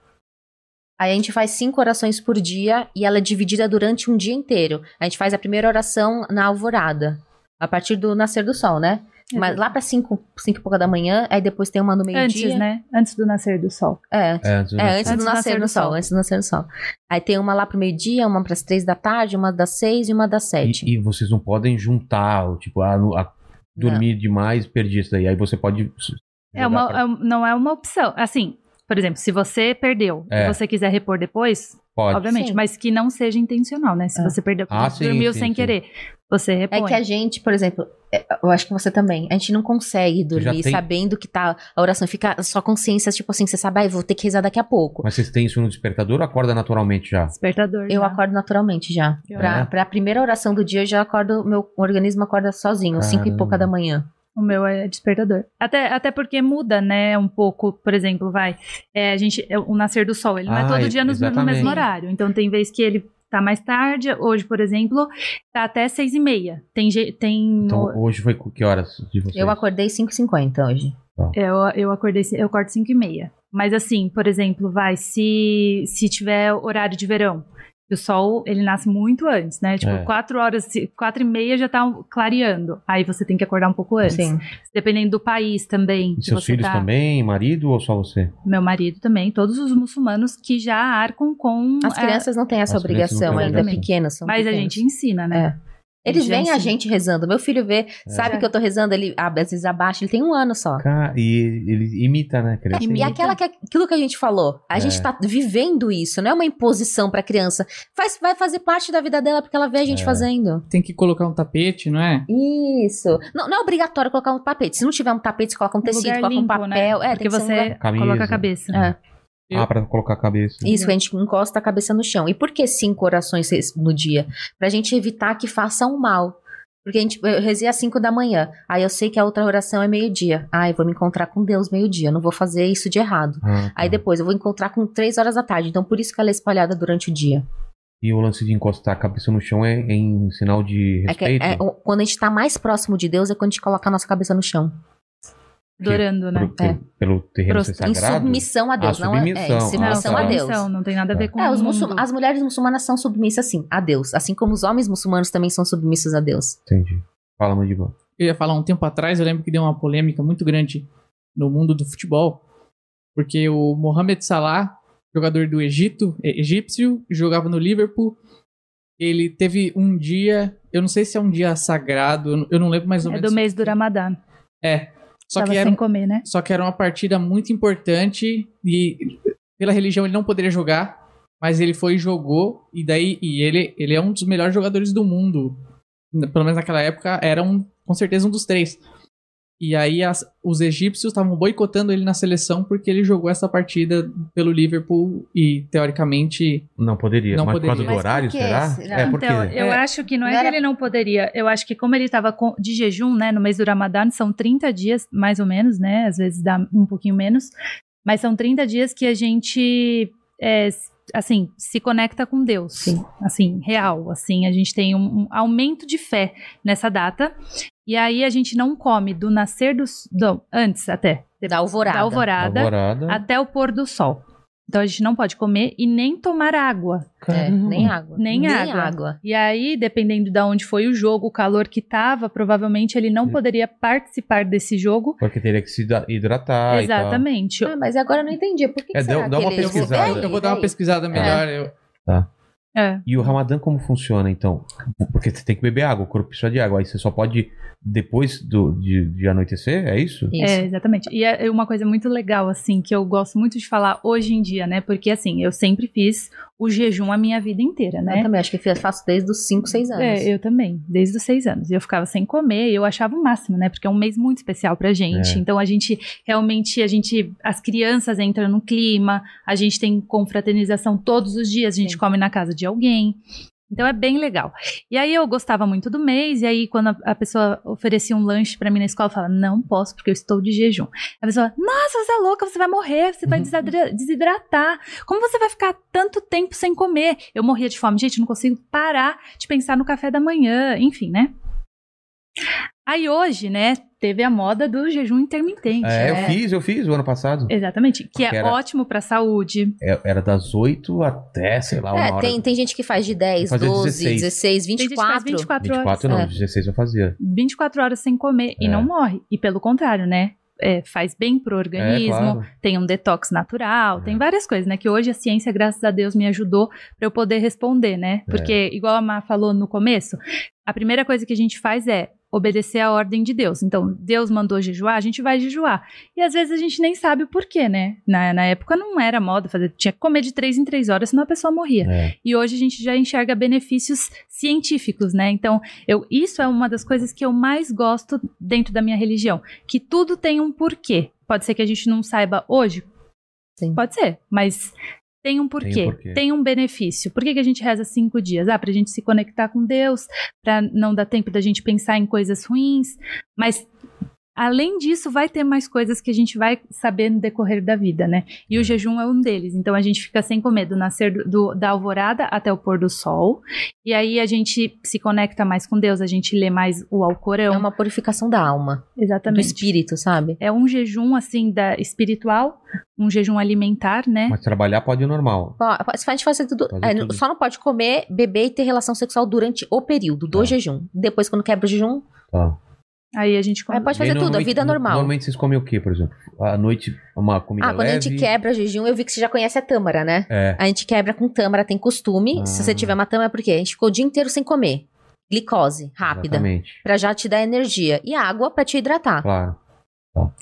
C: Aí a gente faz cinco orações por dia e ela é dividida durante um dia inteiro. A gente faz a primeira oração na alvorada, a partir do nascer do sol, né? Mas lá pra cinco, cinco e pouca da manhã, aí depois tem uma no meio-dia.
B: Antes, né? Antes do nascer do sol.
C: É.
A: É, antes do
C: É,
A: nascer.
C: antes, do nascer do sol, antes do nascer do sol. Aí tem uma lá pro meio-dia, uma pras três da tarde, uma das seis e uma das sete.
A: E, e vocês não podem juntar, ou, tipo, ah, no- ah,
C: Não.
A: dormir demais, perdi isso daí. Aí você pode.
B: É uma,
A: jogar pra-
B: é um- não é uma opção. Assim, por exemplo, se você perdeu
A: É.
B: e você quiser repor depois,
A: Pode.
B: obviamente,
C: Sim.
B: mas que não seja intencional, né? Se
C: É.
B: você perdeu,
A: Ah,
B: você
A: sim,
B: dormiu
A: sim,
B: sem
A: sim.
B: querer, você repõe.
C: É que a gente, por exemplo, é, eu acho que você também, a gente não consegue dormir
A: tem-
C: sabendo que tá a oração, fica só consciência, tipo assim, você sabe, ah, eu vou ter que rezar daqui a pouco.
A: Mas vocês têm isso no despertador ou acorda naturalmente já?
B: Despertador. né?
C: Eu
B: já.
C: acordo naturalmente já.
B: É.
C: Pra, pra primeira oração do dia, eu já acordo, meu organismo acorda sozinho,
A: Caramba.
C: cinco e pouca da manhã.
B: O meu é despertador. Até, até porque muda, né, um pouco, por exemplo, vai, é, a gente, é o nascer do sol, ele não
A: Ah,
B: é todo
A: e-
B: dia no, no
A: exatamente.
B: mesmo horário. Então tem vez que ele tá mais tarde, hoje, por exemplo, tá até seis e meia. Tem, ge- tem
A: Então
B: no-
A: hoje foi co- que horas de vocês?
C: Eu acordei 5h50 hoje.
B: é, eu, eu acordei, ci- eu acordo cinco e meia. Mas assim, por exemplo, vai, se, se tiver horário de verão, que o sol, ele nasce muito antes, né? Tipo,
A: É.
B: quatro horas, se- quatro e meia já tá um- clareando. Aí você tem que acordar um pouco antes.
C: Sim.
B: Dependendo do país também.
A: E
B: que
A: seus
B: você
A: filhos
B: tá.
A: também, marido ou só você?
B: Meu marido também, todos os muçulmanos que já arcam com.
C: As
B: a-
C: crianças não têm essa
A: as crianças não têm
C: obrigação ainda,
A: obrigação.
C: pequenas
B: é.
C: são
B: mas a
C: pequenas.
B: gente ensina, né?
C: É. Eles
B: Eles já
C: veem a
B: ensinam.
C: gente rezando. Meu filho vê, sabe
B: É.
C: que eu tô rezando, ele ah, às vezes abaixa, ele tem um ano só.
A: Ca- E ele imita, né? Criança
C: E
A: imita.
C: aquela que, aquilo que a gente falou, a
A: É.
C: gente tá vivendo isso, não é uma imposição pra criança. Faz, vai fazer parte da vida dela porque ela vê a gente
A: É.
C: fazendo.
D: Tem que colocar um tapete, não é?
C: Isso. Não, não é obrigatório colocar um tapete. Se não tiver um tapete, você coloca um tecido,
B: lugar
C: coloca um
B: limpo,
C: papel.
B: Né?
C: É,
B: Porque
C: tem que ser um
B: você
C: lugar...
A: Camisa.
B: coloca a cabeça.
C: É.
A: Ah, pra colocar a cabeça.
C: Isso, a gente encosta a cabeça no chão. E por que cinco orações no dia? Pra gente evitar que façam mal. Porque a gente, eu rezei às cinco da manhã. Aí eu sei que a outra oração é meio-dia. Ah, eu vou me encontrar com Deus meio-dia. eu Não vou fazer isso de errado.
A: Ah, tá.
C: Aí depois eu vou encontrar com três horas da tarde. Então por isso que ela é espalhada durante o dia.
A: E o lance de encostar a cabeça no chão é em sinal de
C: É que-
A: respeito?
C: é, o- quando a gente tá mais próximo de Deus é quando a gente coloca a nossa cabeça no chão.
B: Dorando, né?
A: Pelo,
C: é.
A: pelo terreno ser
C: Em
A: É sagrado?
C: submissão a Deus.
A: Ah,
C: não é- É,
A: submissão.
C: em submissão
A: Ah,
C: a
A: tá.
C: Deus.
B: Não, não tem nada a ver né? com
C: É, os
B: o
C: muçul-
B: mundo.
C: as mulheres muçulmanas são submissas, sim, a Deus. Assim como os homens muçulmanos também são submissos a Deus.
A: Entendi. Fala, Mandiba.
D: eu ia falar um tempo atrás, eu lembro que deu uma polêmica muito grande no mundo do futebol, porque o Mohamed Salah, jogador do Egito, é, egípcio, jogava no Liverpool, ele teve um dia, eu não sei se é um dia sagrado, eu não- eu não lembro mais ou
B: É
D: menos.
B: do mês do Ramadã.
D: É. Só
B: Tava
D: que,
C: um
D: era,
B: sem comer, né?
D: só que era uma partida muito importante e pela religião ele não poderia jogar, mas ele foi e jogou e daí e ele, ele é um dos melhores jogadores do mundo. N- Pelo menos naquela época era um, com certeza um dos três. E aí as- os egípcios estavam boicotando ele na seleção porque ele jogou essa partida pelo Liverpool e teoricamente
A: Não poderia.
D: Não
A: mas por causa
D: poderia.
A: do
C: Mas
A: horário,
C: por quê?
A: será?
C: Será?
A: É, por
B: Então,
A: quê?
B: eu
D: É.
B: acho que não é
C: Não
B: que
C: era-
B: ele não poderia. Eu acho que como ele estava de jejum, né, no mês do Ramadã, são 30 dias, mais ou menos, né? Às vezes dá um pouquinho menos. Mas são 30 dias que a gente, é, s- assim, se conecta com Deus.
C: Sim.
B: Assim, real. Assim, a gente tem um, um aumento de fé nessa data. E aí a gente não come do nascer do... s- do- antes até.
C: Da alvorada.
B: Da alvorada.
A: Alvorada.
B: Até o pôr do sol. Então a gente não pode comer e nem tomar água.
C: É,
A: Caramba.
C: nem água.
B: Nem água. E aí, dependendo de onde foi o jogo, o calor que tava, provavelmente ele não
A: Hum.
B: poderia participar desse jogo.
A: Porque teria que se hidra- hidratar e
B: Exatamente.
C: Ah, mas agora eu não entendi. Por que,
A: É,
C: que será
A: dá- dá
C: que
A: uma
C: ele- É,
A: pesquisada.
D: eu
C: Peraí,
D: vou, eu vou dar uma
C: peraí.
D: pesquisada melhor. eu-
B: É.
A: tal. E o ramadã como funciona, então? Porque você tem que beber água, o corpo precisa de água. Aí você só pode depois do, de, de anoitecer, é isso?
B: É,
C: Isso.
B: exatamente. E é uma coisa muito legal, assim, que eu gosto muito de falar hoje em dia, né? Porque, assim, eu sempre fiz o jejum a minha vida inteira, né?
C: Eu também acho que eu faço desde os 5, 6 anos.
B: É, eu também, desde os seis anos. E eu ficava sem comer, e eu achava o máximo, né? Porque é um mês muito especial pra gente.
A: É.
B: Então a gente realmente, a gente, as crianças entram no clima, a gente tem confraternização todos os dias, a gente
C: Sim.
B: come na casa de alguém. Então é bem legal. E aí eu gostava muito do mês, e aí quando a, a pessoa oferecia um lanche pra mim na escola, eu falava, não posso, porque eu estou de jejum. A pessoa, nossa, você é louca, você vai morrer, você
A: Uhum.
B: vai desidra- desidratar. Como você vai ficar tanto tempo sem comer? Eu morria de fome. Gente, eu não consigo parar de pensar no café da manhã, enfim, né? Aí hoje, né, teve a moda do jejum intermitente.
A: É, eu
C: É.
A: fiz, eu fiz o ano passado.
B: Exatamente, que é
A: Era-
B: ótimo pra saúde.
A: É, Era das 8 até, sei lá, uma
C: É,
A: hora.
C: tem, tem gente que faz de 10,
A: Fazer
C: 12,
A: 16.
C: 16,
B: Tem gente que
C: 24.
B: faz 24,
A: 24 não,
C: É.
A: 16 eu fazia.
B: 24 horas sem comer e
A: É.
B: não morre. E pelo contrário, né? é, faz bem pro organismo,
A: É, claro.
B: tem um detox natural,
A: É.
B: tem várias coisas, né? Que hoje a ciência, graças a Deus, me ajudou pra eu poder responder, né? Porque, igual a Má falou no começo, a primeira coisa que a gente faz é obedecer a ordem de Deus. Então, Deus mandou jejuar, a gente vai jejuar. E às vezes a gente nem sabe o porquê, né? Na, na época não era moda fazer, tinha que comer de três em três horas, senão a pessoa morria.
A: É.
B: E hoje a gente já enxerga benefícios científicos, né? Então, eu, isso é uma das coisas que eu mais gosto dentro da minha religião, que tudo tem um porquê. Pode ser que a gente não saiba hoje,
C: Sim.
B: pode ser, mas tem um porquê, tem um,
A: porquê.
B: benefício. Por que, que a gente reza cinco dias? Ah, pra gente se conectar com Deus, pra não dar tempo da gente pensar em coisas ruins, mas... Além disso, vai ter mais coisas que a gente vai saber no decorrer da vida, né? E o jejum é um deles. Então a gente fica sem comer do nascer do- do- da alvorada até o pôr do sol. E aí a gente se conecta mais com Deus, a gente lê mais o Alcorão.
C: É uma purificação da alma, do
B: um Exatamente.
C: espírito, sabe?
B: É um jejum assim da espiritual, um jejum alimentar,
C: É.
B: né?
A: Mas trabalhar pode ir normal.
C: Ó, A gente faz tudo,
A: Fazer
C: é,
A: tudo.
C: Só não pode comer, beber e ter relação sexual durante o período do
A: Tá.
C: jejum. Depois, quando quebra o jejum,
A: Tá.
B: Aí a gente come.
C: aí pode fazer
A: E aí,
C: tudo, a
A: normalmente-
C: vida é
A: no-
C: normal.
A: Normalmente vocês comem o quê, por exemplo? À noite, uma comida
C: Ah, quando
A: leve?
C: a gente quebra jejum, eu vi que você já conhece a tâmara, né?
A: É.
C: A gente quebra com tâmara, tem costume.
A: Ah.
C: Se você tiver uma tâmara, por quê? A gente ficou o dia inteiro sem comer. Glicose, rápida.
A: Exatamente.
C: Pra já te dar energia. E água pra te hidratar.
A: Claro.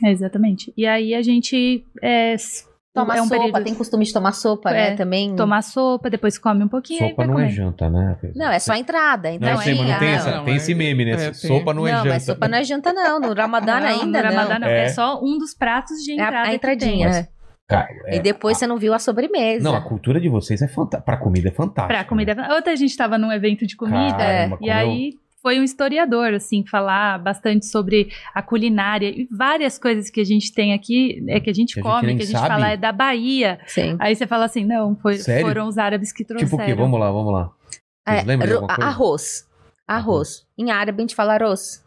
B: É, exatamente. E aí a gente é, s-
C: Toma
B: é um
C: sopa,
B: período
C: tem costume de tomar sopa,
B: É,
C: né? Também.
B: tomar sopa, depois come um pouquinho aí
A: Sopa
B: vai
A: não é
B: comer.
A: janta, né?
C: Não, é só a entrada.
A: Não,
C: Então
A: eu
C: é
A: sei, mas não tem,
D: ah,
A: essa,
D: não,
A: tem
D: é-
A: esse meme, né?
D: é, tem.
A: sopa não é
C: Não,
A: janta.
C: mas sopa não é janta, não. No Ramadã
B: Não,
C: ainda.
B: no Ramadã
C: não.
B: não. É.
A: É.
B: só um dos pratos de
C: É
B: entrada.
C: a, a
B: que
C: entradinha.
B: tem.
C: né?
A: Cara, é-
C: E depois você não viu a sobremesa.
A: Não, a cultura de vocês é fantástica. Pra comida é fantástica.
B: Pra comida. Outra a gente tava num evento de comida
A: Caramba,
B: E
A: comeu-
B: aí foi um historiador, assim, falar bastante sobre a culinária e várias coisas que a gente tem aqui, é que a gente
A: Que a gente
B: come,
A: nem
B: que a gente
A: sabe.
B: fala é da Bahia.
C: Sim.
B: Aí você fala assim, não, foi-
A: Sério?
B: foram os árabes que trouxeram.
A: Tipo o quê? Vamos lá, vamos lá. Ah, Vocês
C: É,
A: lembram de
C: ro-
A: alguma coisa?
C: Arroz. Arroz. Em árabe a gente fala arroz.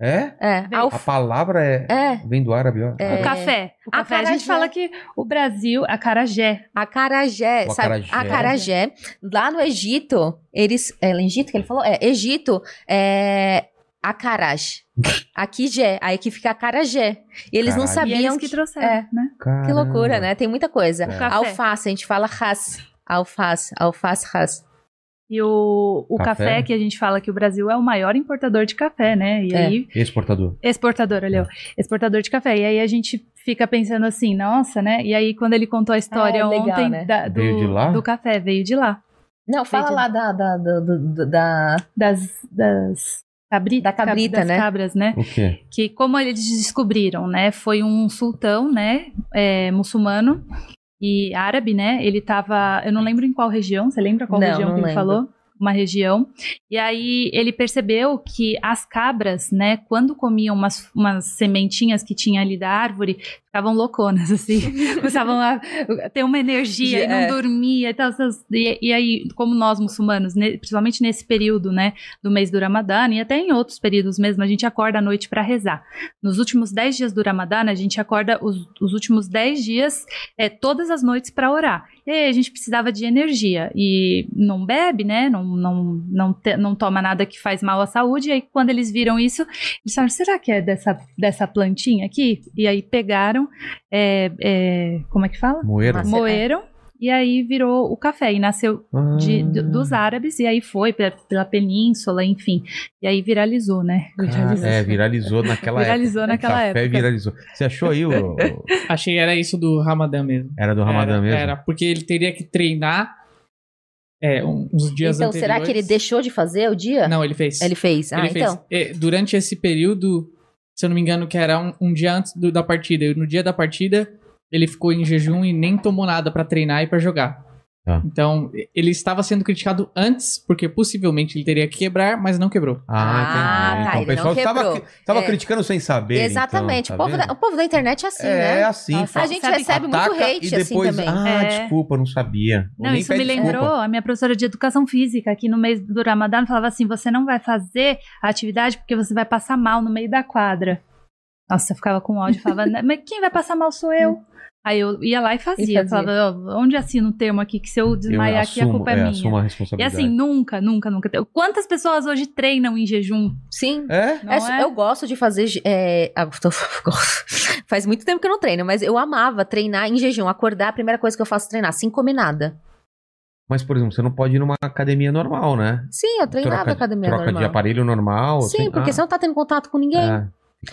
A: É?
C: É.
B: Bem,
A: A
C: alf-
A: palavra é...
C: É.
A: vem do árabe, ó.
B: O
C: É.
B: café. O café a gente
C: Acarajé.
B: fala que o Brasil, a Carajé.
C: Acarajé,
A: O
C: sabe?
A: acarajé.
C: Acarajé. Lá no Egito, eles. É no Egito que ele falou? É, Egito é.
A: [laughs]
C: Acaraj. Aqui Jé. Aí que fica Acarajé. E eles não
A: Caralho.
B: e
C: sabiam
B: eles
C: que.
B: que trouxeram,
C: é.
B: né?
C: Que loucura, né? Tem muita coisa.
A: O
B: café.
C: Alface, a gente fala ras. Alface, alface, ras.
B: E o, o café.
A: Café.
B: que a gente fala que o Brasil é o maior importador de café, né? E
C: É.
B: aí
A: Exportador.
B: Exportador, olha, eu.
A: É.
B: exportador de café. E aí a gente fica pensando assim, nossa, né? E aí quando ele contou a história
C: Ah, é legal,
B: ontem
C: né?
B: da- do,
A: Veio de lá?
B: do café, veio de lá.
C: Não, fala
B: Entendi.
C: lá da, da, do- do- do- da-
B: Das, das, cabri-
C: Da cabrita,
B: das
C: né?
B: cabras, né?
A: O quê?
B: Que como eles descobriram, né? Foi um sultão, né? É, muçulmano e árabe, né? Ele tava, eu não lembro em qual região, você lembra qual
C: Não,
B: região
C: não
B: que ele
C: lembro.
B: falou? Uma região. E aí ele percebeu que as cabras, né, quando comiam umas, umas sementinhas que tinha ali da árvore, ficavam louconas, assim. Começavam a ter uma energia e não
C: É.
B: dormia e tal. essas- E, e aí, como nós muçulmanos, ne- principalmente nesse período, né, do mês do Ramadã e até em outros períodos mesmo, a gente acorda à noite para rezar. Nos últimos 10 dias do Ramadã, a gente acorda os, os últimos 10 dias, é, todas as noites para orar. E aí a gente precisava de energia e não bebe, né, não, não, não, te- não toma nada que faz mal à saúde. E aí, quando eles viram isso, eles falaram, será que é dessa, dessa plantinha aqui? E aí pegaram, é, é, como é que fala?
A: Moeiro.
C: Mas-
B: Moeram. E aí virou o café e nasceu
A: Ah,
B: de- do- dos árabes e aí foi pra- pela península, enfim. E aí viralizou, né?
A: cara, é, viralizou naquela
B: Viralizou
A: época.
B: naquela
A: Café
B: época.
A: viralizou. Você achou aí o...
D: Achei que era isso do Ramadã mesmo.
A: Era do Ramadã
D: era,
A: mesmo?
D: Era, porque ele teria que treinar é, um- uns dias
C: Então,
D: anteriores.
C: será que ele deixou de fazer o dia?
D: Não, ele fez.
C: Ele fez. Ah,
D: Ele fez.
C: então.
D: É, durante esse período, se eu não me engano, que era um, um dia antes do- da partida. E no dia da partida, ele ficou em jejum e nem tomou nada pra treinar e pra jogar.
A: Ah.
D: Então, e- ele estava sendo criticado antes, porque possivelmente ele teria que quebrar, mas não quebrou.
A: Ah,
C: Ah,
A: entendi.
C: tá,
A: então o
C: ele
A: pessoal
C: não
A: tava,
C: quebrou.
A: tava
C: É.
A: criticando sem saber.
C: Exatamente.
A: então,
C: o,
A: tá
C: povo
A: vendo?
C: da, o povo da internet é assim,
A: É
C: né?
A: assim.
B: Nossa,
A: fala-
C: A gente
B: Sabe que
C: recebe muito
A: ataca
C: hate
A: e depois,
C: assim também.
A: Ah,
B: É.
A: desculpa, não sabia. Ou
B: Não,
A: nem
B: isso me
A: pede desculpa.
B: lembrou a minha professora de educação física, que no mês do Ramadã falava assim: você não vai fazer a atividade porque você vai passar mal no meio da quadra. Nossa, eu ficava com ódio, falava, "Né, mas quem vai passar mal sou eu. Aí eu ia lá e fazia.
C: fazia.
B: Falava, "Ó, onde assina o termo aqui que se eu
A: Eu
B: desmaiar aqui a
A: assumo-
B: culpa é, minha.
A: assumo a
B: E
A: responsabilidade.
B: assim, nunca, nunca, nunca. Quantas pessoas hoje treinam em jejum?
C: Sim.
A: É?
B: Não
C: É,
B: é?
C: Eu gosto de fazer. é, ah, [laughs] tô- faz muito tempo que eu não treino, mas eu amava treinar em jejum. Acordar, a primeira coisa que eu faço é treinar, sem comer nada.
A: Mas, por exemplo, você não pode ir numa academia normal, né?
C: Sim, eu treinava
A: troca
C: academia
A: troca
C: normal.
A: de aparelho normal. Ah,
C: Sim, porque você não tá tendo contato com ninguém.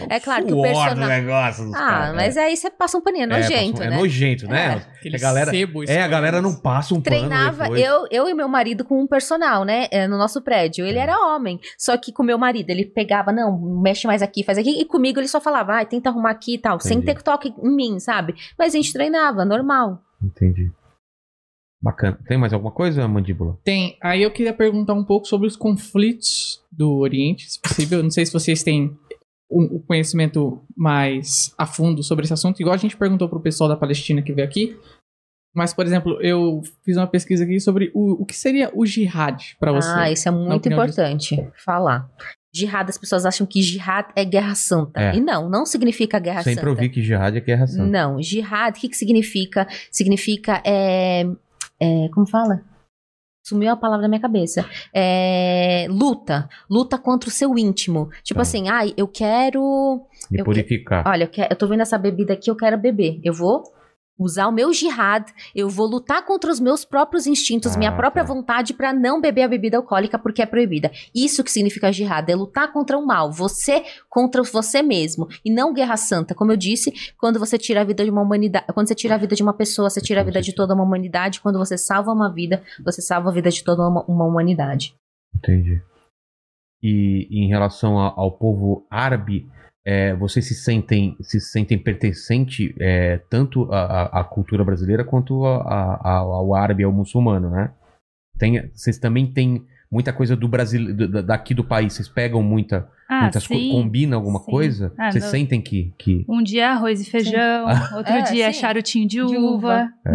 C: É claro que o
A: do
C: personagem.
A: negócio dos
C: Ah,
A: caras, né?
C: mas aí você passa um paninho, é
A: É,
C: nojento,
A: é
C: né?
A: nojento, né?
D: Aquele
A: A galera- É,
D: sebo
A: a
D: escorrendo.
A: galera não passa um pano
C: Treinava
A: depois.
C: eu, eu e meu marido com um personal, né? é, No nosso prédio. Ele era homem. Só que com meu marido, ele pegava, não, mexe mais aqui, faz aqui. E comigo ele só falava, ai, tenta arrumar aqui e tal. Sem
A: Entendi.
C: ter toque em mim, sabe? Mas a gente treinava, normal.
A: Entendi. Bacana. Tem mais alguma coisa, mandíbula?
D: Tem. Aí eu queria perguntar um pouco sobre os conflitos do Oriente, se possível. Não sei se vocês têm um, um conhecimento mais a fundo sobre esse assunto, igual a gente perguntou pro pessoal da Palestina que veio aqui. Mas, por exemplo, eu fiz uma pesquisa aqui sobre o, o que seria o jihad para você.
C: Ah, isso é muito
D: opinião de-
C: importante falar. Jihad, as pessoas acham que jihad é guerra santa.
A: É.
C: E não, não significa guerra
A: Sempre
C: santa.
A: ouvi que jihad é guerra santa.
C: Não, jihad, o que, que significa? Significa. É, é, como fala? Sumiu a palavra da minha cabeça. É, luta. Luta contra o seu íntimo. Tipo
A: Tá.
C: assim, ai, eu quero.
A: Me
C: Eu que-
A: purificar.
C: Olha, eu, que- eu tô vendo essa bebida aqui, eu quero beber. Eu vou. Usar o meu jihad, eu vou lutar contra os meus próprios instintos,
A: Ah,
C: minha própria
A: tá.
C: vontade pra não beber a bebida alcoólica porque é proibida. Isso que significa jihad, é lutar contra o mal, você contra você mesmo e não guerra santa. Como eu disse, quando você tira a vida de uma humanidade, quando você tira a vida de uma pessoa, você tira a vida de toda uma humanidade. Quando você salva uma vida, você salva a vida de toda uma, uma humanidade.
A: Entendi. E em relação a- ao povo árabe, é, vocês se sentem, se sentem pertencente é, tanto à, à- à cultura brasileira quanto a- a- a- ao árabe, ao muçulmano, né? Tem, vocês também têm muita coisa do Brasil, do- da- daqui do país. Vocês pegam muita,
B: Ah,
A: muitas coisas,
B: sim.
A: combina alguma
B: sim.
A: coisa?
B: Ah,
A: vocês
B: não.
A: sentem que, que
B: Um dia é arroz e feijão,
A: Ah.
B: outro
C: É,
B: dia é
C: sim.
B: charutinho de, uva.
C: De uva.
A: é,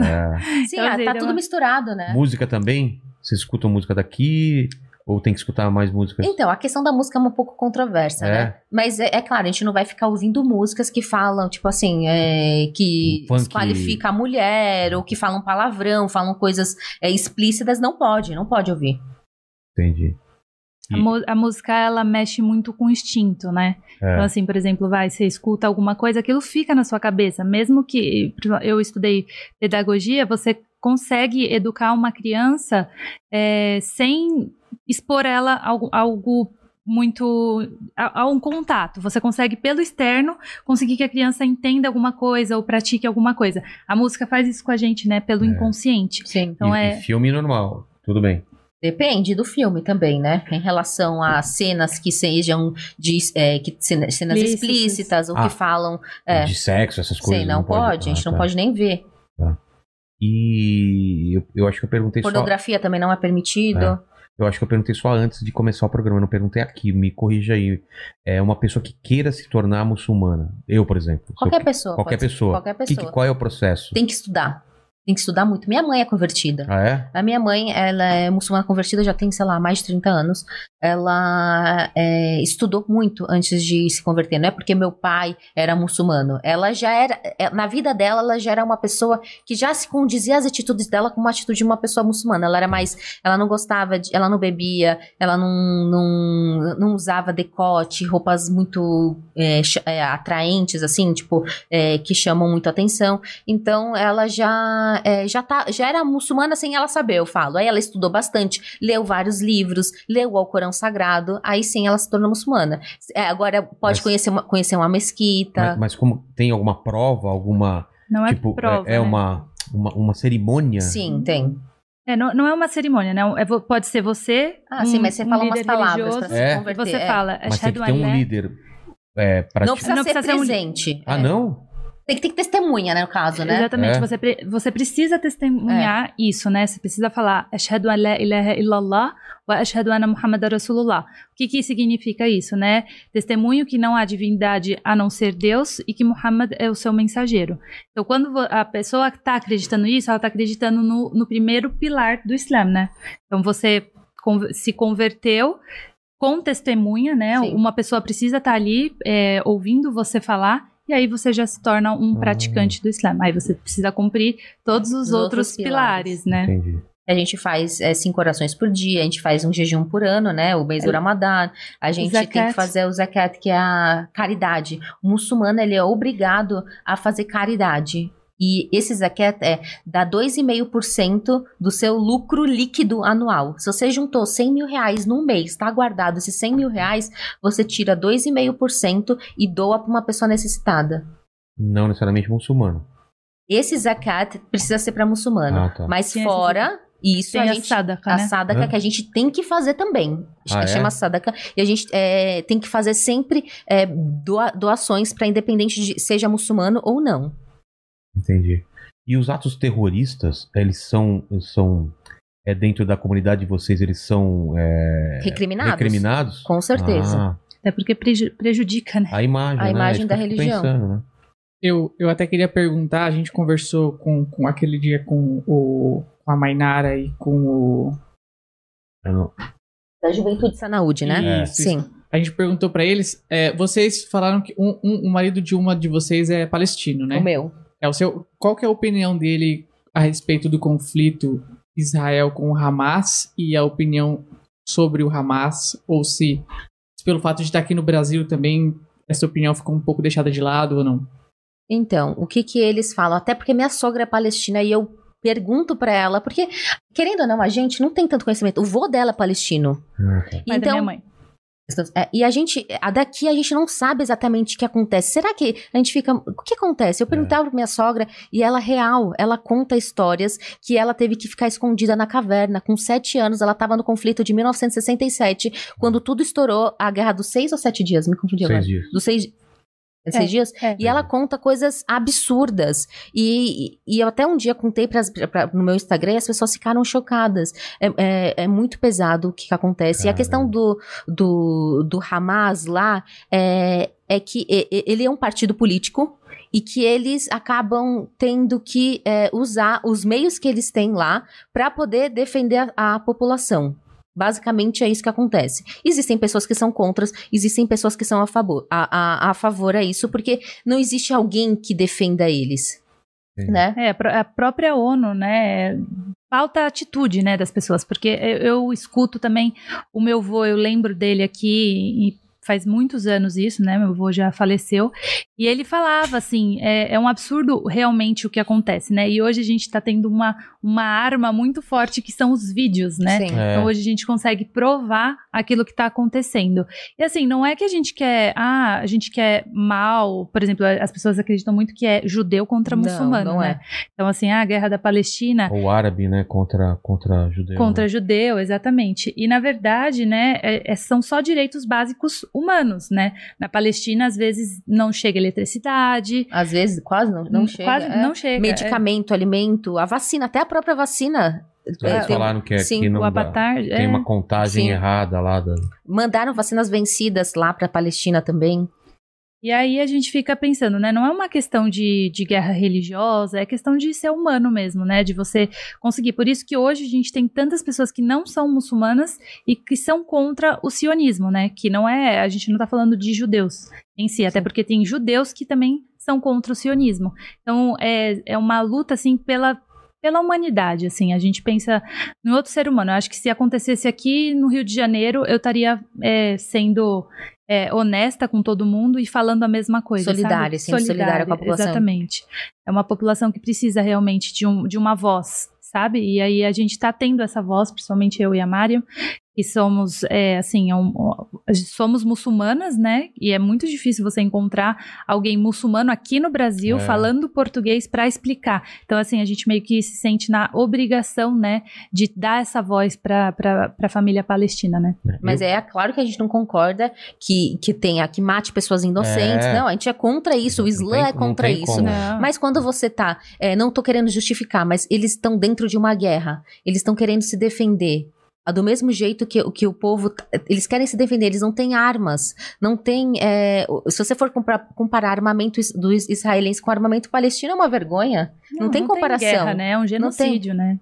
C: Sim,
B: Então,
C: ah,
B: assim,
C: tá
B: deu
C: tudo
B: uma-
C: misturado, né?
A: Música também? Vocês escutam música daqui? Ou tem que escutar mais músicas?
C: Então, a questão da música é um pouco controversa, né?
A: É,
C: Mas é, é claro, a gente não vai ficar ouvindo músicas que falam, tipo assim, é, que
A: Um funk-
C: desqualifica a mulher, ou que falam palavrão, falam coisas é, explícitas, não pode, não pode ouvir.
A: entendi.
B: A, mu- a música, ela mexe muito com o instinto, né?
A: É.
B: Então, assim, por exemplo, vai, você escuta alguma coisa, aquilo fica na sua cabeça. Mesmo que por exemplo, eu estudei pedagogia, você consegue educar uma criança eh, sem expor ela a algo, algo muito a, a um contato. Você consegue pelo externo conseguir que a criança entenda alguma coisa ou pratique alguma coisa. A música faz isso com a gente, né? Pelo
A: É.
B: inconsciente.
C: Sim.
B: Então
A: E-
B: é
A: e filme normal, tudo bem.
C: Depende do filme também, né? Em relação a cenas que sejam de, é, que cena- cenas
B: Explícitas.
C: explícitas, ou
A: Ah.
C: que falam. É,
A: de sexo, essas coisas.
C: sei, não, pode, a gente
A: Ah,
C: não
A: tá.
C: pode nem ver.
A: E eu, eu acho que eu perguntei só.
C: Pornografia também não é permitido.
A: É. Eu acho que eu perguntei só antes de começar o programa, eu não perguntei aqui, me corrija aí. É uma pessoa que queira se tornar muçulmana. Eu, por exemplo. Se eu-
C: Qualquer pessoa.
A: qualquer
C: pode ser,
A: pessoa.
C: Qualquer
A: Que-
C: pessoa.
A: que- qual é o processo?
C: Tem que estudar. Tem que estudar muito. Minha mãe é convertida.
A: Ah, é?
C: A minha mãe, ela é muçulmana convertida, já tem, sei lá, mais de 30 anos. Ela é, estudou muito antes de se converter. Não é porque meu pai era muçulmano. Ela já era, é, na vida dela, ela já era uma pessoa que já se condizia as atitudes dela com uma atitude de uma pessoa muçulmana. Ela era mais, ela não gostava, de, ela não bebia, ela não, não, não usava decote, roupas muito é, ch- é, atraentes, assim, tipo, é, que chamam muito atenção. Então ela já é, já, tá, já era muçulmana sem ela saber, eu falo. Aí ela estudou bastante, leu vários livros, leu o Alcorão Sagrado, aí sim ela se tornou muçulmana. É, agora pode
A: Mas-
C: conhecer, uma, conhecer uma mesquita.
A: Mas, mas como tem alguma prova, alguma.
B: não é
A: tipo, é-
B: prova.
A: é,
B: né?
A: uma, uma, uma cerimônia?
C: Sim, tem.
B: É, não, não é uma cerimônia, né? É vo- pode ser você. um
C: Ah, sim, mas você fala umas
B: líder
C: palavras
B: religioso,
C: pra se
A: É.
B: E
C: converter.
B: você
C: é.
B: fala,
A: Mas tem que
B: "Ashhadu
A: ter
B: an
A: um
B: la-"
A: líder é, pra
C: Não
A: te-
C: precisa
B: Não
C: ser
B: precisa ser um li-
C: presente.
A: Ah,
C: é.
A: não?
C: Tem que ter testemunha, né, no caso, né? É.
B: Exatamente,
A: É.
B: você, pre- você precisa testemunhar isso, né? Você precisa falar Ashhadu an la ilaha illallah wa ashhadu anna Muhammad Rasulullah. O que que significa isso, né? Testemunho que não há divindade a não ser Deus e que Muhammad é o seu mensageiro. Então, quando vo- a pessoa está acreditando nisso, ela está acreditando no, no primeiro pilar do Islã, né? Então, você con- se converteu com testemunha, né?
C: Sim.
B: Uma pessoa precisa estar ali é, ouvindo você falar e aí você já se torna um
A: Ah.
B: praticante do Islã. Aí você precisa cumprir todos os
C: Os
B: outros,
C: outros
B: pilares, né?
A: Entendi.
C: A gente faz é, cinco orações por dia, a gente faz um jejum por ano, né? O
A: É.
C: mês do Ramadã. A gente tem
B: Zakat.
C: que fazer o zakat, que é a caridade. O muçulmano, ele é obrigado a fazer caridade. E esses aqui é, é, dá 2,5% do seu lucro líquido anual. Se você juntou 100 mil reais num mês, está guardado esses 100 mil reais, você tira 2,5% e doa para uma pessoa necessitada.
A: Não necessariamente muçulmano.
C: Esse zakat precisa ser para muçulmano.
A: Ah, tá.
C: Mas
B: Tem
C: fora, isso
B: Tem
C: a
B: a
C: gente
B: sadaca,
C: a
B: né?
C: sadaka
A: Hã?
C: que a gente tem que fazer também.
A: É. Ah, é?
C: Chama sadaka. E a gente é, tem que fazer sempre é, doa- doações para independente de seja muçulmano ou não.
A: Entendi. E os atos terroristas, eles são. são é dentro da comunidade de vocês, eles são é,
C: Recriminados?
A: recriminados?
C: Com certeza.
A: Ah,
B: né? Até porque preju- prejudica, né?
A: a imagem,
C: A
A: né?
C: imagem
A: Isso
C: da
A: que eu fico
C: religião.
A: pensando, né?
D: Eu, eu até queria perguntar, a gente conversou com, com aquele dia com o com a Mainara e com o.
A: Eu não-
C: Da juventude saúde, né?
D: Isso,
C: Sim.
D: A gente perguntou pra eles. é, vocês falaram que um, um- o marido de uma de vocês é palestino, né?
C: O meu.
D: É o seu. Qual que é a opinião dele a respeito do conflito Israel com o Hamas e a opinião sobre o Hamas? Ou se, se pelo fato de estar aqui no Brasil também essa opinião ficou um pouco deixada de lado ou não?
C: Então, o que que eles falam? Até porque minha sogra é palestina e eu pergunto pra ela, porque querendo ou não, a gente não tem tanto conhecimento. O vô dela é palestino.
A: Ah,
B: Pai
A: tá.
B: da minha
C: então,
B: mãe.
C: É, e a gente, a daqui a gente não sabe exatamente o que acontece. Será que a gente fica. O que acontece? Eu perguntava pra minha sogra e ela, é real, ela conta histórias que ela teve que ficar escondida na caverna. Com sete anos, ela tava no conflito de 1967, quando tudo estourou a guerra dos seis ou sete dias, me confundi agora.
A: Seis dias.
C: Dos seis. Seis dias?
B: É.
C: E ela conta coisas absurdas. E, e eu até um dia contei pras- pra- no meu Instagram e as pessoas ficaram chocadas. É, é- é muito pesado o que, que acontece. E a
A: Caramba.
C: questão do, do, do Hamas lá é, é que e- e- ele é um partido político e que eles acabam tendo que é, usar os meios que eles têm lá para poder defender a- a população. Basicamente é isso que acontece. Existem pessoas que são contra, existem pessoas que são a favor a, a, a favor a isso, porque não existe alguém que defenda eles,
A: Entendi.
C: né?
B: É, a pró- a própria ONU, né? Falta atitude, né, das pessoas, porque eu, eu escuto também o meu vô, eu lembro dele aqui, e faz muitos anos isso, né, meu vô já faleceu, e ele falava, assim, é, é um absurdo realmente o que acontece, né, e hoje a gente tá tendo uma, uma arma muito forte que são os vídeos, né,
C: Sim.
A: É.
B: então hoje a gente consegue provar aquilo que está acontecendo. E assim, não é que a gente quer, ah, a gente quer mal, por exemplo, as pessoas acreditam muito que é judeu contra
C: Não,
B: muçulmano,
C: não é.
B: né? Então assim, ah, a guerra da Palestina
A: Ou árabe, né? Contra, contra
C: né?
A: judeu. né?
B: contra judeu, exatamente. E na verdade, né, é- é- são só direitos básicos humanos, né? Na Palestina às vezes não chega eletricidade,
C: Às vezes quase não, não
B: n-
C: chega.
B: quase
C: é.
B: não chega.
C: Medicamento, alimento, a vacina, até a própria vacina.
A: Né? Eles
C: É, tem-
A: falaram que, é-
C: sim,
A: que
B: é,
A: não
B: o
A: dá.
B: avatar
A: Tem
B: é,
A: uma contagem
C: Sim.
A: errada lá. Da...
C: Mandaram vacinas vencidas lá para Palestina também.
B: E aí a gente fica pensando, né? Não é uma questão de, de guerra religiosa, é questão de ser humano mesmo, né? De você conseguir. Por isso que hoje a gente tem tantas pessoas que não são muçulmanas e que são contra o sionismo, né? Que não é. A gente não tá falando de judeus em si, até porque tem judeus que também são contra o sionismo. Então é, é uma luta, assim, pela. Pela humanidade, assim, a gente pensa no outro ser humano. Eu acho que se acontecesse aqui no Rio de Janeiro, eu estaria é, sendo é, honesta com todo mundo e falando a mesma coisa.
C: Solidária,
B: sabe?
C: sim, solidária com a população.
B: Exatamente. É uma população que precisa realmente de, um, de uma voz, sabe? E aí a gente está tendo essa voz, principalmente eu e a Mário, que somos, é, assim, é um- somos muçulmanas, né? E é muito difícil você encontrar alguém muçulmano aqui no Brasil
A: É.
B: falando português para explicar. Então, assim, a gente meio que se sente na obrigação, né, de dar essa voz para a família palestina, né?
C: Mas
A: Eu-
C: é claro que a gente não concorda que, que tenha, que mate pessoas inocentes.
A: É.
C: Não, a gente é contra isso, o
A: Não
C: Islã
A: tem- não
C: é contra
A: tem
C: isso.
A: como.
C: Mas quando você tá, é, não tô querendo justificar, mas eles estão dentro de uma guerra, eles estão querendo se defender. Ah, Do mesmo jeito que, que o povo. tá- Eles querem se defender, eles não têm armas. Não tem. é, o- se você for comprar- comparar armamento is- do is- israelense com armamento palestino, é uma vergonha. Não tem comparação.
B: guerra, né? É um genocídio, né?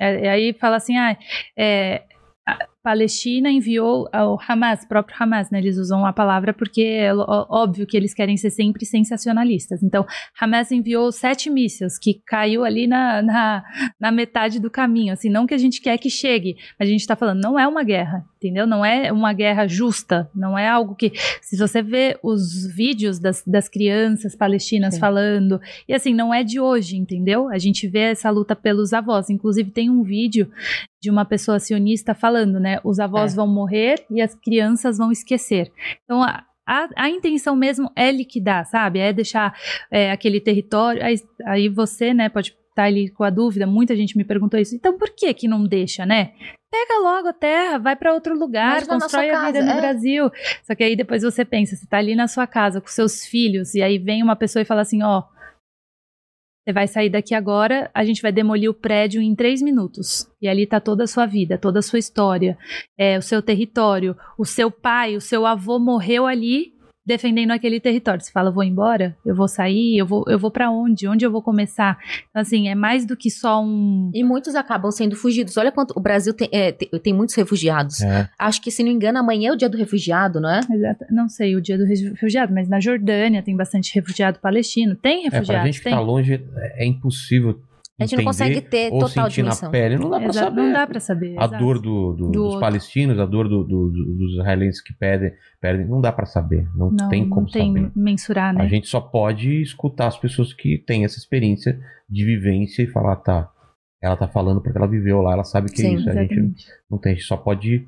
B: É, e aí fala assim, ah, é, a Palestina enviou ao Hamas, próprio Hamas, né? Eles usam a palavra porque é lo- ó- óbvio que eles querem ser sempre sensacionalistas. Então, Hamas enviou sete mísseis que caiu ali na, na, na metade do caminho. Assim, tá não que a gente quer que chegue, mas a gente está falando, não é uma guerra. Tem- entendeu? Não é uma guerra justa, não é algo que. Se você vê os vídeos das, das crianças palestinas
C: Sim.
B: falando, e assim, não é de hoje, entendeu? A gente vê essa luta pelos avós. Inclusive, tem um vídeo de uma pessoa sionista falando, né? Os avós
C: É.
B: vão morrer e as crianças vão esquecer. Então, a, a, a intenção mesmo é liquidar, sabe? É deixar é, aquele território. Aí, aí você, né, pode estar ali com a dúvida. Muita gente me perguntou isso. Então, por que que não deixa, né? Pega logo a terra, vai para outro lugar,
C: Mas na
B: constrói
C: nossa
B: a vida
C: casa,
B: no
C: é.
B: Brasil. Só que aí depois você pensa, você tá ali na sua casa com seus filhos, e aí vem uma pessoa e fala assim: ó, você vai sair daqui agora, a gente vai demolir o prédio em três minutos. E ali tá toda a sua vida, toda a sua história, é, o seu território, o seu pai, o seu avô morreu ali defendendo aquele território. Você fala, vou embora? Eu vou sair? Eu vou, eu vou para onde? Onde eu vou começar? Então, assim, é mais do que só um.
C: E muitos acabam sendo fugidos. Olha quanto. O Brasil tem, é, tem, tem muitos refugiados.
A: É.
C: Acho que, se não engano, amanhã é o dia do refugiado, não é?
B: Exato. Não sei o dia do refugiado, mas na Jordânia tem bastante refugiado palestino. Tem
A: É,
B: refugiados,
A: pra gente que
B: tem.
A: tá longe, é impossível.
C: A gente não consegue ter
A: ou
C: É total
A: sentir na
C: dimensão.
A: pele. Não dá pra
B: Exato,
A: saber.
B: não dá pra saber.
A: A
B: exato.
A: dor do, do-
B: Do
A: dos
B: outro.
A: palestinos, a dor do- do- do- dos israelenses que pedem, perdem, não dá pra saber. Não,
B: não
A: tem como
B: não tem
A: saber.
B: mensurar,
A: A
B: né?
A: gente só pode escutar as pessoas que têm essa experiência de vivência e falar, tá, ela tá falando porque ela viveu lá, ela sabe que é
C: Sim,
A: isso. A gente
B: Exatamente.
A: não tem, a gente só pode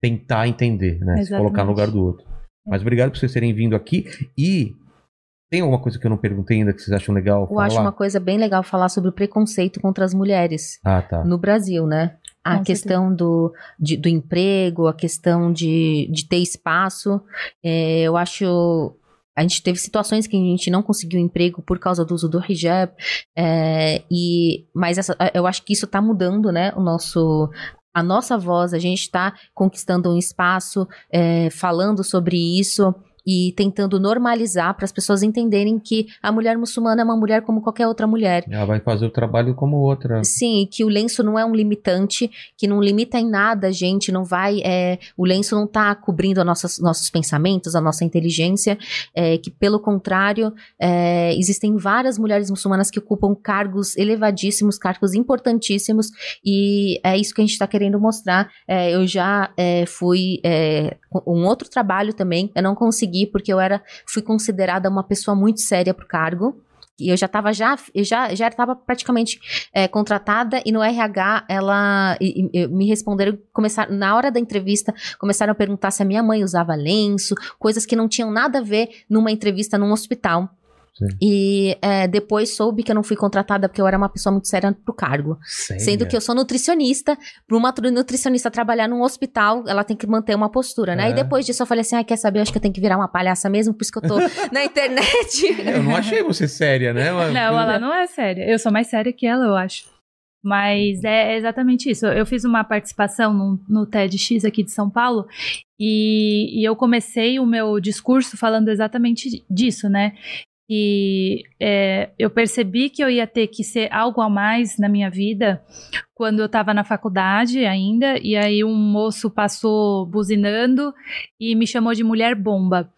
A: tentar entender, né? Se
B: Exatamente. É.
A: colocar no lugar do outro. Mas obrigado por vocês terem vindo aqui. E tem alguma coisa que eu não perguntei ainda que vocês acham legal
C: Eu
A: falar?
C: acho uma coisa bem legal falar sobre o preconceito contra as mulheres
A: Ah, tá.
B: Hum.
C: no Brasil, né? A
B: Com
C: questão do, de- do emprego, a questão de, de ter espaço. É, eu acho. A gente teve situações que a gente não conseguiu emprego por causa do uso do hijab. é, e, mas essa- eu acho que isso está mudando, né? O nosso. A nossa voz, a gente está conquistando um espaço, é, falando sobre isso e tentando normalizar para as pessoas entenderem que a mulher muçulmana é uma mulher como qualquer outra mulher.
A: Ela vai fazer o trabalho como outra.
C: Sim, e que o lenço não é um limitante, que não limita em nada a gente, não vai. é, o lenço não está cobrindo a nossas, nossos pensamentos, a nossa inteligência, é, que pelo contrário, é, existem várias mulheres muçulmanas que ocupam cargos elevadíssimos, cargos importantíssimos, e é isso que a gente está querendo mostrar. É, eu já é, fui. é, com um outro trabalho também, eu não consegui, porque eu era fui considerada uma pessoa muito séria para o cargo. E eu já estava já, eu já, já estava praticamente é, contratada e no RH ela e- e- e me responderam começaram na hora da entrevista começaram a perguntar se a minha mãe usava lenço coisas que não tinham nada a ver numa entrevista num hospital
A: Sim.
C: e é, depois soube que eu não fui contratada porque eu era uma pessoa muito séria pro cargo Sendo que eu sou nutricionista, para uma tru- nutricionista trabalhar num hospital, ela tem que manter uma postura, né?
A: É.
C: E depois disso eu falei assim: ah, quer saber? Eu acho que eu tenho que virar uma palhaça mesmo, por isso que eu
A: [laughs]
C: tô na internet.
A: É, Eu não achei você séria,
B: [laughs]
A: né? Mas-
B: Não, ela não é séria. Eu sou mais séria que ela, eu acho. Mas é exatamente isso. Eu fiz uma participação no, no TEDx aqui de São Paulo e, e eu comecei o meu discurso falando exatamente disso, né? E é, eu percebi que eu ia ter que ser algo a mais na minha vida quando eu estava na faculdade ainda. E aí um moço passou buzinando e me chamou de mulher bomba.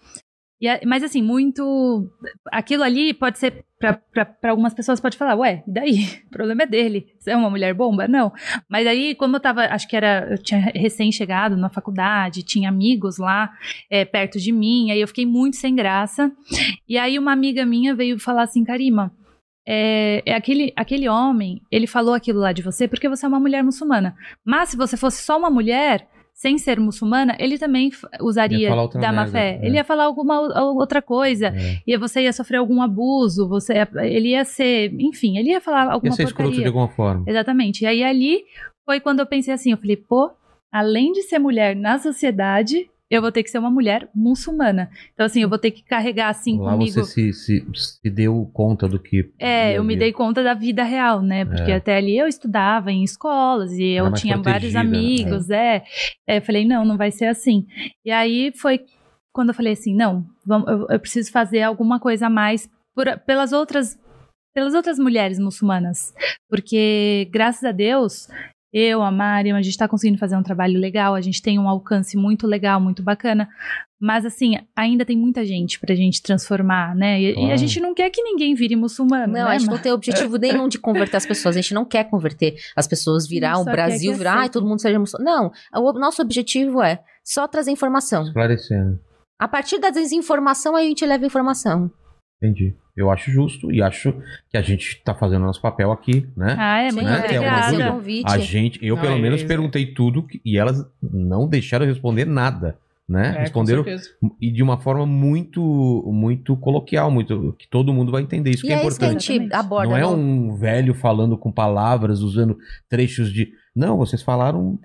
B: E a- mas assim, muito aquilo ali pode ser para algumas pessoas pode falar, ué, e daí? O problema é dele. Você é uma mulher bomba? Não. Mas aí, como eu tava, acho que era, eu tinha recém-chegado na faculdade, tinha amigos lá é, perto de mim, aí eu fiquei muito sem graça. E aí uma amiga minha veio falar assim, Karima, é, é aquele, aquele homem, ele falou aquilo lá de você porque você é uma mulher muçulmana. Mas se você fosse só uma mulher, sem ser muçulmana, ele também f- usaria
A: falar outra
B: da má
A: merda,
B: fé.
A: é.
B: Ele ia falar alguma ou- outra coisa
A: É.
B: e você ia sofrer algum abuso, você ia- ele ia ser, enfim, ele ia falar
A: Ia
B: alguma
A: ser escroto de
B: porcaria.
A: alguma forma.
B: Exatamente. E aí ali foi quando eu pensei assim, eu falei, pô, além de ser mulher na sociedade, eu vou ter que ser uma mulher muçulmana. Então assim, eu vou ter que carregar assim
A: Lá
B: comigo.
A: você se, se, se deu conta do que.
B: É, eu me
A: do-
B: dei conta da vida real, né? Porque
A: É.
B: até ali eu estudava em escolas e
A: Era
B: eu
A: mais
B: tinha vários
A: protegida, né?
B: amigos, é. É, eu falei, não, não vai ser assim. E aí foi quando eu falei assim, não, vamos, eu, eu preciso fazer alguma coisa a mais por- pelas outras pelas outras mulheres muçulmanas, porque graças a Deus eu, a Mariam, a gente está conseguindo fazer um trabalho legal, a gente tem um alcance muito legal, muito bacana. Mas, assim, ainda tem muita gente pra gente transformar, né? E, e a
A: Claro.
B: gente não quer que ninguém vire muçulmano,
C: Não,
B: né?
C: a gente não
B: Mas-
C: tem objetivo nenhum de converter as pessoas. A gente não quer converter as pessoas, virar
B: Só
C: o
B: quer
C: Brasil,
B: que
C: virar, ai,
B: aceitem."
C: todo mundo seja muçulmano. Não, o nosso objetivo é só trazer informação.
A: Esclarecendo.
C: A partir da desinformação, a gente leva informação.
A: Entendi. Eu acho justo e acho que a gente tá fazendo nosso papel aqui, né?
B: Ah, é,
C: Sim,
B: muito
A: né? Que é um
B: obrigada.
A: orgulho.
C: o convite.
A: A gente, eu
D: Não,
A: pelo
D: é
A: menos
D: isso.
A: perguntei tudo que- e elas não deixaram eu responder nada, né?
D: É, com
A: Responderam
D: certeza.
A: e de uma forma muito muito coloquial, muito que todo mundo vai entender isso
C: e
A: que é
C: é isso que a
A: importante.
C: gente
B: Exatamente.
C: aborda. né?
A: não é
C: não-
A: um velho falando com palavras, usando trechos de. Não, vocês falaram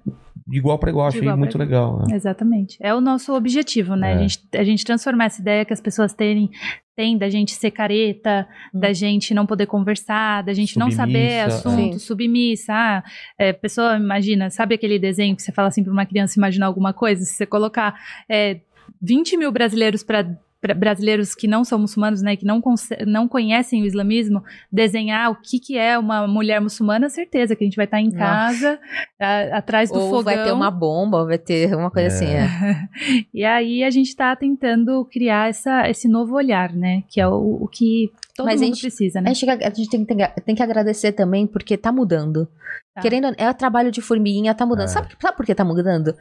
A: de igual para igual,
B: De
A: achei
B: igual pra
A: muito legal. né?
B: Exatamente. É o nosso objetivo, né?
A: É.
B: A, gente, a gente transformar essa ideia que as pessoas têm, têm da gente ser careta,
C: Hum.
B: da gente não poder conversar, da gente não saber
A: Submissa,
B: assunto,
C: é.
B: submissa. Ah, é, pessoa, imagina, sabe aquele desenho que você fala assim para uma criança imaginar alguma coisa? Se você colocar é, 20 mil brasileiros para brasileiros que não são muçulmanos, né, que não, conce- não conhecem o islamismo, desenhar o que, que é uma mulher muçulmana, certeza que a gente vai estar em
C: Nossa.
B: casa, a- atrás do
C: Ou
B: fogão.
C: vai ter uma bomba, ou vai ter uma
A: É.
C: coisa assim.
B: [laughs]
C: É.
B: E aí a gente está tentando criar essa, esse novo olhar, né? Que é o, o que todo
C: Mas a
B: mundo
C: gente-
B: precisa, né?
C: A gente, a gente tem, que- tem que- tem que agradecer também, porque tá mudando.
B: Tá.
C: Querendo, é o trabalho de formiguinha, tá mudando.
A: É.
C: Sabe, sabe por que tá mudando?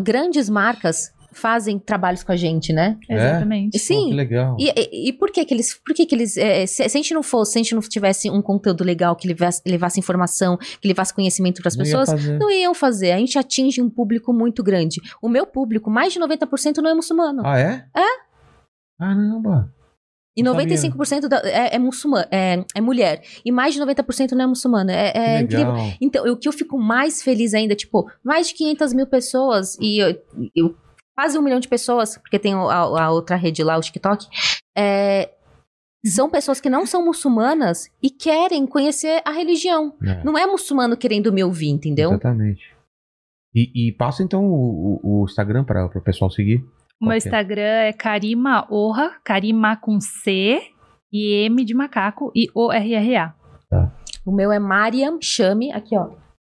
C: Grandes marcas fazem trabalhos com a gente, né?
A: É?
B: Exatamente.
A: Pô, que
C: Sim.
A: legal.
C: E, e- e por que que eles, por que que eles, é, se, se a gente não fosse, se a gente não tivesse um conteúdo legal que levasse, levasse informação, que levasse conhecimento para as
A: Não ia
C: pessoas,
A: fazer.
C: não iam fazer. A gente atinge um público muito grande. O meu público, mais de 90% não é muçulmano.
A: Ah, é? É? Caramba.
C: e
A: não sabia.
C: 95% da- é, é muçulmano, é, é mulher. E mais de 90% não é muçulmano. É, é
A: que
C: incrível.
A: legal.
C: Então, o que eu fico mais feliz ainda, tipo, mais de 500 mil pessoas e eu, eu- quase um milhão de pessoas, porque tem o- a, a outra rede lá, o TikTok, é, são pessoas que não são muçulmanas e querem conhecer a religião.
A: É,
C: Não é muçulmano querendo me ouvir, entendeu?
A: Exatamente. E, e passa então o, o- o Instagram para o pessoal seguir.
B: O meu
A: Ok.
B: Instagram é Karima Orra, Karima com C e M de macaco e O-R-R-A.
C: O meu é Mariam Chame, aqui ó,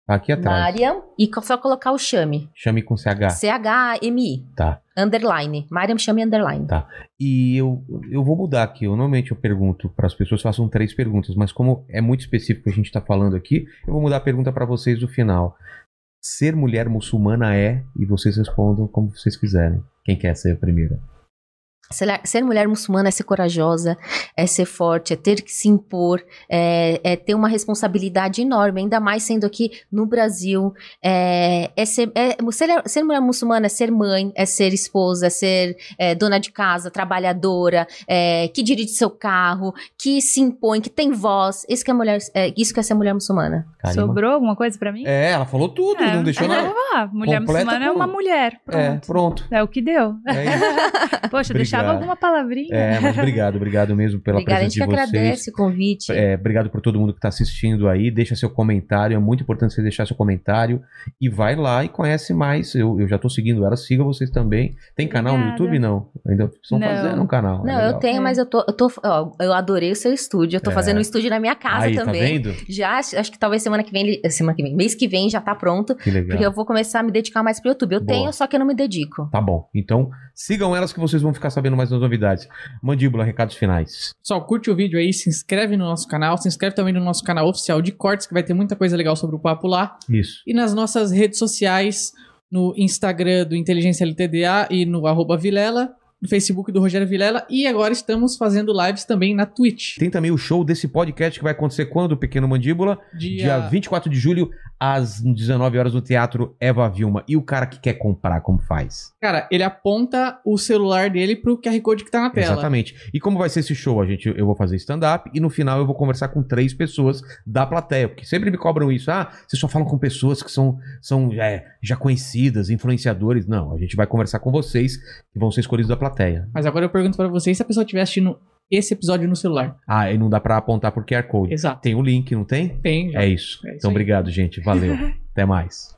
A: Tá aqui atrás.
C: Mariam, e co- só colocar o Chame,
A: Chame com CH.
C: C-H-A-M-I,
A: Tá.
C: underline, Mariam Chame, underline.
A: Tá. E eu, eu vou mudar aqui. Eu, normalmente eu pergunto para as pessoas, façam três perguntas, mas como é muito específico o que a gente está falando aqui, eu vou mudar a pergunta para vocês no final. Ser mulher muçulmana é, e vocês respondam como vocês quiserem. Quem quer ser a primeira?
C: Ser, ser mulher muçulmana é ser corajosa, é ser forte, é ter que se impor, é, é ter uma responsabilidade enorme, ainda mais sendo aqui no Brasil. É, é ser, é- ser- ser mulher muçulmana é ser mãe, é ser esposa, é ser é, dona de casa, trabalhadora, é, que dirige seu carro, que se impõe, que tem voz. Isso que é, mulher, é, isso que é ser mulher muçulmana.
A: Karima?
B: Sobrou alguma coisa pra mim?
A: É, ela falou tudo,
B: É,
A: não deixou
B: mas
C: [laughs]
A: nada.
B: eu vou lá. Mulher
A: Completa
B: muçulmana é
A: com-
B: uma mulher.
A: É,
B: Pronto.
A: pronto.
B: É, o que deu.
A: É isso.
B: Poxa, eu deixava
A: Obrigado.
B: alguma palavrinha.
A: É, mas obrigado, obrigado mesmo pela
C: Obrigada, a gente
A: presença
C: que
A: de vocês.
C: agradece o convite.
A: É, obrigado por todo mundo que está assistindo aí. Deixa seu comentário, é muito importante você deixar seu comentário. E vai lá e conhece mais. Eu, eu já estou seguindo ela, siga vocês também. Tem canal no
B: Obrigada.
A: YouTube? Não. Ainda precisam
B: Não.
A: fazer um canal. é
C: Não, eu
A: legal.
C: tenho,
B: É.
C: mas eu tô, eu tô, ó, eu adorei o seu estúdio. Eu tô
A: É.
C: fazendo um estúdio na minha casa
A: aí,
C: também.
A: Tá vendo?
C: Já, acho acho que talvez semana que vem, ele- semana que vem, mês que vem já tá pronto,
A: Que legal.
C: porque eu vou começar a me dedicar mais pro YouTube. Eu
A: É. Boa.
C: tenho, só que eu não me dedico.
A: Tá bom. Então, sigam elas que vocês vão ficar sabendo mais das novidades. Mandíbula, recados finais.
D: Pessoal, curte o vídeo aí, se inscreve no nosso canal, se inscreve também no nosso canal oficial de cortes, que vai ter muita coisa legal sobre o papo lá.
A: Isso.
D: E nas nossas redes sociais, no Instagram do Inteligência LTDA e no arroba Vilela, no Facebook do Rogério Vilela. E agora estamos fazendo lives também na Twitch.
A: Tem também o show desse podcast que vai acontecer quando, Pequeno Mandíbula? Dia 24 de julho, às 19 horas, no Teatro Eva Vilma. E o cara que quer comprar, como faz?
D: Cara, ele aponta o celular dele pro QR Code que tá na tela.
A: Exatamente. E como vai ser esse show? A gente, eu vou fazer stand-up e no final eu vou conversar com três pessoas da plateia, porque sempre me cobram isso. Ah, vocês só falam com pessoas que são, são é, já conhecidas, influenciadores. Não, a gente vai conversar com vocês que vão ser escolhidos da plateia.
D: Mas agora eu pergunto pra vocês se a pessoa estiver assistindo esse episódio no celular.
A: Ah, e não dá pra apontar por QR Code.
D: Exato.
A: Tem o link, não tem?
D: Tem, já.
A: É isso.
D: É isso
A: então,
D: aí.
A: obrigado, gente. Valeu. Até mais.